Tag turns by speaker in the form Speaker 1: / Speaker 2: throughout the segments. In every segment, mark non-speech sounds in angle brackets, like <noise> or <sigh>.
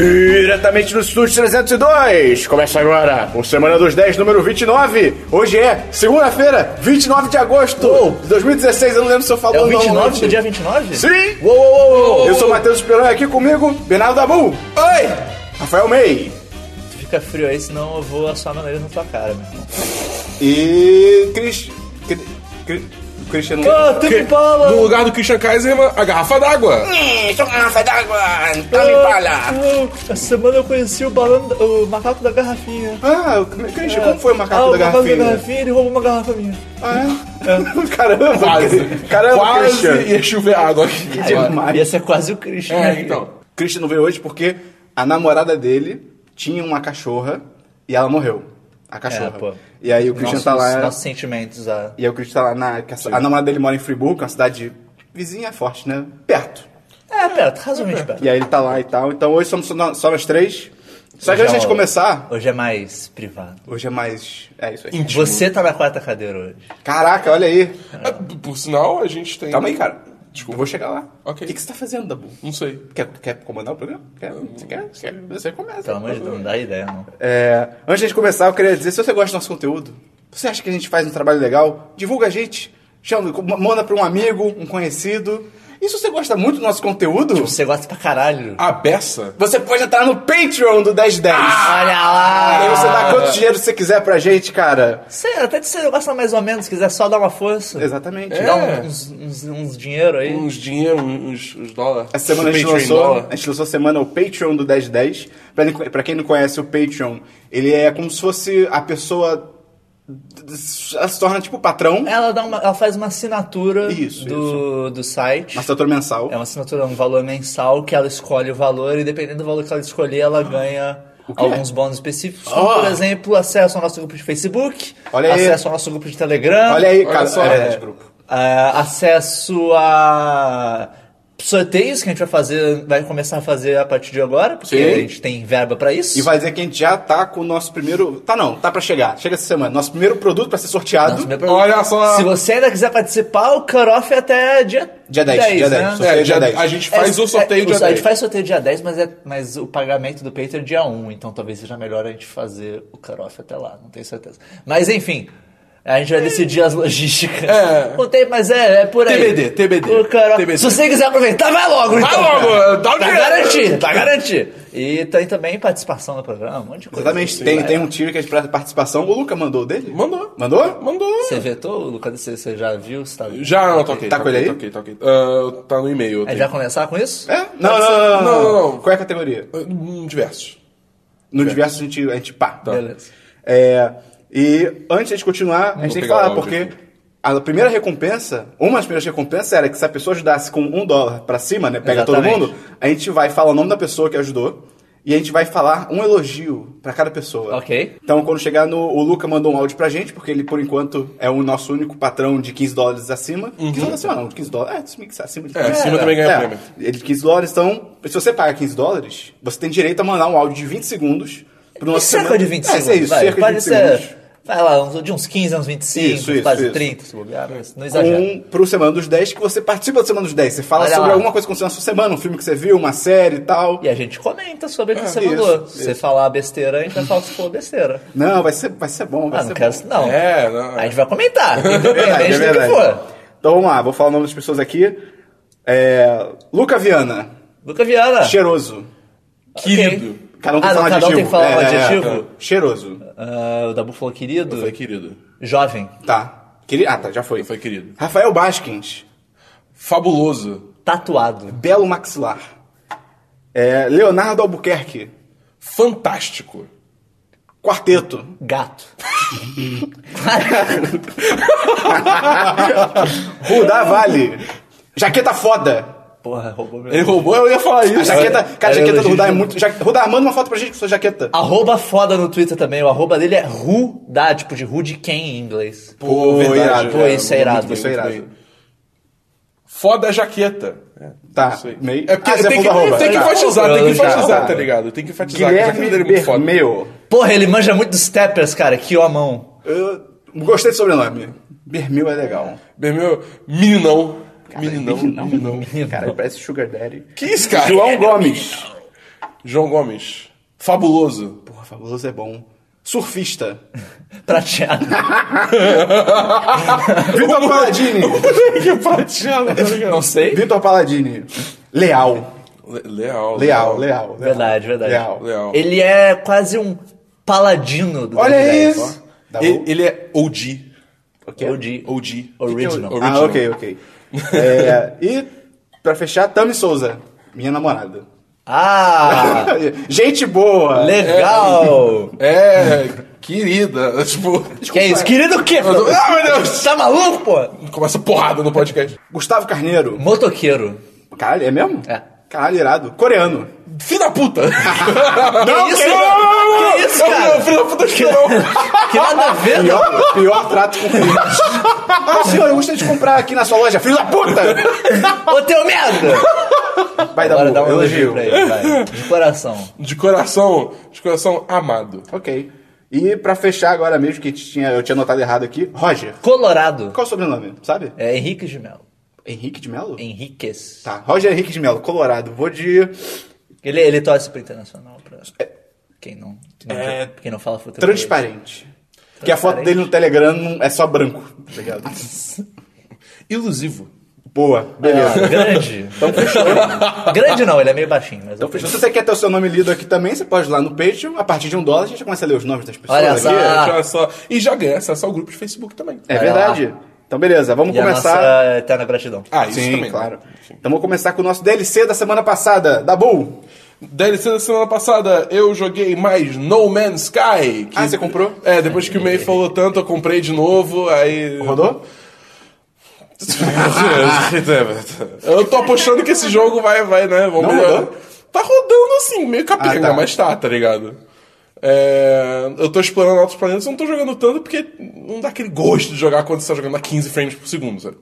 Speaker 1: diretamente do Estúdio 302. Começa agora o Semana dos 10, número 29. Hoje é segunda-feira, 29 de agosto de 2016. Eu não lembro se eu falo
Speaker 2: É o
Speaker 1: ou não
Speaker 2: 29
Speaker 1: ontem.
Speaker 2: do dia 29?
Speaker 1: Sim!
Speaker 2: Uou, uou, uou, uou, uou.
Speaker 1: Eu sou o Matheus Esperon e aqui comigo, Bernardo Dabu. Oi! Rafael May.
Speaker 2: Fica frio aí, senão eu vou assar meu nariz na tua cara, meu irmão.
Speaker 1: E. Cris. Cri- Cri- Cristiano.
Speaker 2: Ah, tem bala!
Speaker 3: No lugar do Christian Kaiser, a garrafa d'água.
Speaker 1: Hum, Sou uma garrafa d'água! Tá me
Speaker 2: Ah, Essa semana eu conheci o balão, da- o macaco da garrafinha.
Speaker 1: Ah, o Christian, como foi o macaco
Speaker 2: ah,
Speaker 1: da
Speaker 2: o macaco da
Speaker 1: garrafinha?
Speaker 2: garrafinha, ele roubou uma garrafa minha.
Speaker 1: Ah, é? <laughs> Caramba,
Speaker 3: Quase.
Speaker 1: Caramba,
Speaker 3: Quase
Speaker 1: Christian.
Speaker 3: ia chover água aqui. agora.
Speaker 1: demais.
Speaker 2: Ia ser quase o Christian.
Speaker 3: É,
Speaker 2: né?
Speaker 3: então.
Speaker 1: Christian não veio hoje porque a namorada dele tinha uma cachorra e ela morreu. A
Speaker 2: É,
Speaker 1: cachorra.
Speaker 2: pô.
Speaker 1: e aí o Christian
Speaker 2: Nossos,
Speaker 1: tá lá.
Speaker 2: nossos sentimentos, ah.
Speaker 1: E aí o Christian tá lá na. que a- a namorada dele mora em Friburgo, que é uma cidade vizinha é forte, né? Perto.
Speaker 2: É, perto, razoavelmente perto.
Speaker 1: E aí ele tá lá e tal. Então hoje somos só nós só nós três. Só que
Speaker 2: Hoje
Speaker 1: antes
Speaker 2: é
Speaker 1: de
Speaker 2: o-
Speaker 1: começar,
Speaker 2: Hoje é mais privado.
Speaker 1: hoje é mais. É isso aí.
Speaker 3: Íntimo.
Speaker 2: Você tá na quarta cadeira hoje.
Speaker 1: Caraca, olha aí.
Speaker 3: Ah, Por sinal, a gente tem.
Speaker 1: Calma aí, cara. Desculpa, eu vou chegar lá.
Speaker 3: Ok.
Speaker 1: O que, que você tá fazendo, Dabu?
Speaker 3: Não sei.
Speaker 1: Quer, quer comandar o programa? Quer? Você quer? Você, quer? você começa.
Speaker 2: Pelo amor de Deus, não dá ideia, não.
Speaker 1: É, antes de começar, eu queria dizer, se você gosta do nosso conteúdo, você acha que a gente faz um trabalho legal, divulga a gente, chama, manda pra um amigo, um conhecido. E se você gosta muito do nosso conteúdo,
Speaker 2: Você gosta pra caralho.
Speaker 3: A beça.
Speaker 1: você pode entrar no Patreon do 1010.
Speaker 3: Ah!
Speaker 2: Olha
Speaker 1: e
Speaker 2: lá!
Speaker 1: Ah! aí você dá quanto dinheiro você quiser pra gente, cara.
Speaker 2: Você, até de você gosta mais ou menos, se quiser só dar uma força.
Speaker 1: Exatamente.
Speaker 3: É.
Speaker 2: Dá um- uns, uns, uns dinheiro aí.
Speaker 1: Um-
Speaker 3: Uns dinheiro, uns, uns dólares.
Speaker 1: Essa semana a gente,
Speaker 3: Patreon
Speaker 1: lançou,
Speaker 3: dólar.
Speaker 1: a gente lançou a semana o Patreon do 1010. Pra, quem- pra quem não conhece o Patreon, ele é como se fosse a pessoa... Ela se torna tipo patrão,
Speaker 3: É.
Speaker 2: Ela, dá uma, ela faz uma assinatura
Speaker 1: Isso,
Speaker 2: do, do site.
Speaker 1: uma assinatura mensal.
Speaker 2: É uma assinatura, um valor mensal que ela escolhe o valor e dependendo do valor que ela escolher, ela ganha
Speaker 1: O quê?
Speaker 2: alguns bônus específicos. Como,
Speaker 1: Ah.
Speaker 2: por exemplo, acesso ao nosso grupo de Facebook,
Speaker 1: Olha aí.
Speaker 2: acesso ao nosso grupo de Telegram,
Speaker 1: Olha aí,
Speaker 3: um Ah, Olha
Speaker 1: cara.
Speaker 3: só.
Speaker 1: é, grupo.
Speaker 2: ah, acesso a sorteios que a gente vai fazer, vai começar a fazer a partir de agora, porque
Speaker 1: Sim.
Speaker 2: a gente tem verba pra isso.
Speaker 1: E vai dizer que a gente já tá com o nosso primeiro. Tá não, tá pra chegar. Chega essa semana. Nosso primeiro produto pra ser sorteado.
Speaker 2: Nosso primeiro
Speaker 3: é Olha só.
Speaker 2: Tá Se você ainda quiser participar, o cutoff é até dia,
Speaker 1: Dia 10, dia 10,
Speaker 2: né?
Speaker 1: sorteio
Speaker 3: É,
Speaker 1: dia
Speaker 3: dia
Speaker 1: 10.
Speaker 3: a gente faz
Speaker 2: É,
Speaker 3: o sorteio
Speaker 2: é,
Speaker 3: dia
Speaker 2: A gente
Speaker 3: 10.
Speaker 2: faz sorteio dia 10, mas, é, mas o pagamento do Patreon é dia 1, então talvez seja melhor a gente fazer o cutoff até lá, não tenho certeza. Mas enfim, a gente vai decidir as logísticas.
Speaker 3: É.
Speaker 2: Não tem, mas é, é por aí.
Speaker 3: TBD, TBD.
Speaker 2: O cutoff-
Speaker 3: TBD.
Speaker 2: Se você quiser aproveitar, vai logo,
Speaker 3: Vai
Speaker 2: então.
Speaker 3: logo, dá o
Speaker 2: Tá
Speaker 3: dinheiro.
Speaker 2: garantido, tá garantido. E tem também participação no programa, um monte de coisa.
Speaker 1: Exatamente. Tem, tem um time que é pra participação. O Luca mandou o dele?
Speaker 3: Mandou.
Speaker 1: Mandou?
Speaker 3: Mandou.
Speaker 2: Você vetou, Lucas? Você, você já viu? Você tá...
Speaker 3: Já, não, toquei.
Speaker 1: Tá com ele aí?
Speaker 3: Toquei, toquei. Ah, tá no e-mail. eu
Speaker 2: A gente
Speaker 3: tenho.
Speaker 2: vai É, começar com isso?
Speaker 1: É? Não, não, não, não,
Speaker 3: Não, não, não.
Speaker 1: Qual é a categoria?
Speaker 3: Hum, Diversos.
Speaker 1: No diverso a gente, a gente pá.
Speaker 2: Beleza.
Speaker 1: É, e antes de continuar, a gente
Speaker 3: Vou
Speaker 1: tem que
Speaker 3: pegar
Speaker 1: falar,
Speaker 3: o áudio
Speaker 1: porque
Speaker 3: aqui.
Speaker 1: a primeira recompensa, uma das primeiras recompensas era que se a pessoa ajudasse com um dólar pra cima, né? Pega
Speaker 2: Exatamente.
Speaker 1: todo mundo, a gente vai falar o nome da pessoa que ajudou. E a gente vai falar um elogio pra cada pessoa.
Speaker 2: Ok.
Speaker 1: Então, quando chegar no. O Luca mandou um áudio pra gente, porque ele, por enquanto, é o nosso único patrão de 15 dólares acima. 15 dólares acima, não, de 15 dólares. É, acima de
Speaker 3: Uhum. É, acima também ganha prêmio.
Speaker 1: ele de 15 dólares, então, se você paga 15 dólares, você tem direito a mandar um áudio de 20 segundos pro
Speaker 2: E
Speaker 1: nosso
Speaker 2: cerca
Speaker 1: semana-
Speaker 2: de 20
Speaker 1: é,
Speaker 2: segundos.
Speaker 1: É isso,
Speaker 2: vai,
Speaker 1: cerca
Speaker 2: pode
Speaker 1: de 20
Speaker 2: ser,
Speaker 1: segundos.
Speaker 2: Vai lá, uns- de uns 15 a uns 25,
Speaker 1: Isso, isso,
Speaker 2: quase
Speaker 1: isso.
Speaker 2: 30, se bobear, mas não exagera.
Speaker 1: Um pro Semana dos 10, que você participa do Semana dos 10. Você fala
Speaker 2: Olha
Speaker 1: sobre
Speaker 2: lá.
Speaker 1: alguma coisa que aconteceu na sua semana, um filme que você viu, uma série e tal.
Speaker 2: E a gente comenta sobre o que você
Speaker 1: isso,
Speaker 2: mandou. Se
Speaker 1: É, isso.
Speaker 2: você falar besteira, a gente vai falar que você falou besteira.
Speaker 1: Não, vai ser, vai ser bom, vai
Speaker 2: Ah,
Speaker 1: ser
Speaker 2: não
Speaker 1: bom. É
Speaker 2: quero isso não.
Speaker 3: É, não.
Speaker 2: A gente vai
Speaker 1: <laughs>
Speaker 2: comentar,
Speaker 1: Verdade,
Speaker 2: independente do que for.
Speaker 1: Então vamos lá, vou falar o nome das pessoas aqui. É, Luca Viana,
Speaker 2: Luca Viana.
Speaker 1: cheiroso.
Speaker 3: Querido.
Speaker 1: Cada um tem
Speaker 2: Ah,
Speaker 1: que falar
Speaker 2: não,
Speaker 1: um
Speaker 2: cada um
Speaker 1: adjetivo. é,
Speaker 2: tem que falar um adjetivo?
Speaker 1: Cheiroso.
Speaker 2: Ah, o Dabu falou querido.
Speaker 3: Eu falei querido.
Speaker 2: Jovem.
Speaker 1: Tá. Queria- Ah, tá, já foi.
Speaker 3: Eu falei querido.
Speaker 1: Rafael Baskins,
Speaker 3: Fabuloso.
Speaker 2: Tatuado.
Speaker 1: belo maxilar. É, Leonardo Albuquerque,
Speaker 3: Fantástico.
Speaker 1: quarteto. <laughs>
Speaker 2: Gato.
Speaker 1: Rudá Vale. Jaqueta foda.
Speaker 2: Porra, roubou meu.
Speaker 3: Ele roubou, eu ia falar
Speaker 1: A
Speaker 3: isso.
Speaker 1: jaqueta, cara, a
Speaker 2: Era
Speaker 1: jaqueta do
Speaker 2: elogio
Speaker 1: Rudá é
Speaker 2: de-
Speaker 1: muito. jaque- Rudá, manda uma foto pra gente com sua
Speaker 3: Ah,
Speaker 1: jaqueta.
Speaker 2: Arroba foda no Twitter também. O arroba dele é Ru, dá, tipo de Ru de quem em inglês.
Speaker 3: Pô,
Speaker 1: irado.
Speaker 2: Pô, isso é
Speaker 3: muito
Speaker 2: irado,
Speaker 1: isso é
Speaker 3: bem, muito
Speaker 1: irado.
Speaker 3: bem. Foda a jaqueta. É,
Speaker 1: Tá,
Speaker 3: não sei.
Speaker 1: meio-
Speaker 3: É porque
Speaker 1: Ah, você
Speaker 3: tem, que,
Speaker 1: falou arroba.
Speaker 3: tem que
Speaker 1: Tá.
Speaker 3: enfatizar, tem que
Speaker 2: Já,
Speaker 3: enfatizar,
Speaker 1: tá.
Speaker 3: tá ligado? Tem que enfatizar. que a jaqueta
Speaker 1: Guilherme
Speaker 3: dele é muito foda.
Speaker 1: Bermeu.
Speaker 2: Porra, ele manja muito dos steppers, cara. Que homão.
Speaker 1: Eu gostei do sobrenome. Bermeu é legal.
Speaker 3: Bermeu, meninão. meninão.
Speaker 1: Cara, parece Sugar Daddy.
Speaker 3: Que isso, cara?
Speaker 1: João Gomes.
Speaker 3: João Gomes. Fabuloso.
Speaker 1: Porra, fabuloso é bom. Surfista.
Speaker 2: <laughs> Prateado.
Speaker 3: <laughs>
Speaker 1: Vitor Paladini.
Speaker 3: que prateado, tá ligado?
Speaker 2: Não sei.
Speaker 1: Vitor Paladini. Leal.
Speaker 3: Le- Leal.
Speaker 1: Leal, leal. leal.
Speaker 2: Verdade, verdade.
Speaker 1: Leal.
Speaker 3: Leal.
Speaker 2: Ele é quase um paladino do
Speaker 1: Olha
Speaker 2: Dead Rising.
Speaker 1: isso. Tá bom?
Speaker 3: Ele, ele é OG.
Speaker 1: Ok.
Speaker 2: OG.
Speaker 3: OG.
Speaker 2: Original.
Speaker 1: Ah, ok, ok. É, e, pra fechar, Tami Souza. Minha namorada.
Speaker 2: Ah!
Speaker 1: <laughs> Gente boa.
Speaker 2: Legal!
Speaker 3: É, querida. Tipo, <laughs>
Speaker 2: Que é isso? Querido o quê?
Speaker 3: tô-
Speaker 2: Ah, meu Deus! Tá maluco, pô?
Speaker 3: começa porrada no podcast.
Speaker 1: Gustavo Carneiro.
Speaker 2: Motoqueiro.
Speaker 1: Caralho, é mesmo?
Speaker 2: É.
Speaker 1: Caralho, irado. Coreano.
Speaker 3: Filho
Speaker 1: <laughs>
Speaker 3: da puta!
Speaker 1: Não,
Speaker 2: que isso?
Speaker 1: querido!
Speaker 2: Que isso, cara?
Speaker 3: Filho da puta, acho que não.
Speaker 2: <laughs> Que nada a ver, não.
Speaker 1: Pior, pior trato com
Speaker 2: <laughs>
Speaker 1: clientes. Ah, senhor, eu gostaria de comprar aqui na sua loja. Filho da puta!
Speaker 2: Ô, teu merda!
Speaker 1: Vai dar
Speaker 2: Agora
Speaker 1: um
Speaker 2: dá um elogio
Speaker 1: elogio.
Speaker 2: pra ele, vai. De coração.
Speaker 3: De coração, de coração amado.
Speaker 1: Ok. E pra fechar agora mesmo, que tinha, eu tinha notado errado aqui, Roger.
Speaker 2: Colorado.
Speaker 1: Qual o sobrenome, sabe?
Speaker 2: É Henrique de Mello.
Speaker 1: Henrique de Melo?
Speaker 2: Henriquez.
Speaker 1: Tá, Roger Henrique de Melo, Colorado. Vou de
Speaker 2: Ele, ele torce pro internacional, pra quem não, quem não- quem não fala futebol.
Speaker 1: Transparente. Porque a foto
Speaker 2: Transparente.
Speaker 1: dele no Telegram não- é só branco. tá <laughs> ligado?
Speaker 3: Ilusivo.
Speaker 1: Boa, beleza.
Speaker 2: Ah, grande. Então fechou. Grande não, ele é meio baixinho, mas
Speaker 1: É, Então,
Speaker 2: ok.
Speaker 1: fechou. Se você quer ter o seu nome lido aqui também, você pode ir lá no Patreon. A partir de um dólar, a gente começa a ler os nomes das pessoas
Speaker 2: Olha
Speaker 1: aqui.
Speaker 2: só. Ah.
Speaker 3: Olha só. E já ganha acesso ao grupo de Facebook também.
Speaker 1: É
Speaker 2: Vai
Speaker 1: verdade. Então, beleza, vamos
Speaker 2: E a
Speaker 1: começar.
Speaker 2: nossa eterna gratidão.
Speaker 3: Ah, isso
Speaker 1: Sim,
Speaker 3: também. né?
Speaker 1: claro. Então, vamos começar com o nosso DLC da semana passada, da Bull.
Speaker 3: DLC da semana passada, eu joguei mais No Man's Sky. que-
Speaker 1: Ah, você comprou?
Speaker 3: É, depois que o
Speaker 1: <laughs>
Speaker 3: May falou tanto, eu comprei de novo, aí...
Speaker 1: Rodou?
Speaker 3: eu tô apostando que esse jogo vai, vai, né? Vamos
Speaker 1: Não
Speaker 3: melhorar.
Speaker 1: rodou?
Speaker 3: Tá rodando assim, meio capenga,
Speaker 1: Ah, tá.
Speaker 3: mas tá, tá ligado? É, eu tô explorando outros planetas, eu não tô jogando tanto porque não dá aquele gosto de jogar quando você tá jogando a 15 frames por segundo, sabe?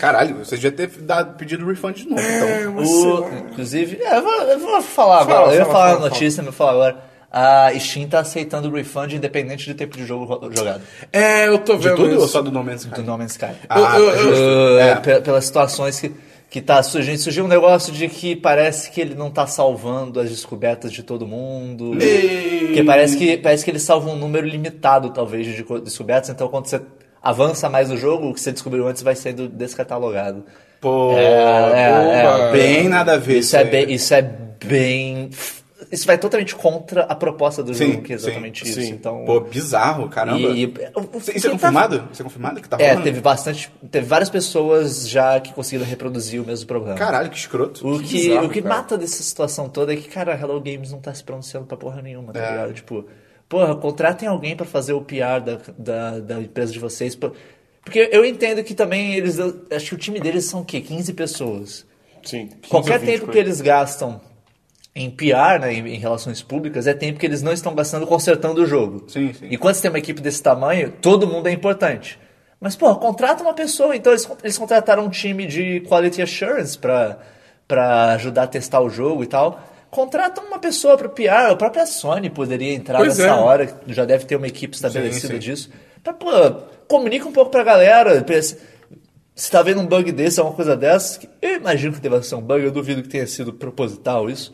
Speaker 1: Caralho, você devia ter dado, pedido refund de novo, então.
Speaker 2: O- inclusive, é, eu, vou, eu vou falar agora. eu ia
Speaker 3: fala,
Speaker 2: falar
Speaker 3: fala,
Speaker 2: a notícia, mas eu vou falar agora. A Steam tá aceitando refund independente do tempo de jogo ro- jogado.
Speaker 3: É, eu tô
Speaker 1: De
Speaker 3: vendo
Speaker 1: tudo ou
Speaker 3: isso.
Speaker 1: só do No Man's Sky?
Speaker 2: Do No Man's Sky.
Speaker 1: Ah,
Speaker 3: Eu- eu-
Speaker 1: justo.
Speaker 2: Uh,
Speaker 1: É.
Speaker 2: pe- Pelas situações que, que tá surgindo. Surgiu um negócio de que parece que ele não tá salvando as descobertas de todo mundo. Porque parece que, parece que ele salva um número limitado, talvez, de co- descobertas. Então, quando você avança mais no jogo, o que você descobriu antes vai sendo descatalogado.
Speaker 1: Pô,
Speaker 2: é,
Speaker 3: é.
Speaker 1: bem nada a ver.
Speaker 2: Isso é,
Speaker 1: aí.
Speaker 2: bem, isso é bem. Isso vai totalmente contra a proposta do
Speaker 1: Sim,
Speaker 2: jogo, que é exatamente
Speaker 1: sim,
Speaker 2: isso.
Speaker 1: sim.
Speaker 2: Então.
Speaker 1: Pô, bizarro, caramba.
Speaker 2: e-
Speaker 1: Isso isso é confirmado? Isso é confirmado que tá
Speaker 2: É,
Speaker 1: rolando?
Speaker 2: teve bastante. Teve várias pessoas já que conseguiram reproduzir o mesmo problema.
Speaker 1: Caralho, que escroto.
Speaker 2: o que,
Speaker 3: que bizarro,
Speaker 2: o que
Speaker 3: cara.
Speaker 2: mata dessa situação toda é que, cara, a Hello Games não tá se pronunciando pra porra nenhuma,
Speaker 3: É.
Speaker 2: tá ligado? Tipo, porra, contratem alguém pra fazer o PR da, da, da empresa de vocês. pra- Porque eu entendo que também eles. Acho que o time deles são o quê? 15 pessoas.
Speaker 3: Sim, 15 ou
Speaker 2: Qualquer
Speaker 3: 20
Speaker 2: tempo
Speaker 3: por
Speaker 2: que
Speaker 3: aí.
Speaker 2: eles gastam em PR, né, em, em relações públicas, é tempo que eles não estão gastando consertando o jogo.
Speaker 1: Sim, sim.
Speaker 2: E quando você tem uma equipe desse tamanho, todo mundo é importante. Mas, pô, contrata uma pessoa. Então, eles, con- eles contrataram um time de Quality Assurance pra, pra ajudar a testar o jogo e tal. Contrata uma pessoa para PR. A própria Sony poderia entrar
Speaker 3: Pois
Speaker 2: nessa
Speaker 3: é.
Speaker 2: hora. Já deve ter uma equipe estabelecida
Speaker 1: Sim, sim.
Speaker 2: disso. Pra, pô, comunica um pouco pra galera. pra esse- Se tá vendo um bug desse, alguma coisa dessa, que eu imagino que deva ser um bug, eu duvido que tenha sido proposital isso.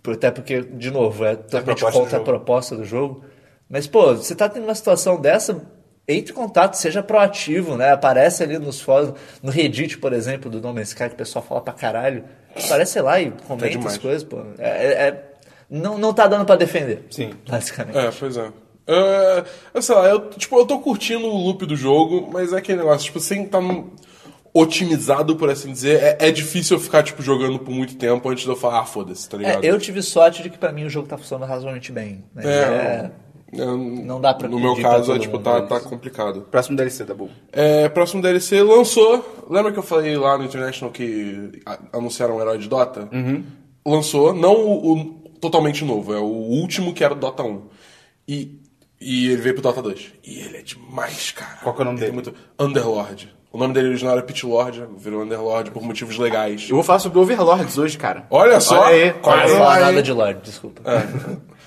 Speaker 2: Por- Até porque, de novo, é totalmente
Speaker 1: proposta do
Speaker 2: contra a
Speaker 1: jogo.
Speaker 2: proposta do jogo. Mas, pô, você tá tendo uma situação dessa, entre em contato, seja proativo, né? Aparece ali nos fóruns, no Reddit, por exemplo, do No Man's Sky, que o pessoal fala pra caralho. Aparece lá e
Speaker 1: Tá
Speaker 2: comenta
Speaker 3: demais.
Speaker 2: as coisas, pô. É- é- é- não, não tá dando pra defender.
Speaker 1: Sim.
Speaker 2: Basicamente.
Speaker 3: É, pois é. É, eu sei lá, eu, tipo, eu tô curtindo o loop do jogo, mas é aquele negócio, tipo, sem estar otimizado, por assim dizer, é, é difícil eu ficar, tipo, jogando por muito tempo antes de eu falar, ah, foda-se, tá
Speaker 2: É,
Speaker 3: ligado?
Speaker 2: eu tive sorte de que pra mim o jogo tá funcionando razoavelmente bem. né?
Speaker 3: É,
Speaker 2: É,
Speaker 3: é,
Speaker 2: não dá pra
Speaker 3: No meu
Speaker 2: pedir pra
Speaker 3: caso, é,
Speaker 2: todo
Speaker 3: tipo,
Speaker 2: mundo
Speaker 3: tá,
Speaker 2: isso.
Speaker 3: tá complicado.
Speaker 1: Próximo DLC da Bull.
Speaker 3: É, próximo DLC lançou. Lembra que eu falei lá no International que a- anunciaram o herói de Dota?
Speaker 1: Uhum.
Speaker 3: Lançou, não o, o totalmente novo, é o último que era o Dota 1. E, e ele veio pro Dota 2. E ele é demais, cara.
Speaker 1: Qual que é o nome dele?
Speaker 3: Ele muito- Underlord. O nome dele original era Pit Lord, virou Underlord por motivos legais.
Speaker 1: Eu vou falar sobre Overlords hoje, cara.
Speaker 3: Olha só!
Speaker 1: Olha aí.
Speaker 2: Não vou
Speaker 3: Olha
Speaker 2: falar
Speaker 3: lá,
Speaker 2: nada
Speaker 3: hein?
Speaker 2: de Lorde,
Speaker 3: É.
Speaker 2: desculpa.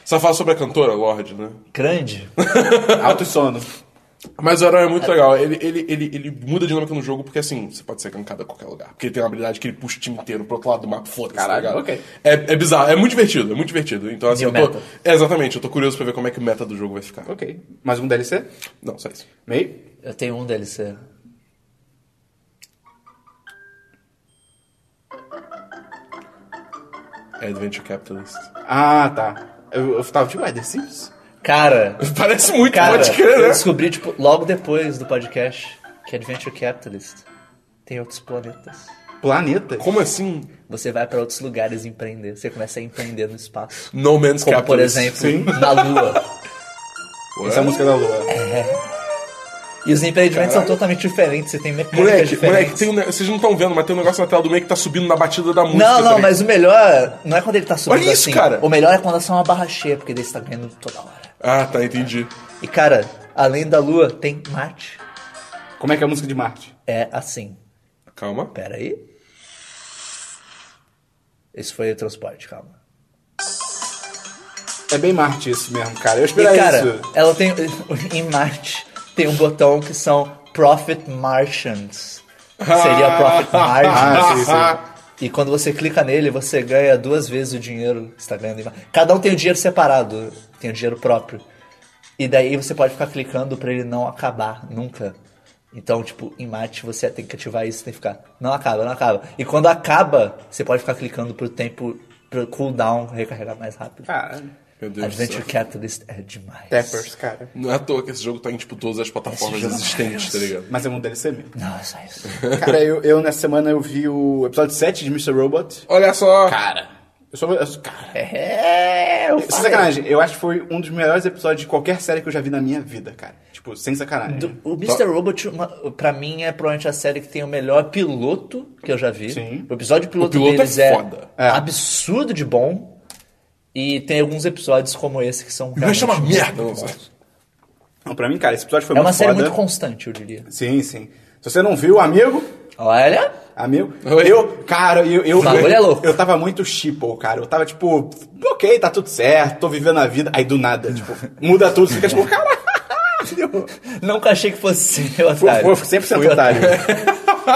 Speaker 3: Só fala sobre a cantora, Lorde, né?
Speaker 2: Grande?
Speaker 1: Alto e sono.
Speaker 3: Mas o herói é muito legal. Ele, ele, ele, ele muda a dinâmica no jogo porque, assim, você pode ser gankado a qualquer lugar. Porque ele tem uma habilidade que ele puxa o time inteiro pro outro lado do mapa. Foda-se, tá
Speaker 1: Caralho,
Speaker 3: ligado?
Speaker 1: ok.
Speaker 3: É, é bizarro. É muito divertido, é muito divertido. Então, assim,
Speaker 2: E o
Speaker 3: eu tô...
Speaker 2: meta?
Speaker 3: É, exatamente. Eu tô curioso pra ver como é que o meta do jogo vai ficar.
Speaker 1: Ok. Mais um DLC?
Speaker 3: Não, só isso.
Speaker 1: Meio?
Speaker 2: Eu tenho um DLC.
Speaker 3: É Adventure Capitalist.
Speaker 1: Ah, tá. Eu, eu tava tipo, ué, The Sims?
Speaker 2: Cara,
Speaker 3: <laughs> Parece muito,
Speaker 2: cara,
Speaker 3: pode crer,
Speaker 2: eu
Speaker 3: né?
Speaker 2: descobri, tipo, logo depois do podcast que Adventure Capitalist tem outros planetas.
Speaker 1: Planeta?
Speaker 3: Como assim?
Speaker 2: Você vai pra outros lugares empreender. Você começa a empreender no espaço.
Speaker 3: No Man's
Speaker 2: Como, por
Speaker 3: Capitalist.
Speaker 2: exemplo, na Lua.
Speaker 3: Ué?
Speaker 1: Essa é a música da Lua.
Speaker 2: E os empreendimentos
Speaker 3: Caralho.
Speaker 2: são totalmente diferentes, você tem mecânicas
Speaker 3: Moleque,
Speaker 2: diferentes.
Speaker 3: moleque, tem um ne- vocês não estão vendo, mas tem um negócio na tela do meio que tá subindo na batida da música.
Speaker 2: Não, não,
Speaker 3: também.
Speaker 2: mas o melhor não é quando ele tá subindo
Speaker 3: Olha isso,
Speaker 2: assim.
Speaker 3: cara.
Speaker 2: O melhor é quando é só uma barra cheia, porque daí você tá ganhando toda hora.
Speaker 3: Ah, tá, entendi.
Speaker 2: E cara, além da lua, tem Marte.
Speaker 1: Como é que é a música de Marte?
Speaker 2: É assim.
Speaker 3: Calma.
Speaker 2: Pera aí. Esse foi o transporte, calma.
Speaker 1: É bem Marte isso mesmo, cara. Eu
Speaker 2: E
Speaker 1: esperava
Speaker 2: cara,
Speaker 1: isso.
Speaker 2: ela tem. <laughs> Em Marte tem um botão que são Profit Martians. Seria Profit
Speaker 1: <laughs> Ah,
Speaker 2: Margins.
Speaker 1: sim, sim.
Speaker 2: E quando você clica nele, você ganha duas vezes o dinheiro que você tá ganhando. em Marte. Cada um tem o dinheiro separado, tem o dinheiro próprio. E daí você pode ficar clicando pra ele não acabar nunca. Então, tipo, em Marte você tem que ativar isso, tem que ficar. Não acaba, não acaba. E quando acaba, você pode ficar clicando pro tempo, pro cooldown recarregar mais rápido.
Speaker 1: Caralho.
Speaker 3: Meu Deus do
Speaker 2: Adventure
Speaker 3: céu.
Speaker 2: Capitalist é demais.
Speaker 1: Tappers, cara.
Speaker 3: Não é à toa que esse jogo tá em, tipo, todas as plataformas
Speaker 2: Esse jogo-
Speaker 3: existentes, tá ligado?
Speaker 1: Mas é um DLC mesmo.
Speaker 2: Não, é só isso. <laughs>
Speaker 1: Cara, eu, eu nessa semana eu vi o episódio 7 de Mr. Robot.
Speaker 3: Olha só!
Speaker 1: Cara, eu sou. Eu sou cara.
Speaker 2: é, eu
Speaker 3: tá
Speaker 1: Sem sacanagem, eu acho que foi um dos melhores episódios de qualquer série que eu já vi na minha vida, cara. Tipo, sem sacanagem.
Speaker 2: Do- o Mr. Robot, uma, pra mim, é provavelmente a série que tem o melhor piloto que eu já vi.
Speaker 1: Sim.
Speaker 2: O episódio piloto,
Speaker 3: O piloto
Speaker 2: deles
Speaker 3: é
Speaker 2: é,
Speaker 3: foda.
Speaker 1: É.
Speaker 2: absurdo de bom. E tem alguns episódios como esse que são
Speaker 3: Vai
Speaker 2: realmente
Speaker 3: chamar
Speaker 2: muito
Speaker 3: merda!
Speaker 2: bons.
Speaker 1: Não, pra mim, cara, esse episódio foi
Speaker 2: É
Speaker 1: muito
Speaker 2: uma série
Speaker 1: foda.
Speaker 2: muito constante, eu diria.
Speaker 1: Sim, sim. Se você não viu, amigo,
Speaker 2: Olha,
Speaker 1: amigo,
Speaker 3: Oi.
Speaker 1: eu, cara, eu, eu,
Speaker 2: O bagulho é louco.
Speaker 1: eu tava muito shippo, cara. Eu tava tipo, ok, tá tudo certo, tô vivendo a vida. Aí do nada, tipo, muda tudo, você fica tipo, caralho.
Speaker 2: nunca achei que fosse eu
Speaker 1: Foi,
Speaker 2: otário.
Speaker 1: foi sempre sendo
Speaker 2: Fui
Speaker 1: otário.
Speaker 2: <laughs>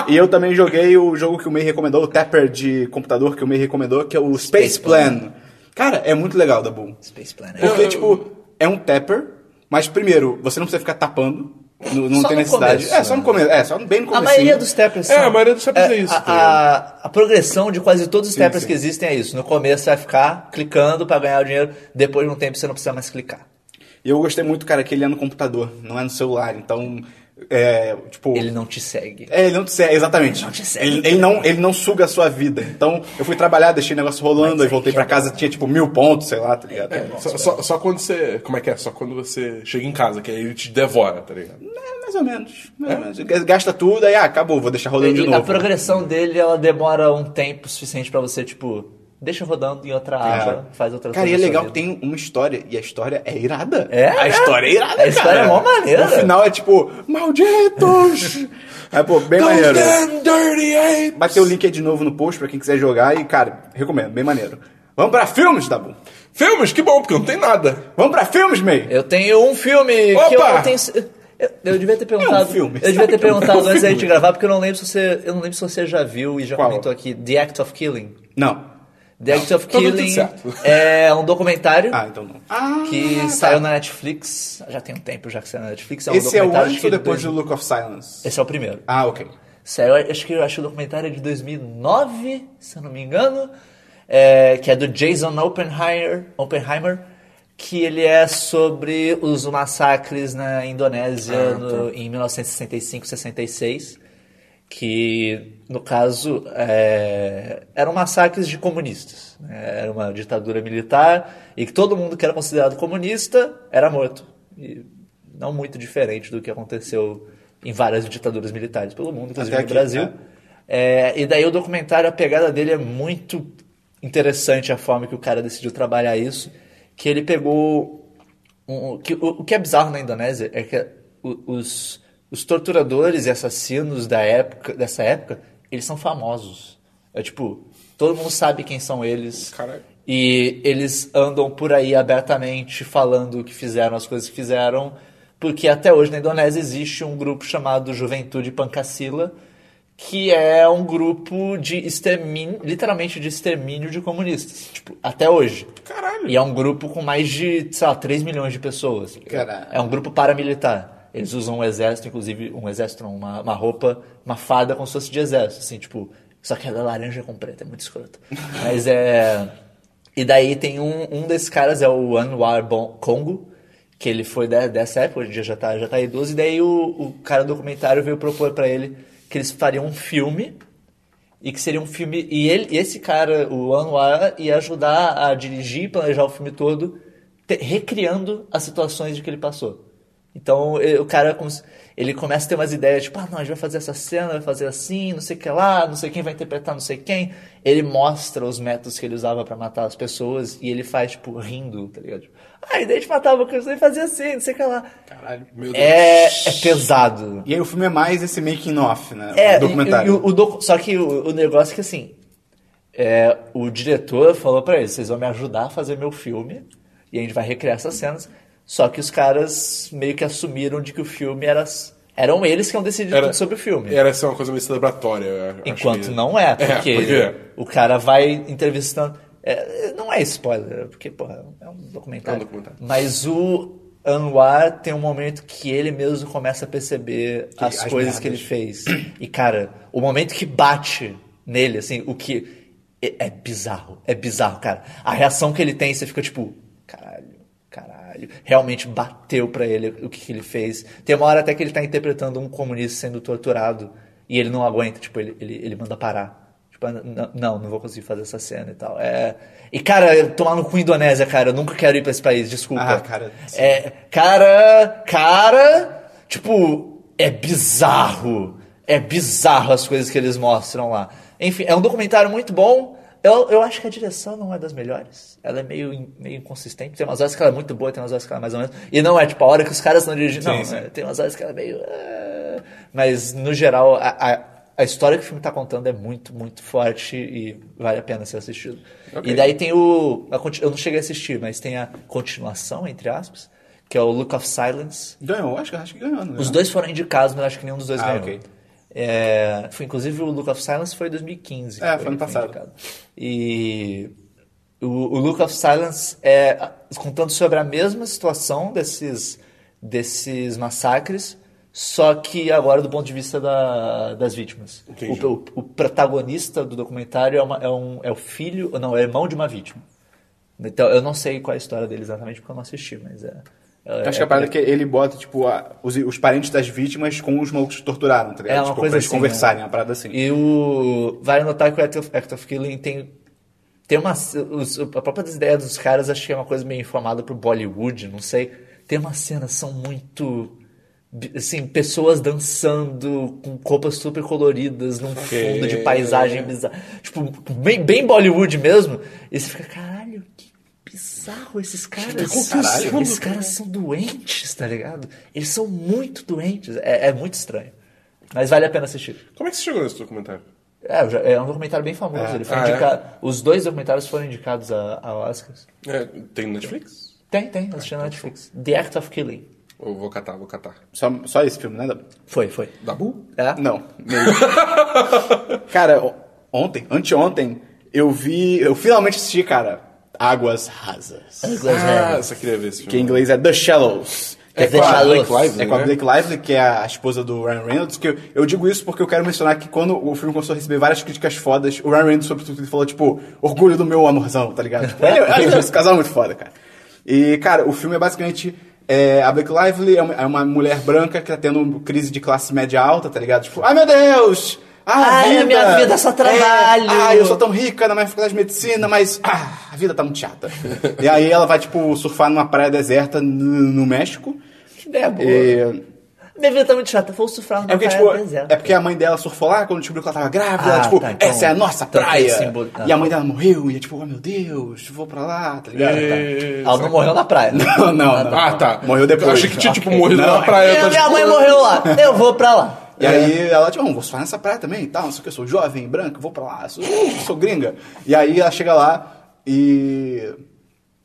Speaker 1: E eu também joguei o jogo que o May recomendou, o Tapper de computador que o May recomendou, que é o Space,
Speaker 2: Space
Speaker 1: Plan. Cara, é muito legal, Dabu.
Speaker 2: Space Planet.
Speaker 1: Porque,
Speaker 3: Eu-
Speaker 1: tipo, é um Tapper, mas primeiro, você não precisa ficar tapando. Não, não
Speaker 2: Só
Speaker 1: tem
Speaker 2: no
Speaker 1: necessidade.
Speaker 2: começo,
Speaker 1: é, só no
Speaker 2: né?
Speaker 1: começo. É, só bem no
Speaker 2: A
Speaker 1: começo.
Speaker 2: maioria dos tappers
Speaker 3: É,
Speaker 2: são-
Speaker 3: a maioria dos tappers é isso,
Speaker 2: A,
Speaker 3: tá ligado?
Speaker 2: a- a progressão de quase todos os
Speaker 1: Sim,
Speaker 2: tappers
Speaker 1: sim.
Speaker 2: que existem é isso. No começo você vai ficar clicando pra ganhar o dinheiro, depois de um tempo você não precisa mais clicar.
Speaker 1: E eu gostei muito, cara, que ele é no computador, não é no celular. Então, é, tipo...
Speaker 2: Ele não te segue.
Speaker 1: É, ele não te segue, exatamente.
Speaker 2: Ele não te segue.
Speaker 1: Ele, ele não, ele não suga a sua vida. Então, eu fui trabalhar, deixei o negócio rolando, aí
Speaker 2: é
Speaker 1: voltei pra casa, tinha, tipo, mil pontos, sei lá, tá ligado?
Speaker 3: É, só, só- só quando você. Como é que é? Só quando você chega em casa, que aí ele te devora, tá ligado?
Speaker 1: É, mais ou menos. Mais ou menos. Gasta tudo, aí ah, acabou, vou deixar rolando de
Speaker 2: Ele- a
Speaker 1: novo. né?
Speaker 2: progressão dele, ela demora um tempo suficiente pra você, tipo, deixa rodando em outra aba, Ah, faz outra
Speaker 1: É. Cara, e
Speaker 2: coisa
Speaker 1: é
Speaker 2: da sua
Speaker 1: legal que
Speaker 2: vida.
Speaker 1: tem uma história, e a história é irada.
Speaker 2: É,
Speaker 1: A
Speaker 2: né?
Speaker 1: história é irada,
Speaker 2: A história
Speaker 1: cara.
Speaker 2: é mó maneira.
Speaker 1: No final é tipo,
Speaker 2: <laughs>
Speaker 1: malditos! é, pô, bem maneiro.
Speaker 3: Golden Dirty eh? Apes!
Speaker 1: Bateu o link aí de novo no post pra quem quiser jogar, e cara, recomendo, bem maneiro. Vamos pra filmes, Dabu?
Speaker 3: Filmes, que bom, porque não tem nada.
Speaker 1: Vamos pra filmes, May?
Speaker 2: Eu tenho um filme
Speaker 3: Opa!
Speaker 2: que eu não tenho. Eu, eu devia ter perguntado.
Speaker 1: É um filme,
Speaker 2: eu devia
Speaker 1: sabe
Speaker 2: ter
Speaker 1: que é um
Speaker 2: perguntado antes da
Speaker 1: filme?
Speaker 2: gente gravar, porque eu não lembro se você. Eu não lembro se você já viu e já
Speaker 1: Qual? Tá
Speaker 2: comentou aqui. The Act of Killing.
Speaker 1: Não.
Speaker 2: The Act of
Speaker 3: Então deu tudo
Speaker 2: Killing
Speaker 3: certo.
Speaker 2: é um documentário
Speaker 1: Ah, então não. Ah,
Speaker 2: que
Speaker 1: tá.
Speaker 2: saiu na Netflix. Já tem um tempo já que saiu na Netflix. É um
Speaker 1: Esse é o
Speaker 2: documentário
Speaker 1: antes
Speaker 2: que
Speaker 1: ou depois
Speaker 2: dois-
Speaker 1: do Look of Silence?
Speaker 2: Esse é o primeiro.
Speaker 1: Ah, ok.
Speaker 2: Saiu, acho que, acho que o documentário é de 2009, se eu não me engano, é, que é do Jason Oppenheimer, Oppenheimer, que ele é sobre os massacres na Indonésia no- em 1965, 66, que, no caso, é, eram massacres de comunistas. né? Era uma ditadura militar e que todo mundo que era considerado comunista era morto. E não muito diferente do que aconteceu em várias ditaduras militares pelo mundo, inclusive
Speaker 1: Até
Speaker 2: no
Speaker 1: aqui,
Speaker 2: Brasil.
Speaker 1: né?
Speaker 2: É, e daí o documentário, a pegada dele é muito interessante a forma que o cara decidiu trabalhar isso, que ele pegou um- que, o, o que é bizarro na Indonésia é que o- os, os torturadores e assassinos da época, dessa época, eles são famosos. É tipo, todo mundo sabe quem são eles.
Speaker 3: Caralho.
Speaker 2: E eles andam por aí abertamente falando o que fizeram, as coisas que fizeram, Porque até hoje na Indonésia existe um grupo chamado Juventude Pancasila, que é um grupo de extermínio, literalmente de extermínio de comunistas, tipo, até hoje.
Speaker 3: Caralho.
Speaker 2: E é um grupo com mais de, sei lá, 3 milhões de pessoas.
Speaker 1: Caralho.
Speaker 2: É um grupo paramilitar. Eles usam um exército, inclusive, um exército não, uma, uma roupa, uma fada como se fosse de exército, assim, tipo, só que ela é laranja com preto, é muito escroto. Mas é... E daí tem um, um desses caras, é o Anwar Bon- Congo, que ele foi de- dessa época, hoje em dia já tá, já tá idoso, e daí o, o cara do documentário veio propor pra ele que eles fariam um filme e que seria um filme e ele e esse cara o Anwar ia ajudar a dirigir e planejar o filme todo te- recriando as situações de que ele passou então e- o cara como se- ele começa a ter umas ideias tipo ah não a gente vai fazer essa cena vai fazer assim não sei o que lá não sei quem vai interpretar não sei quem ele mostra os métodos que ele usava pra matar as pessoas e ele faz tipo rindo tá ligado Tipo, ah e daí a gente matava a pessoa e fazia assim não sei o que lá
Speaker 1: Caralho.
Speaker 3: Meu Deus.
Speaker 2: é, é pesado
Speaker 1: E aí o filme é mais esse making off, né?
Speaker 2: é,
Speaker 1: o documentário.
Speaker 2: e- e o- o docu- só que o, o negócio é que assim, é, o diretor falou pra eles, vocês vão me ajudar a fazer meu filme e a gente vai recriar essas cenas. Só que os caras meio que assumiram de que o filme era eram eles que iam decidir tudo sobre o filme.
Speaker 3: Era ser uma coisa meio celebratória. eu acho
Speaker 2: Enquanto
Speaker 3: que-
Speaker 2: não é, porque,
Speaker 3: porque-
Speaker 2: o cara vai entrevistando. é, não é spoiler, porque, porra, é um documentário.
Speaker 3: É um documentário.
Speaker 2: Mas o Anwar tem um momento que ele mesmo começa a perceber as,
Speaker 1: as
Speaker 2: coisas que ele
Speaker 1: merdas.
Speaker 2: fez. E, cara, o momento que bate nele, assim, o que. É é bizarro, é bizarro, cara. A reação que ele tem, você fica tipo, caralho, caralho. Realmente bateu pra ele o que, que ele fez. Tem uma hora até que ele tá interpretando um comunista sendo torturado e ele não aguenta, tipo, ele, ele, ele manda parar. Tipo, "Ah, não, não, não vou conseguir fazer essa cena e tal. É... E, cara, tomar no cu Indonésia, cara, eu nunca quero ir pra esse país, desculpa.
Speaker 1: Ah, cara, sim.
Speaker 2: É, cara, cara, tipo, é bizarro. É bizarro as coisas que eles mostram lá. Enfim, é um documentário muito bom. Eu, eu acho que a direção não é das melhores. Ela é meio, in- meio inconsistente. Tem umas horas que ela é muito boa, tem umas horas que ela é mais ou menos. E não é tipo a hora que os caras estão dirigindo. não,
Speaker 1: sim.
Speaker 2: é- tem umas horas que ela é meio. "Ah". Mas, no geral, a, a, a história que o filme tá contando é muito, muito forte e vale a pena ser assistido. E daí tem o. a conti- eu não cheguei a assistir, mas tem a continuação, entre aspas, que é o Look of Silence.
Speaker 1: Ganhou, acho, que- acho que ganhou. né? Não
Speaker 2: Os
Speaker 1: ganhou?
Speaker 2: dois foram indicados, mas acho que nenhum dos dois
Speaker 1: Ah,
Speaker 2: ganhou.
Speaker 1: ok.
Speaker 2: É, foi, inclusive, o Look of Silence foi em 2015. que
Speaker 1: É, foi ano passado.
Speaker 2: indicado. E o, o Look of Silence é a- contando sobre a mesma situação desses, desses massacres, só que agora do ponto de vista da- das vítimas.
Speaker 3: Entendi.
Speaker 2: O, o- o protagonista do documentário é, uma- é um, é o filho, não, é irmão de uma vítima. Então, eu não sei qual é a história dele exatamente, porque eu não assisti, mas é... é-
Speaker 1: Acho que a
Speaker 2: é-
Speaker 1: parada é que ele bota, tipo, a- os, os parentes das vítimas com os malucos que torturaram, tá ligado?
Speaker 2: É uma
Speaker 1: tipo,
Speaker 2: coisa
Speaker 1: pra eles
Speaker 2: assim,
Speaker 1: conversarem,
Speaker 2: né?
Speaker 1: uma parada assim.
Speaker 2: E o. Vale notar que o Act of, Act of Killing tem. Tem umas. os- A própria ideia dos caras acho que é uma coisa meio informada pro Bollywood, não sei. Tem umas cenas são muito. bi- Assim, pessoas dançando com roupas super coloridas num fundo de paisagem bizarra. Tipo, bem, bem Bollywood mesmo. E você fica, caralho, que bizarro esses caras.
Speaker 3: acontecendo,
Speaker 2: esses caras são doentes, tá ligado? Eles são muito doentes. É, é muito estranho. Mas vale a pena assistir.
Speaker 3: Como é que você chegou nesse documentário?
Speaker 2: É, eu já- é um documentário bem famoso. Ele foi
Speaker 3: Ah, é?
Speaker 2: indicado, Os dois documentários foram indicados a, a Oscars.
Speaker 3: É, tem no Netflix?
Speaker 2: Tem, tem, assisti
Speaker 1: Ah,
Speaker 2: na
Speaker 1: então
Speaker 2: Netflix. The Act of Killing.
Speaker 3: Eu vou catar, vou catar.
Speaker 1: Só, só esse filme, né? Dabu?
Speaker 2: Foi, foi.
Speaker 3: Dabu?
Speaker 2: É?
Speaker 1: Não.
Speaker 2: <laughs>
Speaker 1: meio. cara, o- ontem, anteontem, eu vi. Eu finalmente assisti, cara, Águas Rasas.
Speaker 2: É,
Speaker 3: Ah, eu só queria ver
Speaker 1: Que
Speaker 3: esse
Speaker 1: é. em
Speaker 3: filme.
Speaker 1: inglês é The Shallows. Que
Speaker 2: É The
Speaker 1: com a-
Speaker 2: Shallows.
Speaker 3: Blake Lively,
Speaker 1: É com a
Speaker 3: né?
Speaker 1: Blake Lively, que é a esposa do Ryan Reynolds, que eu, eu digo isso porque eu quero mencionar que quando o filme começou a receber várias críticas fodas, o Ryan Reynolds, sobretudo, ele falou, tipo, orgulho do meu amorzão, tá ligado? <laughs> Tipo, ele, ele- esse casal é muito foda, cara. E, cara, o filme é basicamente... é, a Blake Lively é uma, é uma mulher branca que tá tendo crise de classe média alta, tá ligado? Tipo, ai meu Deus! Ah,
Speaker 2: Ai,
Speaker 1: vida!
Speaker 2: minha vida é só trabalho!
Speaker 1: É, ai, eu sou tão rica na minha faculdade de medicina, mas ah, a vida tá muito
Speaker 2: <laughs>
Speaker 1: chata. e aí ela vai, tipo, surfar numa praia deserta no, no México.
Speaker 2: Que ideia boa.
Speaker 1: E-
Speaker 2: Minha vida tá muito chata. Vou surfar numa
Speaker 1: é porque,
Speaker 2: praia
Speaker 1: tipo,
Speaker 2: deserta.
Speaker 1: é porque a mãe dela surfou lá quando descobriu que ela tava grávida.
Speaker 2: Ah,
Speaker 1: ela, tipo,
Speaker 2: tá, então-
Speaker 1: essa é a nossa
Speaker 2: então tem
Speaker 1: praia.
Speaker 2: esse simbolo- ah,
Speaker 1: E a mãe dela morreu, e é tipo, oh meu Deus, vou pra lá, tá ligado?
Speaker 2: É.
Speaker 3: E-
Speaker 2: Ela não morreu na praia. <laughs> né?
Speaker 1: <laughs> Não, não, não.
Speaker 3: Ah, tá.
Speaker 1: Morreu depois.
Speaker 3: Eu achei que tinha, tipo,
Speaker 2: Ok.
Speaker 3: morrido
Speaker 1: Não,
Speaker 3: na praia.
Speaker 2: Minha,
Speaker 3: eu tô,
Speaker 2: minha
Speaker 3: tipo,
Speaker 2: mãe morreu lá. Eu vou pra lá.
Speaker 1: E aí ela, tipo, "Não, vou surfar nessa praia também e tal, não sei o que, eu sou jovem, branco, vou pra lá, sou, sou gringa. E aí ela chega lá e.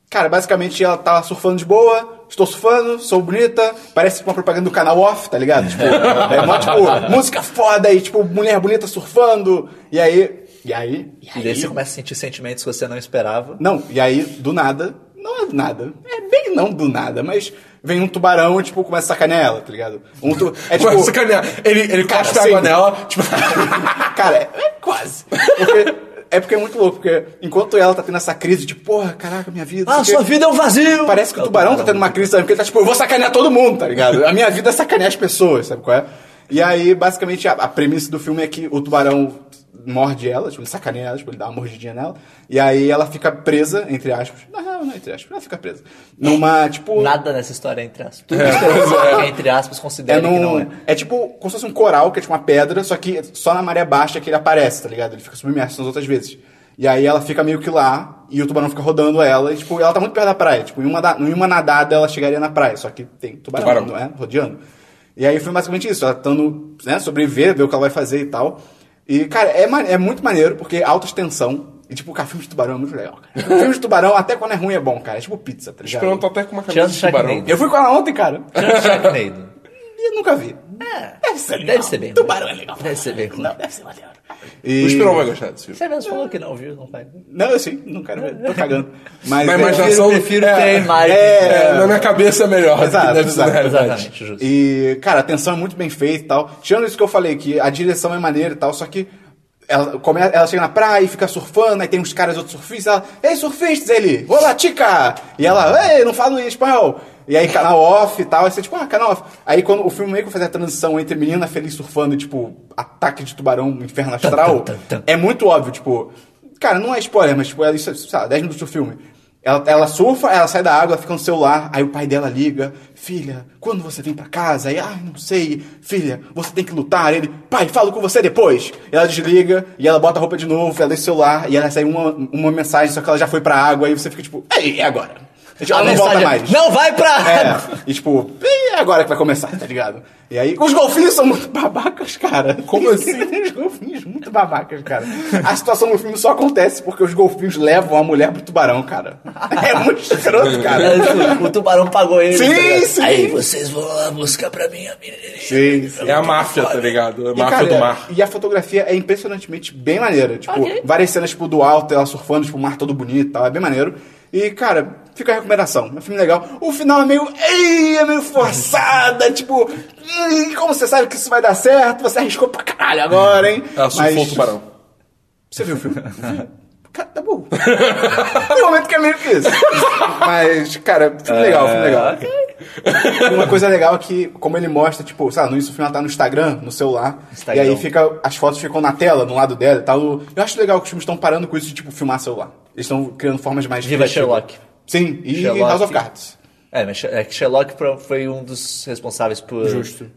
Speaker 1: Cara, basicamente ela tá surfando de boa, estou surfando, sou bonita, parece uma propaganda do canal off, tá ligado? Tipo, é mó, <laughs> tipo, música foda e tipo, mulher bonita surfando. E aí. E aí. E
Speaker 2: E
Speaker 1: aí.
Speaker 2: daí você começa a sentir sentimentos que você não esperava.
Speaker 1: Não, e aí, do nada, não é do nada. É bem não do nada, mas vem um tubarão e, tipo, começa a sacanear ela, tá ligado? Um tu... <laughs> É tipo.
Speaker 3: Mas sacanear. Ele, ele
Speaker 1: Cara,
Speaker 3: cospe
Speaker 1: sim.
Speaker 3: água nela, tipo,
Speaker 1: <laughs> Cara, é, é quase. Porque- é porque é muito louco, porque enquanto ela tá tendo essa crise de, porra, caraca, minha vida.
Speaker 2: Ah,
Speaker 1: sei
Speaker 2: sua
Speaker 1: quê",
Speaker 2: vida é um vazio!
Speaker 1: Parece que o tubarão tá tendo uma crise também, porque ele tá tipo, eu vou sacanear todo mundo, tá ligado? A minha vida é sacanear as pessoas, sabe qual é? E aí, basicamente, a, a premissa do filme é que o tubarão morde ela, tipo, ele sacaneia ela, tipo, ele dá uma mordidinha nela, e aí ela fica presa, entre aspas, na real, não é entre aspas, ela fica presa, numa, tipo...
Speaker 2: Nada nessa história é entre aspas. Tudo que você, entre aspas, considera
Speaker 1: É,
Speaker 2: que
Speaker 1: num,
Speaker 2: não
Speaker 1: é.
Speaker 2: é.
Speaker 1: tipo como se fosse um coral, que é tipo uma pedra, só que só na maré baixa que ele aparece, tá ligado? Ele fica submerso nas outras vezes. E aí ela fica meio que lá, e o tubarão fica rodando ela, e tipo, ela tá muito perto da praia. Tipo, em uma, da- em uma nadada ela chegaria na praia, só que tem tubarão,
Speaker 3: Tubarão.
Speaker 1: não é? Rodeando. E aí foi basicamente isso, ela tentando né, sobreviver, ver o que ela vai fazer e tal. E, cara, é, ma- é muito maneiro, porque alta tensão. E, tipo, cara, filme de tubarão é muito legal, cara. Filme de tubarão, até quando é ruim, é bom, cara. É tipo pizza, tá ligado?
Speaker 3: esperando tô até com uma camisa
Speaker 2: Tirando
Speaker 3: de tubarão.
Speaker 2: Sharknado.
Speaker 1: Eu fui com ela ontem, cara.
Speaker 2: Sharknado.
Speaker 1: E nunca vi. Deve ser legal.
Speaker 2: Deve ser bem.
Speaker 1: É. Tubarão é legal.
Speaker 2: Deve ser bem.
Speaker 1: Não, deve ser maneiro.
Speaker 3: O Esperão vai gostar desse filme.
Speaker 2: Você mesmo falou que não viu, não vai.
Speaker 1: Não, eu sei, não quero ver, tô cagando. Mas,
Speaker 3: Na
Speaker 1: é,
Speaker 3: imaginação-
Speaker 2: Eu prefiro
Speaker 3: É,
Speaker 2: ter mais.
Speaker 1: é,
Speaker 3: É, na minha cabeça é melhor. do que
Speaker 1: Exato,
Speaker 3: deve ser na
Speaker 1: exato,
Speaker 3: realidade.
Speaker 2: Exatamente, justo.
Speaker 1: E, cara, a tensão é muito bem feita e tal. Tirando isso que eu falei, que a direção é maneira e tal, só que ela, come, ela chega na praia e fica surfando, aí tem uns caras outros surfistas, ela, ei, surfistas, ele, olá, tica! E ela, ei, não falo em espanhol. E aí, canal off e tal, aí você, tipo, ah, canal off. Aí, quando o filme meio que faz a transição entre menina feliz surfando e, tipo, ataque de tubarão, inferno astral,
Speaker 2: tan, tan, tan.
Speaker 1: é muito óbvio, tipo... Cara, não é spoiler, mas, tipo, é isso, sei lá, 10 minutos do filme. Ela, ela surfa, ela sai da água, ela fica no celular, aí o pai dela liga, filha, quando você vem pra casa? E, ai, não sei, filha, você tem que lutar. Ele, pai, falo com você depois. E ela desliga, e ela bota a roupa de novo, ela deixa o celular, e ela sai uma, uma mensagem, só que ela já foi pra água, e você fica tipo, ei, é agora. E, tipo,
Speaker 2: A
Speaker 1: Ela não volta
Speaker 2: mensagem é,
Speaker 1: mais.
Speaker 2: Não vai pra.
Speaker 1: É, e tipo, e é agora que vai começar, tá ligado? E aí, os golfinhos são muito babacas, cara. <laughs>
Speaker 3: Como assim?
Speaker 1: os golfinhos muito babacas, cara. A situação no filme só acontece porque os golfinhos levam a mulher pro tubarão, cara. É muito escroto, cara.
Speaker 2: <laughs> O tubarão pagou ele.
Speaker 1: É. Sim,
Speaker 2: tá ligado?
Speaker 1: sim.
Speaker 2: Aí vocês vão lá buscar pra mim a menina.
Speaker 1: Sim, sim.
Speaker 3: É a máfia, tá ligado? É a
Speaker 1: E,
Speaker 3: máfia
Speaker 1: cara,
Speaker 3: do mar.
Speaker 1: E a fotografia é impressionantemente bem maneira. Tipo, várias cenas tipo, do alto, ela surfando, tipo, o mar todo bonito e tal. É bem maneiro. E, cara, fica a recomendação. É um filme legal. O final é meio. Ei, é meio forçada. <laughs> tipo, "Ih, como você sabe que isso vai dar certo? Você arriscou pra caralho agora, hein?
Speaker 3: Hum. Ela surfou
Speaker 1: Mas-
Speaker 3: o tubarão.
Speaker 1: Você viu o <laughs> filme? Cara, tá bom. Tem momento que é meio que isso. Mas, cara, filme legal, filme
Speaker 2: Ah,
Speaker 1: legal. E Uma coisa legal é que, como ele mostra, tipo, sei lá, no início o filme ela tá no Instagram, no celular.
Speaker 2: Instagram.
Speaker 1: E aí fica, as fotos ficam na tela, no lado dela e tal. Eu acho legal que os filmes estão parando com isso de, tipo, filmar celular. Eles estão criando formas mais
Speaker 2: Viva
Speaker 1: criativas.
Speaker 2: Sherlock.
Speaker 1: Sim, e
Speaker 2: Sherlock.
Speaker 1: House of Cards.
Speaker 2: É, mas é que Sherlock pro- foi um dos responsáveis por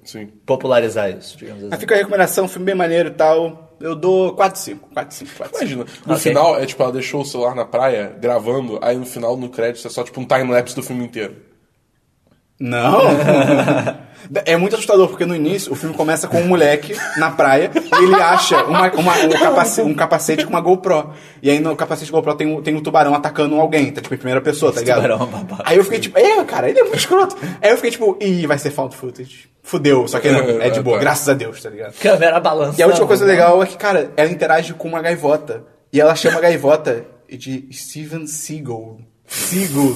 Speaker 3: Sim.
Speaker 2: popularizar isso, digamos
Speaker 1: Mas
Speaker 2: assim.
Speaker 1: fica a recomendação, filme bem maneiro e tal. Eu dou 4 5, 4 5, 4 5.
Speaker 3: Imagina, no
Speaker 2: Ok.
Speaker 3: final é tipo, ela deixou o celular na praia, gravando, aí no final, no crédito, é só tipo um time-lapse do filme inteiro.
Speaker 1: Não! <laughs> É muito assustador, porque no início o filme começa com um moleque na praia e ele acha uma- uma- um, capace- um capacete com uma GoPro. E aí no capacete GoPro tem um, tem um tubarão atacando alguém, tá tipo em primeira pessoa, tá ligado?
Speaker 2: tubarão é uma babaca.
Speaker 1: Aí eu fiquei tipo, é, cara, ele é muito escroto. Aí eu fiquei tipo, ih, vai ser found footage. Fudeu, só que não, <laughs> é de boa, graças <laughs> a Deus, tá ligado?
Speaker 2: Câmera balançando.
Speaker 1: E a última coisa legal é que, cara, ela interage com uma gaivota. E ela chama a gaivota de Steven Seagal. Seagal.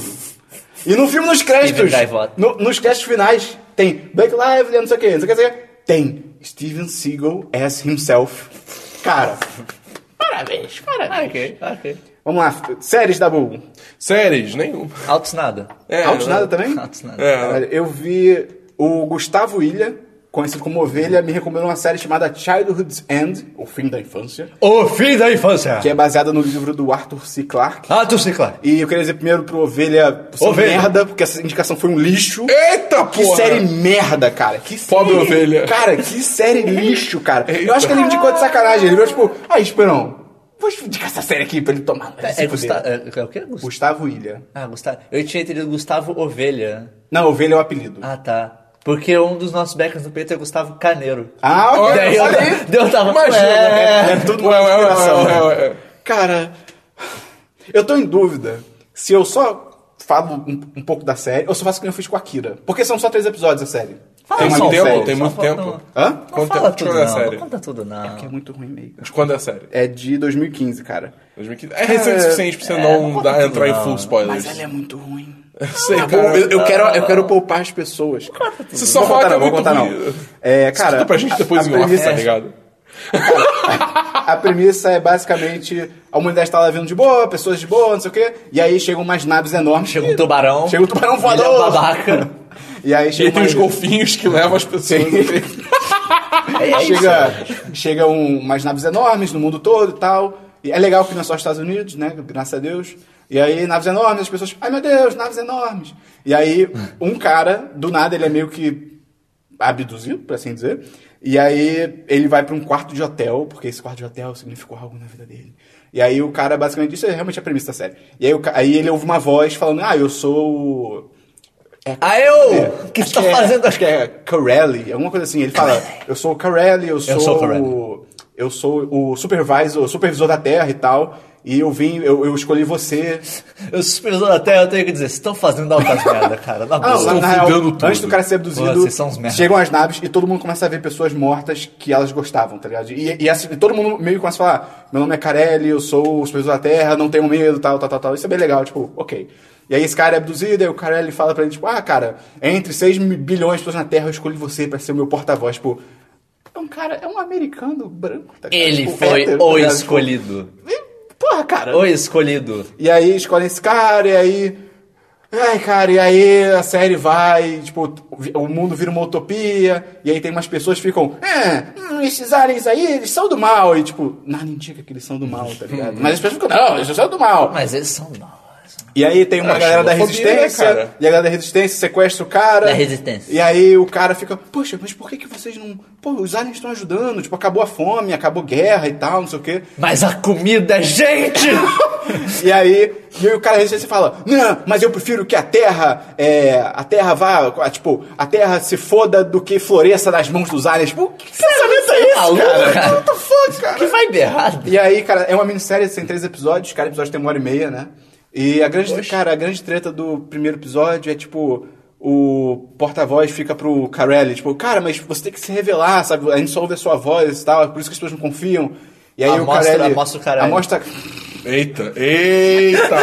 Speaker 1: E no filme, nos créditos.
Speaker 2: Steven Gaivota.
Speaker 1: no- nos créditos finais, tem Black Lives, não sei o que, não sei o que, não sei o que. Tem Steven Seagal as himself. Cara. Parabéns, parabéns.
Speaker 2: Ah, Ok, ok.
Speaker 1: Vamos lá, séries da Bull.
Speaker 3: Séries, nenhuma.
Speaker 2: Altos nada.
Speaker 3: É,
Speaker 1: Altos nada também?
Speaker 2: Altos nada.
Speaker 3: <laughs> É,
Speaker 1: Caralho, Eu vi o Gustavo Ilha, conhecido como Ovelha, me recomendou uma série chamada Childhood's End, o fim da infância.
Speaker 2: O fim da infância.
Speaker 1: que é baseada no livro do Arthur C. Clarke.
Speaker 2: Altos Ciclar.
Speaker 1: E eu queria dizer primeiro pro Ovelha, você é um
Speaker 2: Ovelha.
Speaker 1: merda, porque essa indicação foi um lixo.
Speaker 3: Eita,
Speaker 1: Que
Speaker 3: porra!
Speaker 1: série merda, cara. Que
Speaker 3: Pobre
Speaker 1: série-
Speaker 3: ovelha.
Speaker 1: Cara, que série lixo, cara. Eu acho que ele indicou de sacanagem. Ele virou tipo, aí, Esperão, vou indicar essa série aqui pra ele tomar. né? Se
Speaker 2: É,
Speaker 1: fuder."
Speaker 2: Gustavo. É, é o quê? Gustavo.
Speaker 1: Gustavo Ilha.
Speaker 2: Ah, Gustavo. Eu tinha entendido Gustavo Ovelha.
Speaker 1: Não, Ovelha é o apelido.
Speaker 2: Ah, tá. Porque um dos nossos backers no peito é Gustavo Caneiro.
Speaker 1: Ah, ok.
Speaker 3: Olha
Speaker 2: Daí eu,
Speaker 1: olha
Speaker 2: <laughs>
Speaker 1: aí.
Speaker 2: daí eu tava.
Speaker 3: Imagina,
Speaker 2: ué.
Speaker 1: É tudo
Speaker 3: Ué,
Speaker 1: uma né?
Speaker 3: ué, ué,
Speaker 1: conspiração.
Speaker 3: ué, ué, ué.
Speaker 1: Cara, eu tô em dúvida se eu só falo um, um pouco da série, ou se eu faço que nem eu fiz com a Akira. Porque são só três episódios a série.
Speaker 2: Fala
Speaker 3: Tem
Speaker 2: só
Speaker 3: muito
Speaker 2: um
Speaker 3: tempo,
Speaker 2: pouco,
Speaker 3: tem
Speaker 2: só
Speaker 3: muito
Speaker 2: falta
Speaker 3: tempo.
Speaker 2: um-
Speaker 1: Hã?
Speaker 2: Não
Speaker 3: Quanto
Speaker 2: fala tudo,
Speaker 3: tempo tirou da
Speaker 2: não.
Speaker 3: série?
Speaker 2: Não conta tudo, não.
Speaker 1: Que é muito ruim meio.
Speaker 3: De quando é a série?
Speaker 1: É de 2015, cara.
Speaker 3: 2015. É recente o suficiente pra você não, dar- entrar em full spoilers.
Speaker 1: Mas ela é muito ruim.
Speaker 3: <laughs> Sei,
Speaker 1: Tá bom,
Speaker 3: cara. ah.
Speaker 1: eu, eu quero, eu quero poupar as pessoas. cara.
Speaker 3: Você só
Speaker 1: Vou
Speaker 3: fala
Speaker 1: contar
Speaker 3: que é
Speaker 1: não, vou
Speaker 3: muito
Speaker 1: contar não.
Speaker 3: ruim.
Speaker 1: É, cara,
Speaker 3: Escuta pra gente
Speaker 1: a-
Speaker 3: depois
Speaker 1: a
Speaker 3: em off,
Speaker 1: premissa-
Speaker 3: tá ligado?
Speaker 1: A premissa é basicamente a humanidade tá lá vindo de boa, pessoas de boa, não sei o quê. E aí chegam umas naves enormes.
Speaker 2: Chega um tubarão.
Speaker 1: Chega um tubarão
Speaker 2: Ele é
Speaker 1: voador.
Speaker 2: um babaca.
Speaker 1: <laughs> E aí
Speaker 3: E
Speaker 1: chega
Speaker 3: aí tem
Speaker 1: umas-
Speaker 3: os golfinhos que levam as pessoas.
Speaker 1: chega chega um, umas naves enormes no mundo todo e tal. E é legal que não é só os Estados Unidos, né? Graças a Deus. E aí, naves enormes, as pessoas. Ai meu Deus, naves enormes. E aí, um cara, do nada, ele é meio que abduzido, por assim dizer. E aí, ele vai pra um quarto de hotel, porque esse quarto de hotel significou algo na vida dele. E aí, o cara, basicamente, isso é realmente a premissa da série. E aí, o ca- aí ele ouve uma voz falando: Ah, eu sou. o-
Speaker 2: Ah, eu! O que você
Speaker 1: Acho
Speaker 2: tá
Speaker 1: é-
Speaker 2: fazendo?
Speaker 1: Acho que é Corelli, alguma coisa assim. Ele fala, eu sou o Corelli, eu sou,
Speaker 2: sou o Corelli.
Speaker 1: o, eu sou o supervisor, supervisor da Terra e tal. E eu vim, eu, eu escolhi você.
Speaker 2: Eu sou supervisor da Terra, eu tenho que dizer, vocês estão fazendo
Speaker 1: <laughs>
Speaker 2: altas merda, cara. Na
Speaker 1: Ah,
Speaker 2: boa.
Speaker 1: na real,
Speaker 3: fudendo tudo.
Speaker 1: antes do cara ser
Speaker 2: Pô,
Speaker 1: abduzido,
Speaker 2: vocês são uns merda.
Speaker 1: chegam as naves e todo mundo começa a ver pessoas mortas que elas gostavam, tá ligado? E, e assim, todo mundo meio que começa a falar: meu nome é Carelli, eu sou o supervisor da Terra, não tenho medo, tal, tal, tal, tal. Isso é bem legal, tipo, ok. E aí esse cara é abduzido, e o Carelli fala pra ele, tipo, ah, cara, entre 6 bilhões de pessoas na Terra, eu escolhi você pra ser o meu porta-voz, tipo. É um cara, é um americano branco, tá ligado?
Speaker 2: Ele
Speaker 1: Tipo,
Speaker 2: foi
Speaker 1: hétero, tá
Speaker 2: o
Speaker 1: ligado?
Speaker 2: escolhido.
Speaker 1: Tipo, e- Porra, cara.
Speaker 2: O escolhido.
Speaker 1: E aí escolhe esse cara, e aí. Ai, cara, e aí a série vai, tipo, vi- o mundo vira uma utopia, e aí tem umas pessoas que ficam, é, hum, esses aliens aí, eles são do mal, e tipo, nada indica que eles são do mal, tá
Speaker 3: Uhum.
Speaker 1: ligado? Mas as pessoas ficam, não, eles são do mal.
Speaker 2: Mas eles são nós.
Speaker 1: E aí tem uma
Speaker 3: É,
Speaker 1: galera da
Speaker 3: xenofobia, né,
Speaker 1: resistência,
Speaker 3: cara?
Speaker 1: e a galera da resistência sequestra o cara.
Speaker 2: Da Resistência.
Speaker 1: E aí o cara fica, poxa, mas por que que vocês não, pô, os aliens estão ajudando, tipo, acabou a fome, acabou guerra e tal, não sei o quê.
Speaker 2: Mas a comida
Speaker 1: <laughs>
Speaker 2: é gente!
Speaker 1: E aí, e aí o cara resiste e fala: Não, mas eu prefiro que a terra. É, a terra vá. ah, Tipo, a terra se foda do que floresça nas mãos dos aliens. Tipo, que pensamento é esse,
Speaker 2: maluco,
Speaker 1: cara?
Speaker 2: cara?
Speaker 1: What the fuck, cara?
Speaker 2: que vai errado.
Speaker 1: E aí, cara, é uma minissérie, tem três episódios, cada episódio tem uma hora e meia, né? E a grande, cara, a grande treta do primeiro episódio é tipo. O porta-voz fica pro Carelli, tipo, cara, mas você tem que se revelar, sabe? A gente só ouve a sua voz e tal, é por isso que as pessoas não confiam. E aí o
Speaker 2: Amostra-
Speaker 1: Carelli.
Speaker 2: amostra o Carelli.
Speaker 1: Amostra,
Speaker 3: Eita, eita.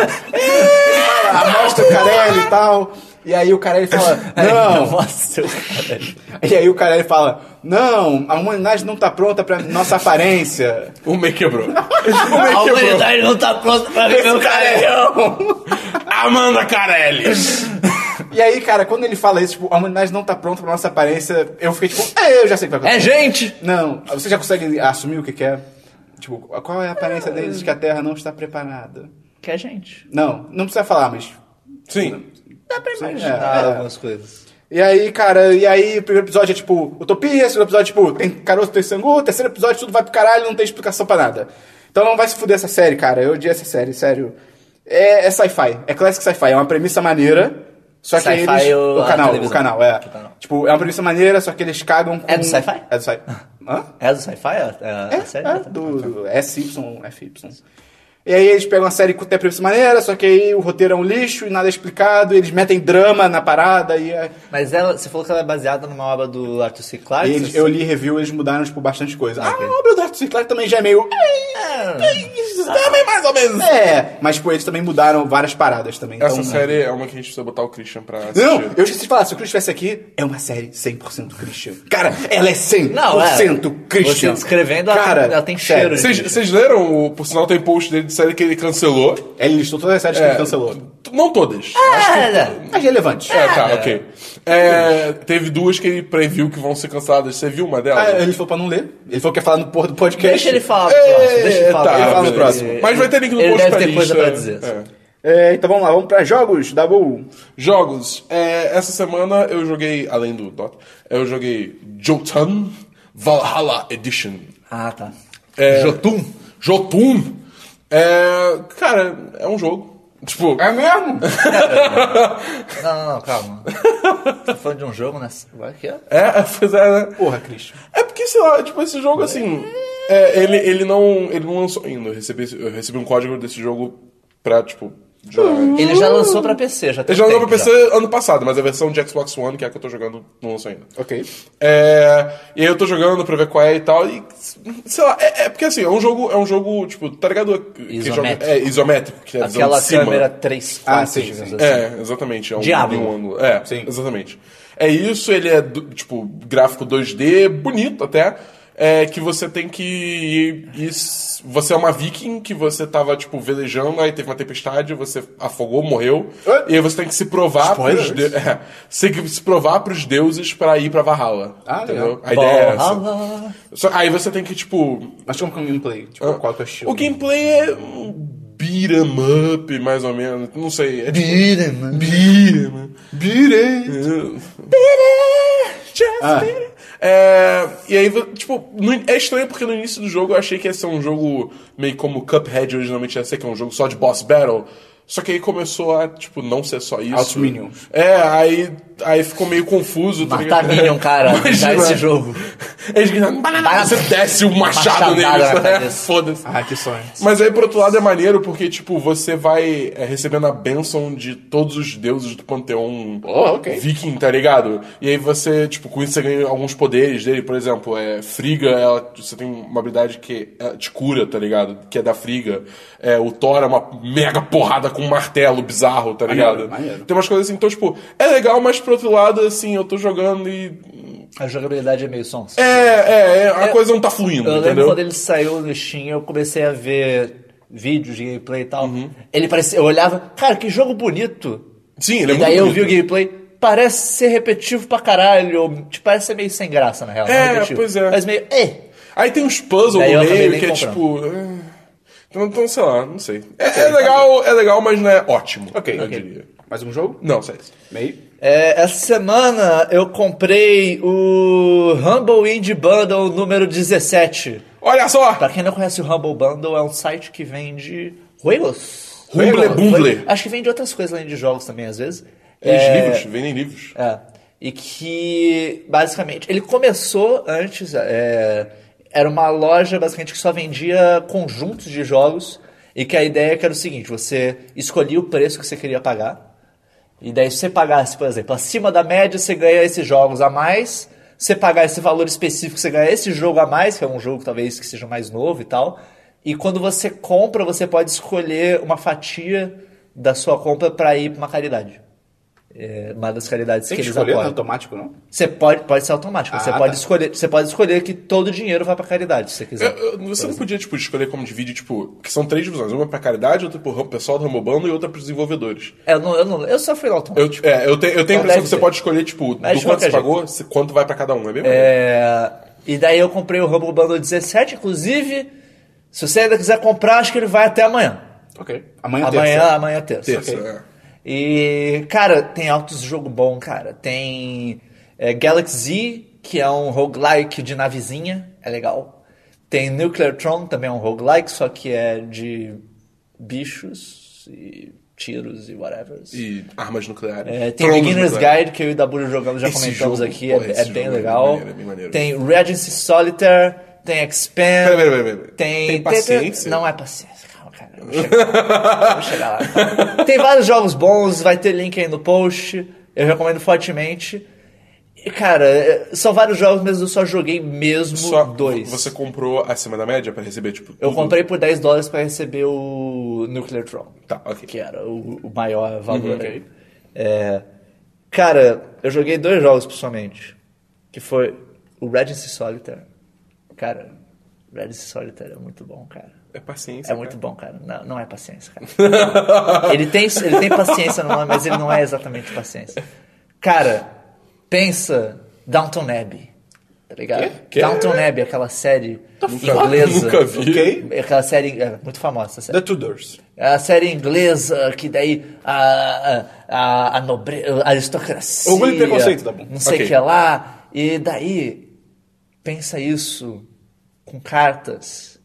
Speaker 1: amostra o Carelli e tal. E aí o Carelli fala, não,
Speaker 2: Nossa, cara.
Speaker 1: E aí o cara ele fala: Não, a humanidade não tá pronta pra nossa aparência.
Speaker 3: O meio quebrou.
Speaker 2: A humanidade não tá pronta pra viver o caralhão.
Speaker 3: Amanda Carelli.
Speaker 1: E aí, cara, quando ele fala isso, tipo, a humanidade não tá pronta pra nossa aparência, eu fiquei tipo, é, eu já sei o que vai
Speaker 2: É
Speaker 1: acontecer.
Speaker 2: gente!
Speaker 1: Não, você já consegue assumir o que que é? Tipo, qual é a aparência deles que a Terra não está preparada?
Speaker 2: Que é gente.
Speaker 1: Não, não precisa falar, mas. É,
Speaker 3: Sim.
Speaker 2: Dá pra
Speaker 1: imaginar
Speaker 2: algumas coisas.
Speaker 1: E aí, cara, e aí o primeiro episódio é tipo utopia, o segundo episódio é tipo tem caroço, tem sangu, o terceiro episódio tudo vai pro caralho, não tem explicação pra nada. Então não vai se fuder essa série, cara. Eu odiei essa série, sério. É, é sci-fi, é classic sci-fi, é uma premissa maneira, só que
Speaker 2: Sci-fi
Speaker 1: eles...
Speaker 2: ou
Speaker 1: o
Speaker 2: a
Speaker 1: canal, o
Speaker 2: televisão?
Speaker 1: canal, é.
Speaker 2: O canal.
Speaker 1: Tipo, é uma premissa maneira, só que eles cagam com...
Speaker 2: É do sci-fi?
Speaker 1: É do sci-fi. Hã?
Speaker 2: É do sci-fi? É, <laughs> é,
Speaker 1: É,
Speaker 2: a série?
Speaker 1: é, do, do SY, FY. E aí eles pegam a série que tem a premissa maneira, só que aí o roteiro é um lixo e nada é explicado, e eles metem drama na parada e... É...
Speaker 2: Mas ela, você falou que ela é baseada numa obra do Arthur C. Clarke?
Speaker 1: Eles-
Speaker 2: você-
Speaker 1: eu li review, eles mudaram, tipo, bastante coisa.
Speaker 2: ok.
Speaker 1: Ah, a obra do Arthur C. Clarke também já é meio...
Speaker 2: É.
Speaker 1: Também mais ou menos. É, mas, tipo, eles também mudaram várias paradas também. então-
Speaker 3: Essa série é uma que a gente precisa botar o Christian pra assistir.
Speaker 1: Não, eu esqueci de falar, se o Christian estivesse aqui, é uma série 100% Christian. Cara, ela é 100%
Speaker 2: Não, é.
Speaker 1: Christian.
Speaker 2: Você descrevendo, ela tem- ela tem
Speaker 1: sério.
Speaker 2: cheiro.
Speaker 3: Vocês vocês leram, o- por sinal tem post dele de série que ele cancelou?
Speaker 1: Ele listou todas as séries que
Speaker 3: É.
Speaker 1: ele cancelou.
Speaker 3: Não todas.
Speaker 1: Ah,
Speaker 2: É,
Speaker 1: Mas relevante.
Speaker 3: É, tá, ok. É, teve duas que ele previu que vão ser canceladas. Você viu uma delas?
Speaker 1: Ah, ele falou pra não ler. Ele falou que ia falar no porra do podcast.
Speaker 2: Deixa ele falar no
Speaker 3: É,
Speaker 2: próximo. Deixa ele falar.
Speaker 3: tá,
Speaker 1: Ele fala no
Speaker 3: beleza.
Speaker 1: próximo.
Speaker 3: Mas vai ter link no
Speaker 2: Ele
Speaker 3: post
Speaker 2: deve
Speaker 3: pra
Speaker 2: ter coisa
Speaker 3: lista.
Speaker 2: pra dizer.
Speaker 3: É.
Speaker 1: É, então vamos lá, vamos pra jogos, Dabu.
Speaker 3: Jogos. É, essa semana eu joguei, além do Dota, eu joguei Jotun Valhalla Edition.
Speaker 2: Ah, tá.
Speaker 3: É, Jotun? Jotun! É, cara, é um jogo. Tipo,
Speaker 1: É mesmo?
Speaker 2: Não, não, não, calma. tá falando de um jogo, né? Agora que é?
Speaker 3: é, pois é, né?
Speaker 1: Porra, Christian.
Speaker 3: É porque, sei lá, tipo, esse jogo, assim, é, ele, ele, não, ele não lançou ainda. Eu recebi, eu recebi um código desse jogo pra, tipo, jogar.
Speaker 2: Ele já lançou pra PC, já Uhum. tem
Speaker 3: Ele já lançou
Speaker 2: tempo
Speaker 3: pra PC ano passado, mas a versão de Xbox One, que é a que eu tô jogando, não lançou ainda.
Speaker 1: Ok.
Speaker 3: É, e aí eu tô jogando pra ver qual é e tal. E, sei lá, é, é porque assim, é um jogo, é um jogo, tipo, tá ligado? Que
Speaker 2: Isométrico.
Speaker 3: é, isométrico, que é a visão
Speaker 2: Aquela
Speaker 3: de cima.
Speaker 2: câmera 3
Speaker 1: Ah,
Speaker 2: quartos,
Speaker 1: sim,
Speaker 2: digamos
Speaker 1: sim.
Speaker 2: assim.
Speaker 3: É, exatamente. É um,
Speaker 2: Diablo.
Speaker 3: um ângulo. É,
Speaker 1: Sim.
Speaker 3: exatamente. É isso, ele é, do- tipo, gráfico 2D, bonito até, é que você tem que ir, ir s- Você é uma viking que você tava, tipo, velejando, aí teve uma tempestade, você afogou, morreu,
Speaker 1: Hã?
Speaker 3: e aí você tem que se provar
Speaker 1: Spoilers.
Speaker 3: pros de... é, você tem que se provar pros deuses pra ir pra Valhalla.
Speaker 1: Ah,
Speaker 3: entendeu?
Speaker 1: legal.
Speaker 3: A ideia é essa.
Speaker 2: Valhalla.
Speaker 3: Só- aí você tem que, tipo,
Speaker 1: Mas como que é o gameplay? Tipo, qual que é o estilo?
Speaker 3: Ah. o gameplay é um beat 'em up, mais ou menos. Não sei. É tipo... Beat 'em up.
Speaker 1: Beat it.
Speaker 3: Just
Speaker 1: Ah.
Speaker 3: beat it. É, e aí, tipo, no- é estranho porque no início do jogo eu achei que ia ser um jogo meio como Cuphead originalmente ia ser, que é um jogo só de boss battle. Só que aí começou a, tipo, não ser só isso.
Speaker 1: Altos minions.
Speaker 3: É, aí, aí ficou meio confuso. tá
Speaker 2: Matar
Speaker 3: ligado?
Speaker 2: Minion, cara, já
Speaker 3: <laughs> Imagina.
Speaker 2: esse jogo.
Speaker 3: Eles gritam, "Banana", você desce o machado
Speaker 2: Machadada na
Speaker 3: <laughs> neles, né?
Speaker 2: cabeça.
Speaker 3: Foda-se.
Speaker 1: Ah, que sonho.
Speaker 3: Mas aí, por outro lado, é maneiro porque, tipo, você vai é, recebendo a bênção de todos os deuses do panteão
Speaker 1: Oh, ok.
Speaker 3: viking, tá ligado? E aí você, tipo, com isso você ganha alguns poderes dele. Por exemplo, é, Friga, ela- você tem uma habilidade que é, te cura, tá ligado? Que é da Friga. É, o Thor é uma mega porrada com um martelo bizarro, tá
Speaker 1: Maneiro,
Speaker 3: ligado?
Speaker 1: maneiro.
Speaker 3: Tem umas coisas assim. Então, tipo, é legal, mas por outro lado, assim, eu tô jogando e...
Speaker 2: A jogabilidade é meio sonsa.
Speaker 3: É, é, é, a coisa não tá fluindo,
Speaker 2: Eu lembro
Speaker 3: entendeu?
Speaker 2: quando ele saiu no Steam, eu comecei a ver vídeos de gameplay e tal.
Speaker 3: Uhum.
Speaker 2: Ele parecia, eu olhava, cara, que jogo bonito.
Speaker 3: Sim, ele é
Speaker 2: e
Speaker 3: muito
Speaker 2: daí eu
Speaker 3: bonito.
Speaker 2: vi o gameplay, parece ser repetitivo pra caralho. ou, Tipo, parece ser meio sem graça, na real. não
Speaker 3: É,
Speaker 2: repetitivo.
Speaker 3: pois é.
Speaker 2: Mas meio, é.
Speaker 3: Aí tem uns puzzles no
Speaker 2: Daí eu acabei
Speaker 3: meio
Speaker 2: nem
Speaker 3: que é
Speaker 2: comprando.
Speaker 3: tipo. eh, Então, então, sei lá, não sei. É, é legal, é legal, mas não é ótimo.
Speaker 1: Ok.
Speaker 3: eu
Speaker 1: Ok.
Speaker 3: diria.
Speaker 1: Mais um jogo?
Speaker 3: Não, sei.
Speaker 1: Meio?
Speaker 2: É, essa semana eu comprei o Humble Indie Bundle número 17.
Speaker 3: Olha só!
Speaker 2: Pra quem não conhece o Humble Bundle, é um site que vende juegos.
Speaker 3: Humble é
Speaker 2: Juegos.
Speaker 3: Bundle.
Speaker 2: Acho que vende outras coisas além de jogos também, às vezes.
Speaker 3: Eles
Speaker 2: É,
Speaker 3: livros, vendem livros.
Speaker 2: É. E que, basicamente, ele começou antes, é, era uma loja, basicamente, que só vendia conjuntos de jogos. E que a ideia é que era o seguinte: você escolhia o preço que você queria pagar. E daí, se você pagasse, por exemplo, acima da média, você ganha esses jogos a mais. Se você pagar esse valor específico, você ganha esse jogo a mais, que é um jogo talvez que seja mais novo e tal. E quando você compra, você pode escolher uma fatia da sua compra para ir para uma caridade. É, uma das caridades
Speaker 1: Tem
Speaker 2: que
Speaker 1: que
Speaker 2: eles
Speaker 1: escolher, não é
Speaker 2: apoiam.
Speaker 1: automático, não?
Speaker 2: Você pode, pode ser automático.
Speaker 1: Ah,
Speaker 2: você, pode
Speaker 1: tá.
Speaker 2: escolher, você pode escolher que todo o dinheiro vai para caridade, se você
Speaker 3: Eu-
Speaker 2: quiser.
Speaker 3: eu- você não podia, tipo, escolher como divide, tipo, que são três divisões. Uma pra caridade, outra pro ram- pessoal do Ramobando e outra pros desenvolvedores.
Speaker 2: É, Eu, não, eu, não, eu só fui lá automático.
Speaker 3: Eu, é, eu, te- eu tenho a
Speaker 2: Não
Speaker 3: impressão
Speaker 2: Então deve
Speaker 3: que você
Speaker 2: ter.
Speaker 3: pode escolher, tipo,
Speaker 2: Mas
Speaker 3: do
Speaker 2: de
Speaker 3: quanto você
Speaker 2: qualquer
Speaker 3: pagou, se- quanto vai pra cada um, é mesmo?
Speaker 2: É, e daí eu comprei o Rumble Bundle 17, inclusive, se você ainda quiser comprar, acho que ele vai até amanhã.
Speaker 1: Ok. Amanhã,
Speaker 2: amanhã,
Speaker 1: terça.
Speaker 2: amanhã é terça.
Speaker 3: Terça,
Speaker 2: ok?
Speaker 3: é.
Speaker 2: E, cara, tem altos jogo bom, cara. Tem é, Galaxy, que é um roguelike de navezinha, é legal. Tem Nuclear Throne, também é um roguelike, só que é de bichos e tiros e whatever.
Speaker 3: E armas nucleares.
Speaker 2: É, tem
Speaker 3: Tronos
Speaker 2: Beginner's
Speaker 3: nucleares.
Speaker 2: Guide, que eu e o Dabu jogamos, já
Speaker 3: Esse
Speaker 2: comentamos
Speaker 3: jogo,
Speaker 2: aqui,
Speaker 3: porra,
Speaker 2: é,
Speaker 3: esse
Speaker 2: é bem
Speaker 3: jogo é
Speaker 2: legal.
Speaker 3: bem maneiro, é bem maneiro.
Speaker 2: tem Regency Solitaire, tem Expand.
Speaker 3: Pera, pera, pera, pera.
Speaker 2: Tem,
Speaker 3: Tem paciência?
Speaker 2: não é paciência, calma, cara. Eu vou chegar, eu vou chegar lá.
Speaker 3: <laughs>
Speaker 2: calma. Tem vários jogos bons, vai ter link aí no post, eu recomendo fortemente. E, cara, é, são vários jogos, mas eu só joguei mesmo
Speaker 3: Só
Speaker 2: dois.
Speaker 3: Você comprou acima da média pra receber, tipo.
Speaker 2: Eu
Speaker 3: tudo?
Speaker 2: comprei por 10 dólares pra receber o Nuclear Throne.
Speaker 3: Tá, ok. Uhum.
Speaker 2: Que era o, o maior valor
Speaker 1: ok.
Speaker 2: aí. É, cara, eu joguei dois jogos pessoalmente. Que foi o Regency Solitaire. Cara, Regency Solitaire é muito bom, cara.
Speaker 3: É paciência.
Speaker 2: É muito bom, cara. Não, não é paciência,
Speaker 3: <laughs>
Speaker 2: cara. ele, tem, ele tem paciência no nome, mas ele não é exatamente paciência. Cara, pensa Downton Abbey. Tá ligado?
Speaker 1: Quê?
Speaker 2: Downton Abbey, aquela série
Speaker 3: cara.
Speaker 2: inglesa.
Speaker 3: Tá Nunca vi.
Speaker 1: Ok.
Speaker 2: Aquela série é, muito famosa, essa série.
Speaker 1: The Tudors.
Speaker 2: É a série inglesa, que daí a, a, a, a nobre, a aristocracia.
Speaker 1: Orgulho e preconceito, tá bom.
Speaker 2: Não sei o
Speaker 3: Ok.
Speaker 2: que é lá. E daí, pensa isso com cartas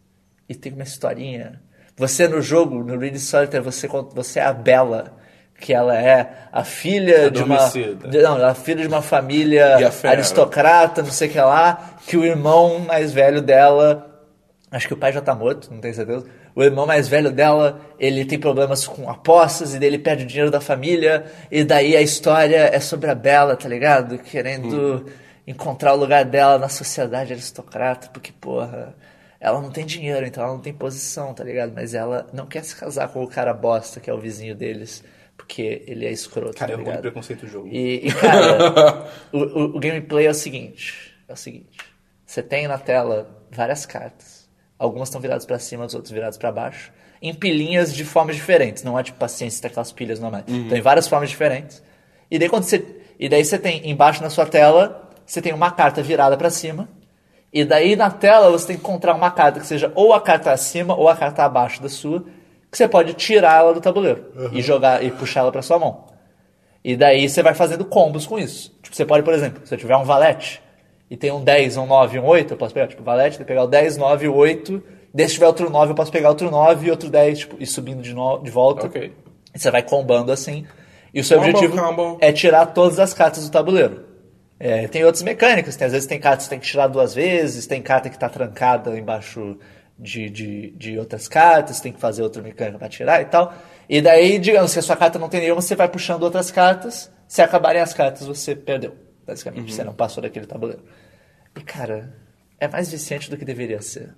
Speaker 2: e tem uma historinha. Você no jogo, no Read Solitaire, você, con- você é a Bella, que ela é a filha de uma.
Speaker 1: Adormecida.
Speaker 2: de- não, a filha de uma
Speaker 3: E a
Speaker 2: família
Speaker 3: fera.
Speaker 2: aristocrata, não sei o que lá, que o irmão mais velho dela. Acho que o pai já tá morto, não tenho certeza. o irmão mais velho dela, ele tem problemas com apostas e daí ele perde o dinheiro da família. E daí a história é sobre a Bela, tá ligado? Querendo
Speaker 3: Hum.
Speaker 2: encontrar o lugar dela na sociedade aristocrata, porque, porra, ela não tem dinheiro, então ela não tem posição, tá ligado? Mas ela não quer se casar com o cara bosta, que é o vizinho deles, porque ele é escroto,
Speaker 1: Cara, é
Speaker 2: tá
Speaker 1: um
Speaker 2: ligado?
Speaker 1: preconceito do jogo.
Speaker 2: E, e,
Speaker 1: <laughs>
Speaker 2: cara, o, o- o gameplay é o seguinte: é o seguinte. Você tem na tela várias cartas. Algumas estão viradas pra cima, as outras viradas pra baixo. Em pilhinhas de formas diferentes. Não é tipo paciência daquelas pilhas normais.
Speaker 1: Uhum.
Speaker 2: Tem várias formas diferentes. E daí quando você. E daí você tem embaixo na sua tela, você tem uma carta virada pra cima. E daí na tela você tem que encontrar uma carta que seja ou a carta acima ou a carta abaixo da sua, que você pode tirar ela do tabuleiro
Speaker 1: Uhum.
Speaker 2: e jogar e puxar ela pra sua mão. E daí você vai fazendo combos com isso. Tipo, você pode, por exemplo, se eu tiver um valete e tem um 10, um 9, um 8, eu posso pegar, tipo, valete, pegar o 10, 9, 8. Daí se tiver outro 9, eu posso pegar outro 9 e outro 10, tipo, e subindo de, no- de volta.
Speaker 3: Ok.
Speaker 2: E você vai combando assim. E o seu
Speaker 3: Combo,
Speaker 2: objetivo
Speaker 3: combo.
Speaker 2: é tirar todas as cartas do tabuleiro. É, tem outras mecânicas, tem, às vezes tem cartas que tem que tirar duas vezes, tem carta que tá trancada embaixo de, de, de outras cartas, tem que fazer outra mecânica pra tirar e tal. E daí, digamos, se a sua carta não tem nenhuma, você vai puxando outras cartas, se acabarem as cartas, você perdeu. Basicamente, você não passou daquele tabuleiro. E cara, é mais viciante do que deveria ser.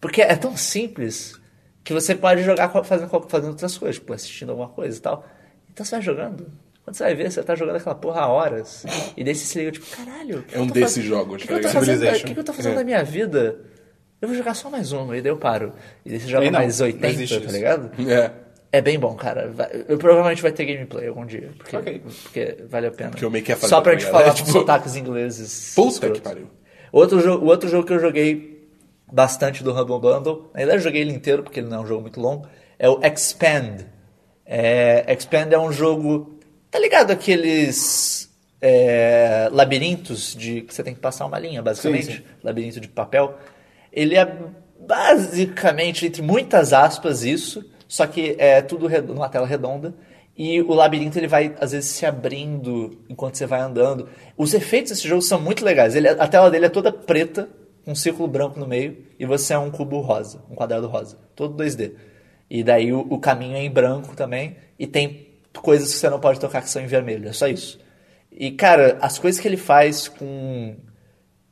Speaker 2: Porque é tão simples que você pode jogar co- fazendo, co- fazendo outras coisas, tipo, assistindo alguma coisa e tal. Então você vai jogando. Quando você vai ver, você tá jogando aquela porra há horas. E daí você se liga, tipo, caralho. o que
Speaker 3: É um
Speaker 2: eu tô
Speaker 3: desses
Speaker 2: fazendo-
Speaker 3: jogos,
Speaker 2: O que, que eu tô
Speaker 3: tá ligado?
Speaker 2: fazendo, da- o
Speaker 1: Civilization.
Speaker 2: que, que eu tô fazendo
Speaker 3: É.
Speaker 2: da minha vida? Eu vou jogar só mais um, e daí eu paro. E daí você
Speaker 1: Ei,
Speaker 2: joga
Speaker 1: não,
Speaker 2: mais
Speaker 1: não
Speaker 2: 80,
Speaker 1: existe
Speaker 2: tá
Speaker 1: isso.
Speaker 2: ligado?
Speaker 3: É.
Speaker 2: É bem bom, cara. Vai- Eu provavelmente vai ter gameplay algum dia. Porque,
Speaker 1: Ok.
Speaker 2: porque vale a pena.
Speaker 3: Porque eu meio que ia fazer,
Speaker 2: Só pra
Speaker 3: tá
Speaker 2: te
Speaker 3: ligado? <laughs>
Speaker 2: falar
Speaker 3: É,
Speaker 2: com
Speaker 3: tipo-
Speaker 2: sotaques ingleses.
Speaker 3: Puta
Speaker 2: escrotos.
Speaker 3: que pariu.
Speaker 2: Outro, jo o outro jogo que eu joguei bastante do Humble Bundle, na verdade eu joguei ele inteiro, porque ele não é um jogo muito longo, é o Expand. É, Expand é um jogo... Tá ligado aqueles é, labirintos de que você tem que passar uma linha, basicamente?
Speaker 1: sim.
Speaker 2: Labirinto de papel. Ele é basicamente, entre muitas aspas, isso, só que é tudo redo- numa tela redonda. E o labirinto ele vai, às vezes, se abrindo enquanto você vai andando. Os efeitos desse jogo são muito legais. Ele- a tela dele é toda preta, com um círculo branco no meio, e você é um cubo rosa, um quadrado rosa, todo 2D. E daí o, o caminho é em branco também, e tem coisas que você não pode tocar que são em vermelho, é só isso. E, cara, as coisas que ele faz com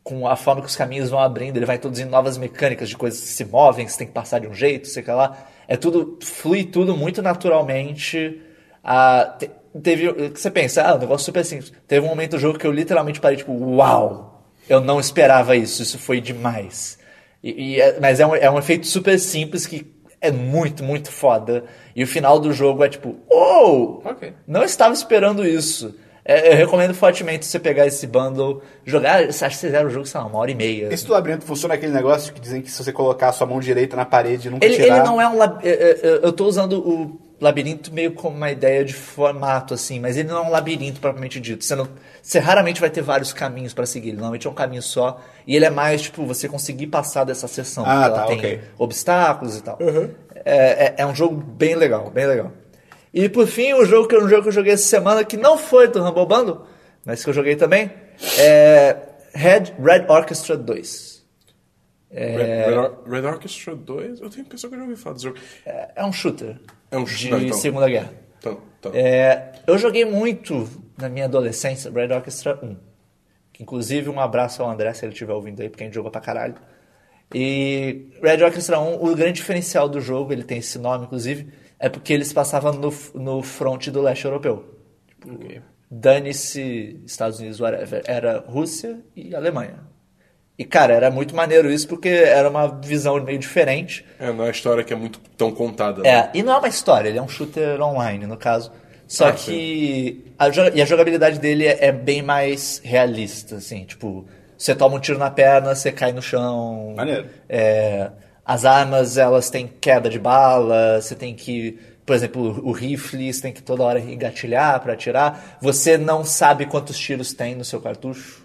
Speaker 2: com a forma que os caminhos vão abrindo, ele vai introduzindo novas mecânicas de coisas que se movem, que você tem que passar de um jeito, sei lá. É tudo, flui tudo muito naturalmente. Ah, te- teve, o que você pensa, ah, um negócio super simples. Teve um momento do jogo que eu literalmente parei, tipo, uau, eu não esperava isso, isso foi demais. E- e é- mas é um, é um efeito super simples que é muito, muito foda. E o final do jogo é tipo, uou!
Speaker 1: Ok.
Speaker 2: Não estava esperando isso. É, eu recomendo fortemente você pegar esse bundle, jogar. Acho que você zera o jogo, sei lá, uma hora e meia.
Speaker 1: Esse do labirinto funciona aquele negócio que dizem que se você colocar a sua mão direita na parede e nunca
Speaker 2: Ele,
Speaker 1: tirar...
Speaker 2: ele não é um. lab- é, é, é, Eu tô usando o labirinto meio como uma ideia de formato, assim, mas ele não é um labirinto propriamente dito. Você, não- você raramente vai ter vários caminhos pra seguir. Ele Normalmente é um caminho só. E ele é mais, tipo, você conseguir passar dessa seção.
Speaker 1: Ah,
Speaker 2: porque ela
Speaker 1: tá,
Speaker 2: tem
Speaker 1: ok.
Speaker 2: obstáculos e tal. É, é- é um jogo bem legal, bem legal. E por fim, o jogo que, um jogo que eu joguei essa semana, que não foi do Rumble Bundle, mas que eu joguei também, é Red, Red Orchestra 2.
Speaker 3: É. Red, Red Or- Red Orchestra 2? Eu tenho impressão que eu já ouvi falar desse jogo.
Speaker 2: É- É um shooter.
Speaker 3: É um
Speaker 2: De
Speaker 3: shooter, então.
Speaker 2: Segunda Guerra.
Speaker 3: Então, então.
Speaker 2: É, eu joguei muito na minha adolescência Red Orchestra 1. Que, inclusive, um abraço ao André se ele estiver ouvindo aí, porque a gente jogou pra caralho. E Red Orchestra 1, o grande diferencial do jogo, ele tem esse nome, inclusive, é porque ele se passava no, no fronte do leste europeu.
Speaker 1: Ok.
Speaker 2: Dane-se Estados Unidos, whatever. Era Rússia e Alemanha. E, cara, era muito maneiro isso, porque era uma visão meio diferente.
Speaker 3: É, não é uma história que é muito tão contada. né?
Speaker 2: É, e não é uma história, ele é um shooter online, no caso. Só
Speaker 3: Ah,
Speaker 2: que a, jo- e a jogabilidade dele é, é bem mais realista, assim, tipo, você toma um tiro na perna, você cai no chão.
Speaker 1: Maneiro.
Speaker 2: É, as armas, elas têm queda de bala, você tem que, por exemplo, o rifle, você tem que toda hora engatilhar pra atirar. Você não sabe quantos tiros tem no seu cartucho.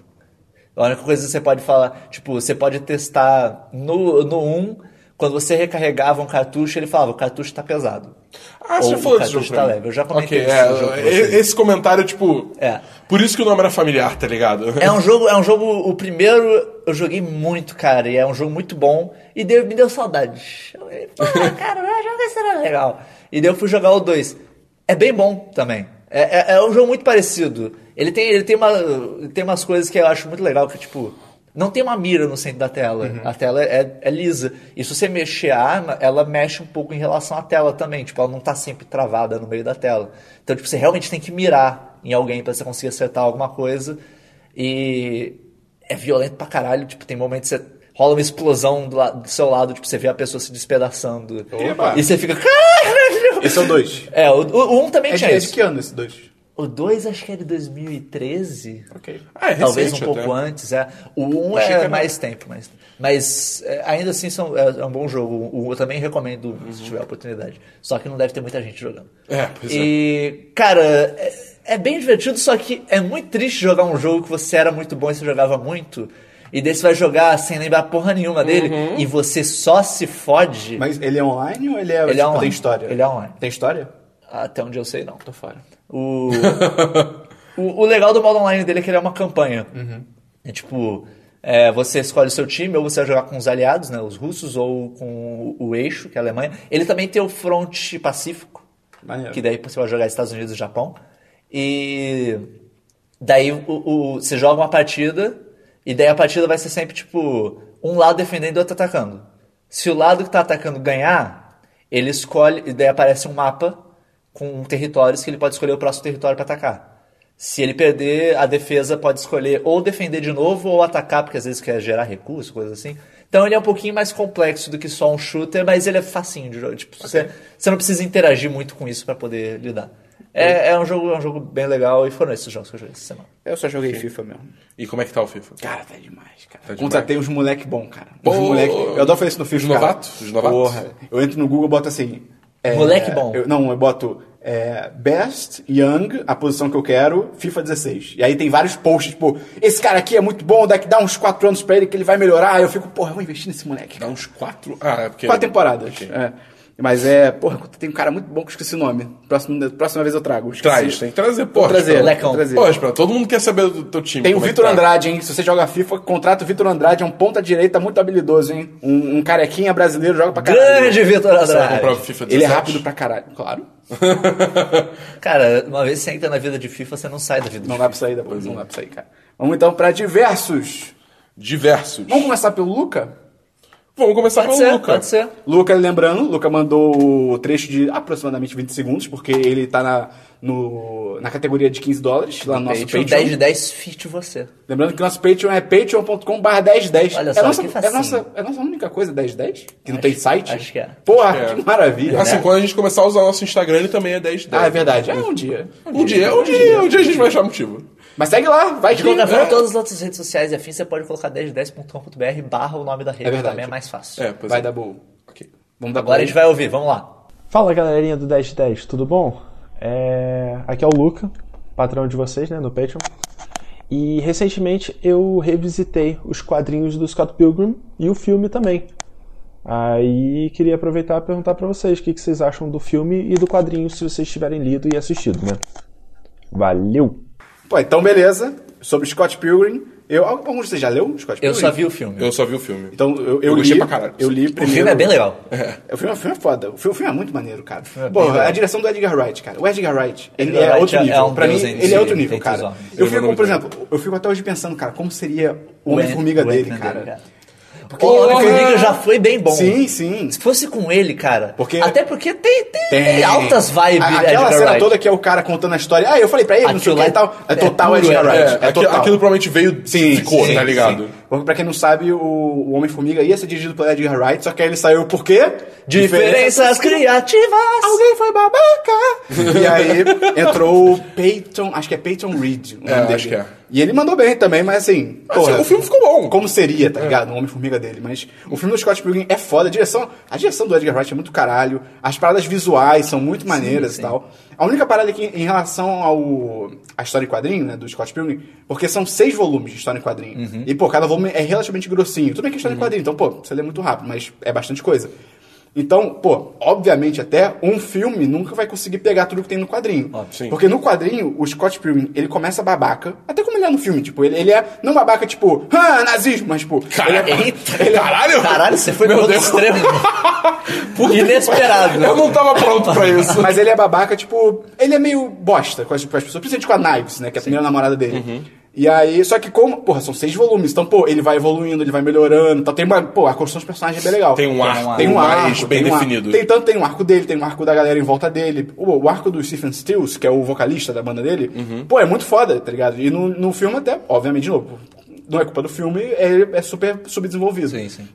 Speaker 2: A única coisa que você pode falar, tipo, você pode testar no, no 1 Quando você recarregava um cartucho, ele falava, o cartucho tá pesado.
Speaker 3: Ah,
Speaker 2: Ou
Speaker 3: você
Speaker 2: o
Speaker 3: falou desse
Speaker 2: cartucho
Speaker 3: jogo. pra
Speaker 2: tá
Speaker 3: mim.
Speaker 2: leve. Eu já comentei
Speaker 3: Ok,
Speaker 2: isso
Speaker 3: é,
Speaker 2: no jogo com
Speaker 3: e-
Speaker 2: vocês.
Speaker 3: Esse comentário, tipo.
Speaker 2: É.
Speaker 3: Por isso que o nome era familiar, tá ligado?
Speaker 2: É um jogo, é um jogo, o primeiro eu joguei muito, cara, e é um jogo muito bom, e deu, me deu saudade. Eu falei, pô, cara, joga esse era legal. E daí eu fui jogar o 2. É bem bom também. É, é- é um jogo muito parecido. Ele tem, ele tem, uma, tem umas coisas que eu acho muito legal, que tipo, não tem uma mira no centro da tela. A tela é, é lisa. E se você mexer a arma, ela mexe um pouco em relação à tela também. Tipo, ela não tá sempre travada no meio da tela. Então, tipo, você realmente tem que mirar em alguém pra você conseguir acertar alguma coisa. E é violento pra caralho. Tipo, tem momentos que você rola uma explosão do, la- do seu lado, tipo, você vê a pessoa se despedaçando.
Speaker 1: Opa.
Speaker 2: E você fica. Caralho!
Speaker 1: Esse é o 2.
Speaker 2: É, o, o, o um também
Speaker 1: É de,
Speaker 2: tinha
Speaker 1: é de
Speaker 2: isso.
Speaker 1: que ano esse 2?
Speaker 2: O 2 acho que é de 2013.
Speaker 1: Ok.
Speaker 3: Ah, é recente
Speaker 2: Talvez um pouco
Speaker 3: até.
Speaker 2: antes, é. O 1 um
Speaker 3: Achei que
Speaker 2: é
Speaker 3: era-
Speaker 2: mais tempo, mas, mas é, ainda assim são, é, é um bom jogo. O, o- eu também recomendo se tiver oportunidade. Só que não deve ter muita gente jogando.
Speaker 3: Uhum. É, pois é.
Speaker 2: E, cara, é, é bem divertido, só que é muito triste jogar um jogo que você era muito bom e você jogava muito. E daí você vai jogar sem lembrar porra nenhuma dele
Speaker 3: Uhum.
Speaker 2: e você só se fode.
Speaker 1: Mas ele é online ou ele é,
Speaker 2: Ele é
Speaker 1: tipo,
Speaker 2: online.
Speaker 1: tem história?
Speaker 2: Ele é online.
Speaker 1: Tem história?
Speaker 2: Até onde eu sei, não.
Speaker 1: Tô fora.
Speaker 2: O,
Speaker 3: <laughs>
Speaker 2: o, o legal do modo online dele é que ele é uma campanha. É tipo, é, você escolhe o seu time, ou você vai jogar com os aliados, né, os russos, ou com o, o eixo, que é a Alemanha. Ele também tem o fronte pacífico,
Speaker 1: Maneiro.
Speaker 2: que daí você vai jogar Estados Unidos e Japão. E daí o, o- você joga uma partida, e daí a partida vai ser sempre tipo, um lado defendendo e o outro atacando. Se o lado que tá atacando ganhar, ele escolhe, e daí aparece um mapa com territórios que ele pode escolher o próximo território pra atacar. Se ele perder, a defesa pode escolher ou defender de novo ou atacar, porque às vezes quer gerar recurso, coisa assim. Então ele é um pouquinho mais complexo do que só um shooter, mas ele é facinho de jogar. Tipo, você, você não precisa interagir muito com isso pra poder lidar. É, é um jogo, é um jogo bem legal e foram esses jogos que eu joguei essa semana.
Speaker 1: Eu só joguei FIFA mesmo.
Speaker 3: <laughs> E como é que tá o FIFA?
Speaker 1: Cara, tá demais, cara.
Speaker 3: demais.
Speaker 1: Contratei uns moleque bom, cara. Uns
Speaker 3: Pô,
Speaker 1: moleque... Eu adoro fazer isso no FIFA,
Speaker 3: os
Speaker 1: cara.
Speaker 3: novatos? Os novatos?
Speaker 1: Porra. Eu entro no Google e boto assim... é,
Speaker 2: Moleque bom.
Speaker 1: eu- não, eu boto... é, best, Young, a posição que eu quero, FIFA 16. E aí tem vários posts, tipo... Esse cara aqui é muito bom, daqui dá uns 4 anos pra ele que ele vai melhorar. Aí eu fico, porra, eu vou investir nesse moleque.
Speaker 3: Dá uns quatro. Ah, é porque.
Speaker 1: Quatro temporadas.
Speaker 3: Ok.
Speaker 1: é. Mas é... Porra, tem um cara muito bom que eu esqueci o nome. Próximo, próxima vez eu trago. Esqueci.
Speaker 3: Traz, tem que trazer, pô.
Speaker 1: Vou trazer.
Speaker 2: Lecão.
Speaker 1: vou trazer.
Speaker 3: Pô, Espera, todo mundo quer saber do teu time.
Speaker 1: Tem o
Speaker 3: como é que
Speaker 1: Vitor
Speaker 3: tá.
Speaker 1: Andrade, hein? Se você joga FIFA, contrata o Vitor Andrade, é um ponta-direita muito habilidoso, hein? Um, um carequinha brasileiro, joga pra caralho.
Speaker 2: Grande Vitor
Speaker 3: Comprar o
Speaker 2: Andrade!
Speaker 3: FIFA 17.
Speaker 1: Ele é rápido pra caralho, claro.
Speaker 2: Cara, uma vez que você entra na vida de FIFA, você não sai da vida de
Speaker 1: Não dá pra sair depois,
Speaker 2: é.
Speaker 1: não dá pra sair, cara. Vamos então pra diversos.
Speaker 3: Diversos.
Speaker 1: Vamos começar pelo Luca?
Speaker 3: Vamos começar
Speaker 2: Pode
Speaker 3: pelo
Speaker 2: ser,
Speaker 3: Luca.
Speaker 2: pode ser.
Speaker 1: Luca, lembrando, Luca mandou o trecho de aproximadamente 20 segundos, porque ele tá na, no- na categoria de 15 dólares, lá no nosso
Speaker 2: Patreon,
Speaker 1: Patreon.
Speaker 2: 10 tipo, de 10 fit você.
Speaker 1: Lembrando que nosso Patreon é patreon.com.br 1010.
Speaker 2: Olha
Speaker 1: é
Speaker 2: só,
Speaker 1: nossa,
Speaker 2: que
Speaker 1: é,
Speaker 2: facinho.
Speaker 1: nossa, é nossa única coisa, 1010? Que não
Speaker 2: Acho-
Speaker 1: tem site?
Speaker 2: acho que é.
Speaker 1: Porra,
Speaker 3: Acho que
Speaker 1: que
Speaker 3: é.
Speaker 1: maravilha.
Speaker 3: Assim,
Speaker 1: né?
Speaker 3: quando a gente começar a usar nosso Instagram, ele também é 10 10.
Speaker 1: Ah, é verdade. É um dia.
Speaker 3: Um dia, um dia, um dia a gente vai achar motivo.
Speaker 1: Mas segue lá, vai que...
Speaker 2: De qualquer forma, todas as outras redes sociais e afins, você pode colocar 1010.com.br barra o nome da rede,
Speaker 1: É verdade.
Speaker 2: também é mais fácil.
Speaker 3: É, pois
Speaker 1: Vai
Speaker 3: é.
Speaker 1: dar boa.
Speaker 3: Ok.
Speaker 1: Vamos dar
Speaker 2: Agora a
Speaker 1: boa.
Speaker 2: gente vai ouvir, vamos lá.
Speaker 4: Fala galerinha do 1010, tudo bom? É, Aqui é o Luca, patrão de vocês, né, no Patreon. E recentemente eu revisitei os quadrinhos do Scott Pilgrim e o filme também. Aí queria aproveitar e perguntar pra vocês o que, que vocês acham do filme e do quadrinho, se vocês tiverem lido e assistido, né? Valeu!
Speaker 1: Pô, então beleza. Sobre Scott Pilgrim. Eu, algum de vocês já leu Scott Pilgrim?
Speaker 2: Eu só vi o filme.
Speaker 3: Eu só vi o filme.
Speaker 1: Então, eu, eu,
Speaker 3: Eu
Speaker 1: li,
Speaker 3: gostei pra caralho.
Speaker 1: eu li primeiro.
Speaker 2: O filme é bem legal.
Speaker 1: É, O filme, o filme é foda. O filme, o filme é muito maneiro, cara.
Speaker 2: é bem
Speaker 1: Pô, a
Speaker 2: legal.
Speaker 1: direção do Edgar Wright, cara. O Edgar Wright, ele
Speaker 2: Edgar
Speaker 1: é
Speaker 2: Wright
Speaker 1: outro
Speaker 2: é-
Speaker 1: nível.
Speaker 2: é um
Speaker 1: pra mim,
Speaker 2: deus entre-
Speaker 1: ele é outro nível,
Speaker 2: entre os
Speaker 1: cara.
Speaker 2: homens.
Speaker 1: Eu
Speaker 3: Ele
Speaker 1: fico,
Speaker 3: mandou
Speaker 1: por
Speaker 3: muito
Speaker 1: exemplo, eu fico até hoje pensando, cara, como seria o
Speaker 2: Ant-
Speaker 1: Homem-Formiga
Speaker 2: é o
Speaker 1: dele,
Speaker 2: Ant-Man
Speaker 1: cara.
Speaker 2: Porque o Homem-Formiga
Speaker 1: Porra!
Speaker 2: já foi bem bom.
Speaker 1: Sim, sim.
Speaker 2: Se fosse com ele, cara.
Speaker 1: Porque-
Speaker 2: Até porque tem, tem,
Speaker 1: Tem.
Speaker 2: tem altas vibes
Speaker 1: A-
Speaker 2: de
Speaker 1: Aquela
Speaker 2: Edgar
Speaker 1: cena
Speaker 2: Wright.
Speaker 1: toda que é o cara contando a história. Ah, eu falei pra ele, não sei o que e
Speaker 2: Aquilo lá
Speaker 1: tal. É
Speaker 2: é
Speaker 1: total
Speaker 2: puro
Speaker 1: Edgar
Speaker 2: Edgar
Speaker 1: Wright.
Speaker 3: É,
Speaker 1: É
Speaker 3: aquilo,
Speaker 1: total.
Speaker 3: aquilo provavelmente veio,
Speaker 1: Sim,
Speaker 3: ficou,
Speaker 1: sim,
Speaker 3: tá ligado?
Speaker 1: sim. Porque pra quem não sabe, o, o Homem-Formiga ia ser dirigido pelo Edgar Wright, só que aí ele saiu por quê?
Speaker 2: Diferenças criativas.
Speaker 1: Alguém foi babaca! e aí entrou o Peyton, acho que é Peyton Reed. O nome
Speaker 3: É,
Speaker 1: dele.
Speaker 3: acho que é.
Speaker 1: E ele mandou bem também, mas assim.
Speaker 3: Mas, assim, o filme ficou bom.
Speaker 2: É.
Speaker 1: Como seria, tá ligado? Um Homem-Formiga longa dele, mas o filme do Scott Pilgrim é foda. A direção, a direção do Edgar Wright é muito caralho. As paradas visuais são muito maneiras
Speaker 2: sim.
Speaker 1: e tal. A única parada aqui em relação ao a história em quadrinho, né, do Scott Pilgrim, porque são seis volumes de história em quadrinho.
Speaker 2: Uhum.
Speaker 1: E, pô, cada volume é relativamente grossinho. Tudo bem que é história em quadrinho, então, pô, você lê muito rápido, mas é bastante coisa. Então, pô, obviamente até um filme nunca vai conseguir pegar tudo que tem no quadrinho.
Speaker 2: Ah,
Speaker 3: sim.
Speaker 1: Porque no quadrinho, o Scott Pilgrim, ele começa babaca, até como ele é no filme, tipo, ele, ele é não babaca, tipo, ah, nazismo, mas, tipo, ele é,
Speaker 2: Eita,
Speaker 1: ele é-
Speaker 3: Caralho!
Speaker 2: Caralho, você foi no
Speaker 3: Meu
Speaker 2: outro
Speaker 1: <laughs>
Speaker 3: Deus.
Speaker 2: extremo.
Speaker 3: Puta que
Speaker 1: tá
Speaker 2: Inesperado.
Speaker 3: pariu. <laughs> Eu não tava pronto pra isso.
Speaker 1: Mas ele é babaca, tipo, ele é meio bosta com as, com as pessoas, principalmente com a Knives, né, que é a primeira namorada dele.
Speaker 3: Uhum.
Speaker 1: E aí, só que como, porra, são seis volumes, então, pô, ele vai evoluindo, ele vai melhorando, então tem uma, pô, a construção dos personagens é bem legal.
Speaker 3: Tem um arco
Speaker 1: Tem um arco,
Speaker 3: mais bem
Speaker 1: tem um arco.
Speaker 3: definido.
Speaker 1: Tem tanto tem um arco dele, tem um arco da galera em volta dele. O, o arco do Stephen Stills, que é o vocalista da banda dele,
Speaker 3: Uhum.
Speaker 1: pô, é muito foda, tá ligado? E no, no filme até, obviamente, de novo, não é culpa do filme, é, é super subdesenvolvido.
Speaker 2: Sim, sim.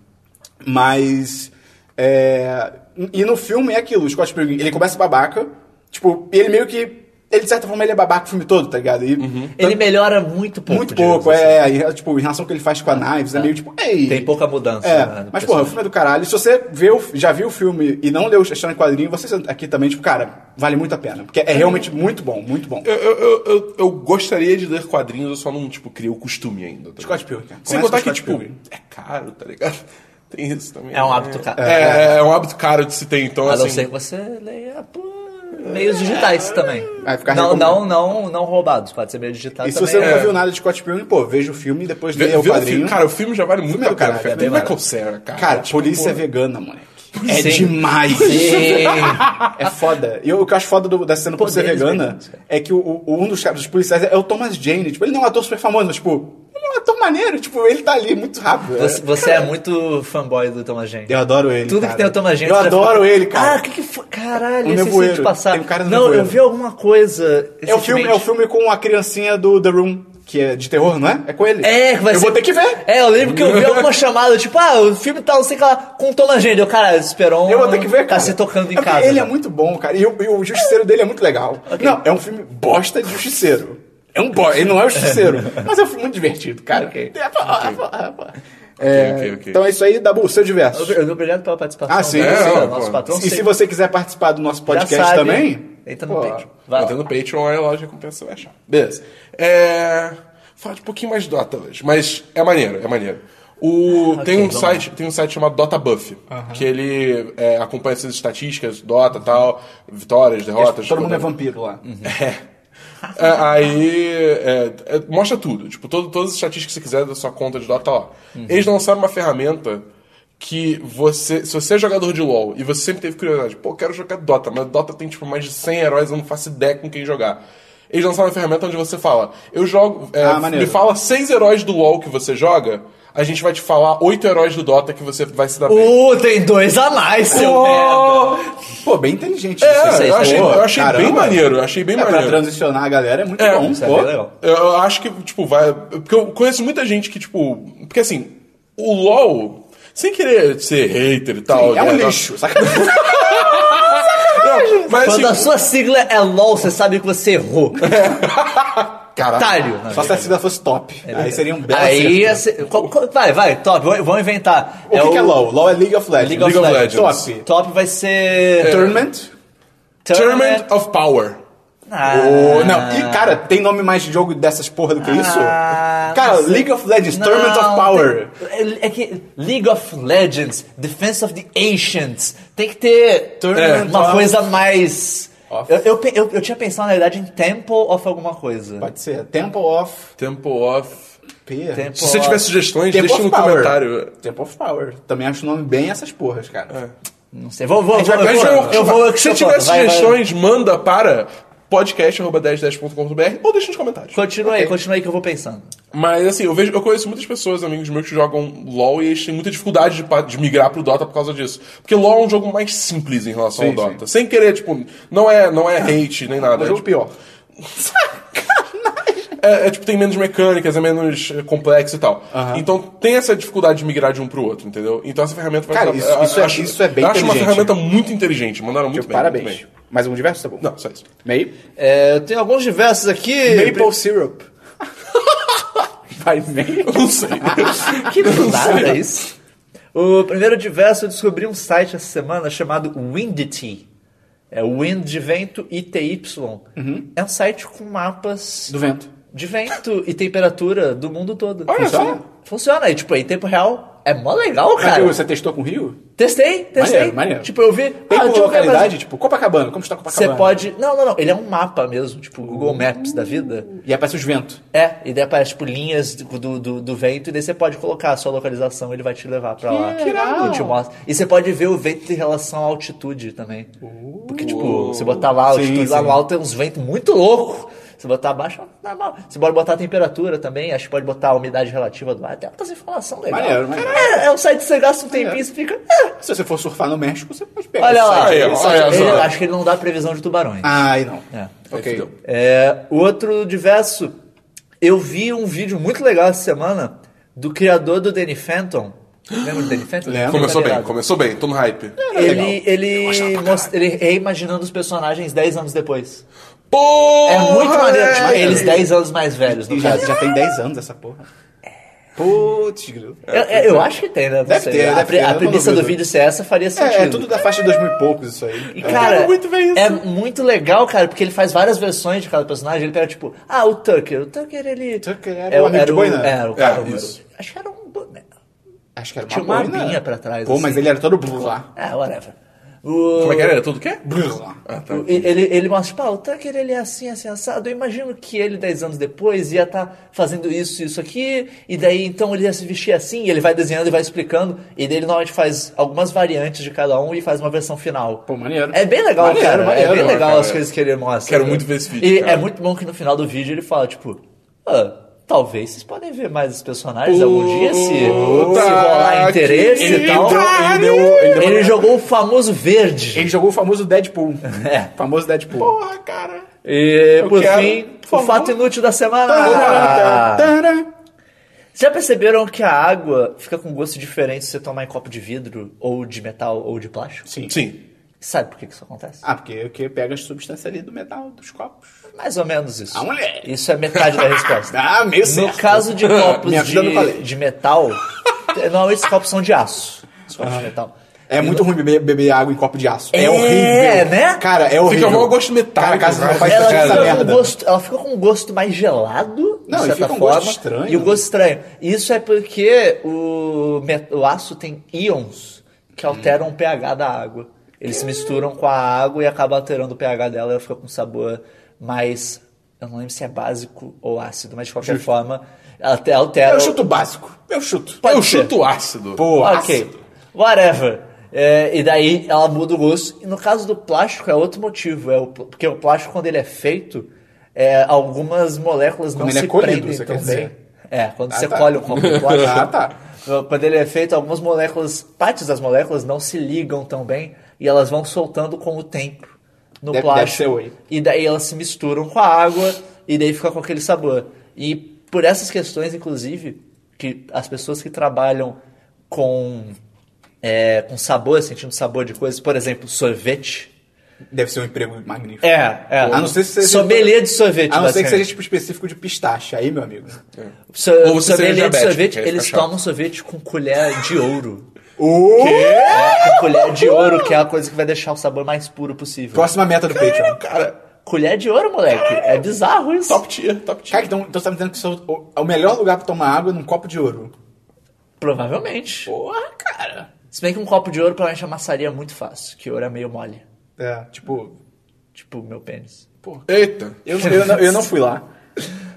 Speaker 1: Mas. É... E no filme é aquilo, o Scott Pilgrim, ele começa babaca, tipo, ele meio que. Ele, de certa forma, ele é babaca o filme todo, tá ligado? E
Speaker 2: Ele melhora muito pouco.
Speaker 1: Muito
Speaker 2: digamos
Speaker 1: pouco,
Speaker 2: assim.
Speaker 1: é, e, Tipo, em relação ao que ele faz com a Knives, é meio tipo, ei.
Speaker 2: Tem pouca mudança.
Speaker 1: É,
Speaker 2: né, do
Speaker 1: mas porra, o
Speaker 2: personagem.
Speaker 1: filme é do caralho. Se você vê o- já viu o filme e não leu a história em quadrinho, você aqui também, tipo, cara, vale muito a pena. Porque é realmente muito bom, muito bom.
Speaker 3: Eu, eu, eu, eu- eu gostaria de ler quadrinhos, eu só não, tipo, criei o costume ainda. tá ligado?
Speaker 1: Scott Pilgrim, cara.
Speaker 3: Sem
Speaker 1: Começa
Speaker 3: contar
Speaker 1: com Scott
Speaker 3: que, tipo,
Speaker 1: Pilgrim.
Speaker 3: é caro, tá ligado? <laughs> Tem isso também.
Speaker 2: É um hábito caro.
Speaker 3: É, é, um hábito caro de se ter, então,
Speaker 2: A não
Speaker 3: assim...
Speaker 2: ser que você leia por meios digitais também.
Speaker 1: Vai ficar
Speaker 2: não, não,
Speaker 1: recomendado.
Speaker 2: não, não roubados. Pode ser meio digital
Speaker 1: E se
Speaker 2: também.
Speaker 1: você nunca
Speaker 2: é.
Speaker 1: viu nada de Scott Pilgrim, pô, veja o filme e depois
Speaker 3: Vê-
Speaker 1: leia o
Speaker 3: vê o
Speaker 1: quadrinho.
Speaker 3: filme. Cara, o filme já vale muito
Speaker 1: Filme é
Speaker 3: a
Speaker 1: do
Speaker 3: pena.
Speaker 1: caralho, é
Speaker 3: Tem
Speaker 1: bem
Speaker 3: Michael Cera, cara.
Speaker 1: Cara,
Speaker 3: Tipo,
Speaker 1: polícia
Speaker 3: pô,
Speaker 1: vegana, moleque. É
Speaker 2: Sim.
Speaker 1: demais.
Speaker 2: Sim.
Speaker 1: <laughs> É foda. E eu- o que eu acho foda do, dessa cena por ser
Speaker 2: Poderes
Speaker 1: vegana
Speaker 2: veganos, cara.
Speaker 1: é que o, o- um dos caras dos policiais é o Thomas Jane. Tipo, ele não é um ator super famoso, mas, tipo, ele é um ator maneiro. Tipo, ele tá ali muito rápido.
Speaker 2: Você, você é muito fanboy do Thomas Jane.
Speaker 1: Eu adoro ele.
Speaker 2: Tudo
Speaker 1: cara.
Speaker 2: que tem o Thomas Jane.
Speaker 1: Eu
Speaker 2: você
Speaker 1: adoro
Speaker 2: fala,
Speaker 1: ele, cara.
Speaker 2: Ah, o que que foi? Caralho,
Speaker 1: O
Speaker 2: eu esqueci de
Speaker 1: nevoeiro.
Speaker 2: passar.
Speaker 1: Tem um cara do
Speaker 2: não, eu
Speaker 1: nevoeiro.
Speaker 2: vi alguma coisa.
Speaker 1: é, o filme, é o filme com a criancinha do The Room, que é de terror, não é? É com ele.
Speaker 2: É, que vai
Speaker 1: Eu
Speaker 2: ser-
Speaker 1: vou ter que ver.
Speaker 2: É, eu lembro que eu vi alguma chamada, tipo, ah, o filme tá, não sei o que lá, com o Thomas Jane. Eu, cara, esperou
Speaker 1: Eu vou ter que ver, cara.
Speaker 2: Tá se tocando em
Speaker 1: É porque
Speaker 2: casa.
Speaker 1: Ele é
Speaker 2: né?
Speaker 1: muito bom, cara. E o, e o Justiceiro dele é muito legal. Não, é um filme bosta de Justiceiro. É um bosta, ele não é o Justiceiro. mas é um filme muito divertido, cara. É,
Speaker 3: Ok, ok, ok.
Speaker 1: Então é isso aí, Dabu, seu diverso.
Speaker 2: Obri- Obrigado pela participação.
Speaker 1: Ah, sim.
Speaker 2: do nosso-
Speaker 3: É, não,
Speaker 2: nosso
Speaker 3: pô.
Speaker 2: patrão.
Speaker 1: E se você quiser participar do nosso podcast
Speaker 2: Então Já sabe,
Speaker 1: também,
Speaker 2: Entra no
Speaker 1: pô,
Speaker 2: peito. Vai lá.
Speaker 3: Entra no Patreon, aí a loja de recompensa você vai achar. Beleza. É... Falar de um pouquinho mais de Dota hoje, mas é maneiro, é maneiro. O...
Speaker 1: Ah,
Speaker 3: tem, um
Speaker 2: vamos
Speaker 3: site, tem um site chamado Dota Buff, que ele é, acompanha essas estatísticas, Dota e tal, vitórias, derrotas.
Speaker 1: todo mundo é
Speaker 3: quando-
Speaker 1: vampiro lá.
Speaker 3: É, aí é, é, mostra tudo. Tipo, todo, todas as estatísticas que você quiser da sua conta de Dota, ó.
Speaker 1: Uhum.
Speaker 3: Eles lançaram uma ferramenta que você. Se você é jogador de LOL e você sempre teve curiosidade, pô, quero jogar Dota, mas Dota tem tipo mais de 100 heróis, eu não faço ideia com quem jogar. Eles lançaram uma ferramenta onde você fala, eu jogo. é,
Speaker 1: Ah, maneiro.
Speaker 3: me fala seis heróis do LOL que você joga, a gente vai te falar oito heróis do Dota que você vai se dar bem.
Speaker 2: Uh, tem dois a mais, seu merda.
Speaker 1: Pô, bem inteligente.
Speaker 3: É,
Speaker 1: isso aí.
Speaker 3: eu achei, eu
Speaker 1: Pô,
Speaker 3: achei bem
Speaker 1: caramba.
Speaker 3: maneiro, eu achei bem
Speaker 1: É, pra
Speaker 3: maneiro.
Speaker 1: transicionar a galera é muito
Speaker 3: É,
Speaker 1: bom.
Speaker 3: isso
Speaker 2: é
Speaker 1: pô.
Speaker 2: bem legal.
Speaker 3: Eu acho que, tipo, vai. Porque eu conheço muita gente que, tipo. Porque assim, o LOL, sem querer ser hater e tal.
Speaker 1: É um
Speaker 3: né, tá-
Speaker 1: lixo, saca?
Speaker 3: Não, mas
Speaker 2: Quando a
Speaker 3: assim.
Speaker 2: sua sigla é LOL, você sabe que você
Speaker 1: <laughs>
Speaker 2: errou. Otário.
Speaker 1: Só se é
Speaker 2: na
Speaker 1: a
Speaker 2: verdade.
Speaker 1: cidade fosse top. aí seria um belo
Speaker 2: É. Aí,
Speaker 1: acerto.
Speaker 2: ia ser- qual- qual- vai, vai, top, vamos- vamos inventar.
Speaker 1: O que, que é LOL? LOL é League of Legends.
Speaker 2: League of Legends. É.
Speaker 1: Top.
Speaker 2: Top vai ser...
Speaker 1: Tournament.
Speaker 3: Tournament of Power.
Speaker 2: Ah,
Speaker 1: Ou- não, e cara, tem nome mais de jogo dessas porra do que isso?
Speaker 2: Ah,
Speaker 1: Cara,
Speaker 2: não sei.
Speaker 1: League of Legends,
Speaker 2: não,
Speaker 1: Tournament of Power.
Speaker 2: tem- é, é que League of Legends, Defense of the Ancients, tem que ter
Speaker 1: Tournament
Speaker 2: uma
Speaker 1: of-
Speaker 2: coisa mais...
Speaker 1: Of-
Speaker 2: Eu, eu, pe- eu, eu tinha pensado, na verdade, em Temple of alguma coisa.
Speaker 1: Pode ser. Temple of
Speaker 3: Temple of.
Speaker 1: P.
Speaker 2: Temple
Speaker 3: Se você
Speaker 2: of-
Speaker 3: tiver sugestões,
Speaker 1: Temple
Speaker 2: um
Speaker 3: deixa
Speaker 1: of
Speaker 3: no
Speaker 1: Power.
Speaker 3: comentário.
Speaker 1: Temple of Power. Também acho o nome bem essas porras,
Speaker 2: É,
Speaker 1: cara.
Speaker 2: Não sei, vou, vou,
Speaker 1: gente vai-
Speaker 2: vou-
Speaker 1: a gente
Speaker 2: eu,
Speaker 1: vai
Speaker 2: vou- eu vou... eu
Speaker 3: Se
Speaker 2: vou- vai,
Speaker 3: tiver
Speaker 2: vai.
Speaker 3: sugestões, manda para podcast.1010.com.br ou deixa nos comentários.
Speaker 2: Continua aí, continua aí que eu vou pensando.
Speaker 3: Mas assim, eu vejo, eu conheço muitas pessoas, amigos meus, que jogam LoL e eles têm muita dificuldade de, pa- de migrar pro Dota por causa disso. Porque LoL é um jogo mais simples em relação
Speaker 1: Sim,
Speaker 3: ao Dota. Sem querer, tipo, não é, não é hate nem nada.
Speaker 1: O
Speaker 3: É,
Speaker 1: jogo
Speaker 3: tipo,
Speaker 1: pior.
Speaker 3: é- é, tipo, tem menos mecânicas, é menos é, complexo e tal. Então tem essa dificuldade de migrar de um pro outro, entendeu? Então essa ferramenta vai
Speaker 1: Cara,
Speaker 3: tra-
Speaker 1: isso-
Speaker 3: eu
Speaker 1: isso é- isso é bem
Speaker 3: Eu acho uma
Speaker 1: inteligente.
Speaker 3: ferramenta muito inteligente, mandaram muito bem.
Speaker 1: Tipo, Parabéns.
Speaker 3: muito bem.
Speaker 1: Mais um diverso, tá bom?
Speaker 3: Não, só isso. <laughs>
Speaker 1: Meio?
Speaker 2: É, eu tenho alguns diversos aqui.
Speaker 1: Maple Syrup.
Speaker 2: <laughs>
Speaker 1: Vai meio?
Speaker 3: Eu não sei.
Speaker 2: Que nada é isso? O primeiro diverso eu descobri um site essa semana chamado Windity. É Wind de vento e TY. É um site com mapas
Speaker 1: Uhum. Do vento.
Speaker 2: de vento e temperatura do mundo todo.
Speaker 3: Olha
Speaker 1: Funciona?
Speaker 3: só.
Speaker 2: Funciona, e tipo, em tempo real é mó legal,
Speaker 1: Mas,
Speaker 2: cara.
Speaker 1: Diego, você testou com o Rio?
Speaker 2: Testei, testei.
Speaker 1: Maneiro, maneiro.
Speaker 2: Tipo, eu
Speaker 1: Tem
Speaker 2: vi. ah,
Speaker 1: por
Speaker 2: deixa eu ver, mas-
Speaker 1: localidade, tipo, Copacabana, como está
Speaker 2: Você
Speaker 1: Copacabana?
Speaker 2: pode. Não, não, não. Ele é um mapa mesmo, tipo, Google Maps da vida.
Speaker 1: E aparece os ventos.
Speaker 2: É, e daí aparece, tipo, linhas do, do, do- do vento, e daí você pode colocar a sua localização, ele vai te levar pra lá.
Speaker 1: Que legal.
Speaker 2: E te mostra. E você pode ver o vento em relação à altitude também.
Speaker 1: Uh.
Speaker 2: Porque, tipo, você botar lá a altitude
Speaker 1: Sim,
Speaker 2: lá no
Speaker 1: sim.
Speaker 2: alto, é uns ventos muito loucos. Você botar abaixo, é normal. Você pode botar a temperatura também, acho que pode botar a umidade relativa do ar. Tem altas informações legais.
Speaker 1: Maneiro, maneiro. É,
Speaker 2: É, é um site que você gasta um tempinho e você fica. "Ah".
Speaker 1: Se você for surfar no México, você pode pegar
Speaker 2: Olha
Speaker 1: esse
Speaker 2: lá.
Speaker 1: site.
Speaker 3: Aí, ó,
Speaker 2: ele só-
Speaker 3: olha
Speaker 2: ele-
Speaker 3: só.
Speaker 2: acho que ele não dá previsão de tubarões.
Speaker 1: Ah, aí não.
Speaker 2: É.
Speaker 1: <laughs> Ok.
Speaker 3: Entendeu?
Speaker 2: É, o outro diverso, eu vi um vídeo muito legal essa semana do criador do Danny Phantom. Lembra do Danny Phantom?
Speaker 1: Lembro.
Speaker 2: Tá
Speaker 3: Começou bem,
Speaker 2: ligado?
Speaker 3: começou bem, tô no
Speaker 1: É,
Speaker 3: hype.
Speaker 2: Ele, ele, most- ele reimaginando os personagens 10 anos depois.
Speaker 3: Porra!
Speaker 2: É muito maneiro, tipo,
Speaker 1: é.
Speaker 2: eles 10 anos mais velhos, no
Speaker 1: E já,
Speaker 2: caso.
Speaker 1: já tem 10 anos essa porra. Putz, grilo.
Speaker 2: Eu, eu- eu acho que tem, né? Não
Speaker 1: Deve
Speaker 2: sei.
Speaker 1: ter,
Speaker 2: a,
Speaker 1: deve
Speaker 2: pre-
Speaker 1: ter,
Speaker 2: a
Speaker 1: eu não
Speaker 2: premissa do
Speaker 1: duvido.
Speaker 2: vídeo ser essa faria sentido.
Speaker 1: É, é tudo da faixa de dois mil e poucos isso aí.
Speaker 2: E,
Speaker 1: É.
Speaker 2: cara,
Speaker 3: quero muito ver isso.
Speaker 2: é muito legal, cara, porque ele faz várias versões de cada personagem. Ele pega, tipo, ah, o Tucker. O Tucker, ele...
Speaker 1: Tucker era um amigo de boi, né?
Speaker 2: Era o
Speaker 3: É,
Speaker 2: cara... o-
Speaker 3: isso.
Speaker 2: acho que era um boneco.
Speaker 1: Acho que era uma né?
Speaker 2: Tinha uma
Speaker 1: boina.
Speaker 2: abinha pra trás,
Speaker 1: Pô,
Speaker 2: assim.
Speaker 1: mas ele era todo blá.
Speaker 2: Ah, whatever. O-
Speaker 3: Como é que era? Era tudo o quê?
Speaker 1: Blá.
Speaker 3: Ah, tá.
Speaker 2: o- Ele, ele mostra, pá, o Tucker ele é assim, assim, assado. Eu imagino que ele, 10 anos depois, ia estar fazendo isso e isso aqui, e daí então ele ia se vestir assim, e ele vai desenhando e vai explicando, e daí ele normalmente faz algumas variantes de cada um e faz uma versão final.
Speaker 1: Pô, maneiro.
Speaker 2: É bem legal,
Speaker 1: Maneiro,
Speaker 2: cara.
Speaker 1: maneiro,
Speaker 2: é bem legal
Speaker 3: cara.
Speaker 2: as coisas que ele mostra.
Speaker 3: Quero
Speaker 2: né?
Speaker 3: muito ver esse vídeo,
Speaker 2: E
Speaker 3: cara.
Speaker 2: é muito bom que no final do vídeo ele fala, tipo, "Ah, talvez vocês podem ver mais os personagens algum dia, se, se
Speaker 3: Puta
Speaker 2: rolar
Speaker 3: que
Speaker 2: interesse e tal.
Speaker 1: Ele deu, ele deu, um- ele deu
Speaker 2: Ele jogou o famoso verde.
Speaker 1: Ele jogou o famoso Deadpool.
Speaker 2: <laughs> É.
Speaker 1: O famoso Deadpool.
Speaker 3: Porra, cara.
Speaker 2: E, por
Speaker 1: é
Speaker 3: quero,
Speaker 2: fim,
Speaker 3: por
Speaker 2: o fato
Speaker 3: favor.
Speaker 2: inútil da semana.
Speaker 1: Tá, Tará, tará.
Speaker 2: Já perceberam que a água fica com gosto diferente se você tomar em copo de vidro, ou de metal, ou de plástico?
Speaker 1: Sim.
Speaker 3: Sim.
Speaker 2: Sabe por que que isso acontece?
Speaker 1: Ah, porque, porque pega as substâncias ali do metal, dos copos.
Speaker 2: Mais ou menos isso.
Speaker 1: Ah, mulher.
Speaker 2: Isso é metade da
Speaker 1: <laughs>
Speaker 2: resposta.
Speaker 1: Ah, meio
Speaker 2: No
Speaker 1: certo.
Speaker 2: caso de copos
Speaker 1: <laughs> Minha vida no
Speaker 2: de,
Speaker 1: colégio.
Speaker 2: de metal, normalmente esses copos são de aço. Os copos de metal.
Speaker 1: É muito ruim beber, beber água em copo de aço. É,
Speaker 2: É,
Speaker 1: horrível.
Speaker 2: né?
Speaker 1: Cara, é horrível.
Speaker 3: mau gosto metálico,
Speaker 1: Cara, a casa do meu pai
Speaker 3: cara.
Speaker 1: tá
Speaker 2: Ela
Speaker 1: cheia dessa
Speaker 2: fica, com um
Speaker 1: merda.
Speaker 2: gosto, ela fica com um gosto mais gelado,
Speaker 1: Não,
Speaker 2: de
Speaker 1: e
Speaker 2: certa
Speaker 1: fica um
Speaker 2: forma.
Speaker 1: gosto estranho.
Speaker 2: E o gosto estranho. Isso é porque o, met- o aço tem íons
Speaker 1: Hum.
Speaker 2: que alteram o pH da água. Eles se misturam com a água e acabam alterando o pH dela e ela fica com um sabor mais. Eu não lembro se é básico ou ácido, mas de qualquer forma, ela te- altera.
Speaker 1: Eu
Speaker 2: o-
Speaker 1: chuto básico. Eu chuto. Ah,
Speaker 2: Pode
Speaker 3: eu
Speaker 2: ser.
Speaker 3: chuto ácido.
Speaker 1: Pô,
Speaker 2: Ok, whatever. É, e daí ela muda o gosto. E no caso do plástico é outro motivo. É o, pl- porque o plástico, quando ele é feito, é, algumas moléculas não
Speaker 1: Quando ele
Speaker 2: se
Speaker 1: é colhido,
Speaker 2: prendem
Speaker 1: você
Speaker 2: tão
Speaker 1: quer
Speaker 2: bem.
Speaker 1: dizer?
Speaker 2: É, quando
Speaker 1: Ah,
Speaker 2: você
Speaker 1: tá.
Speaker 2: colhe um
Speaker 1: <laughs>
Speaker 2: copo de plástico.
Speaker 1: Ah, tá.
Speaker 2: Quando ele é feito, algumas moléculas, partes das moléculas não se ligam tão bem e elas vão soltando com o tempo no
Speaker 1: Deve-
Speaker 2: plástico.
Speaker 1: deve ser whey.
Speaker 2: E daí elas se misturam com a água e daí fica com aquele sabor. E por essas questões, inclusive, que as pessoas que trabalham com, é, com sabor, sentindo sabor de coisas, por exemplo, sorvete.
Speaker 1: Deve ser um emprego magnífico.
Speaker 2: É, assim. é.
Speaker 1: A não ser se você-
Speaker 2: Sommelier de sorvete,
Speaker 1: A não ser que seja
Speaker 2: basicamente.
Speaker 1: tipo específico de pistache, aí, meu amigo.
Speaker 2: So-
Speaker 3: Ou você seja
Speaker 2: sommelier de
Speaker 3: diabético,
Speaker 2: sorvete,
Speaker 3: que aí fica
Speaker 2: eles
Speaker 3: chato.
Speaker 2: tomam sorvete com colher de ouro.
Speaker 1: O
Speaker 2: É, com colher de ouro, que é a coisa que vai deixar o sabor mais puro possível.
Speaker 1: Próxima meta do Patreon.
Speaker 3: Cara,
Speaker 2: Colher de ouro, moleque. É bizarro isso.
Speaker 3: top tier, top tier.
Speaker 1: Cara, então, então você tá me dizendo que isso é o- o melhor lugar pra tomar água é num copo de ouro.
Speaker 2: Provavelmente.
Speaker 1: Porra, cara.
Speaker 2: Se bem que um copo de ouro provavelmente amassaria muito fácil, que ouro é meio mole.
Speaker 1: É, tipo,
Speaker 2: Tipo o meu pênis.
Speaker 3: Eita.
Speaker 1: eu, eu, não, eu não fui lá.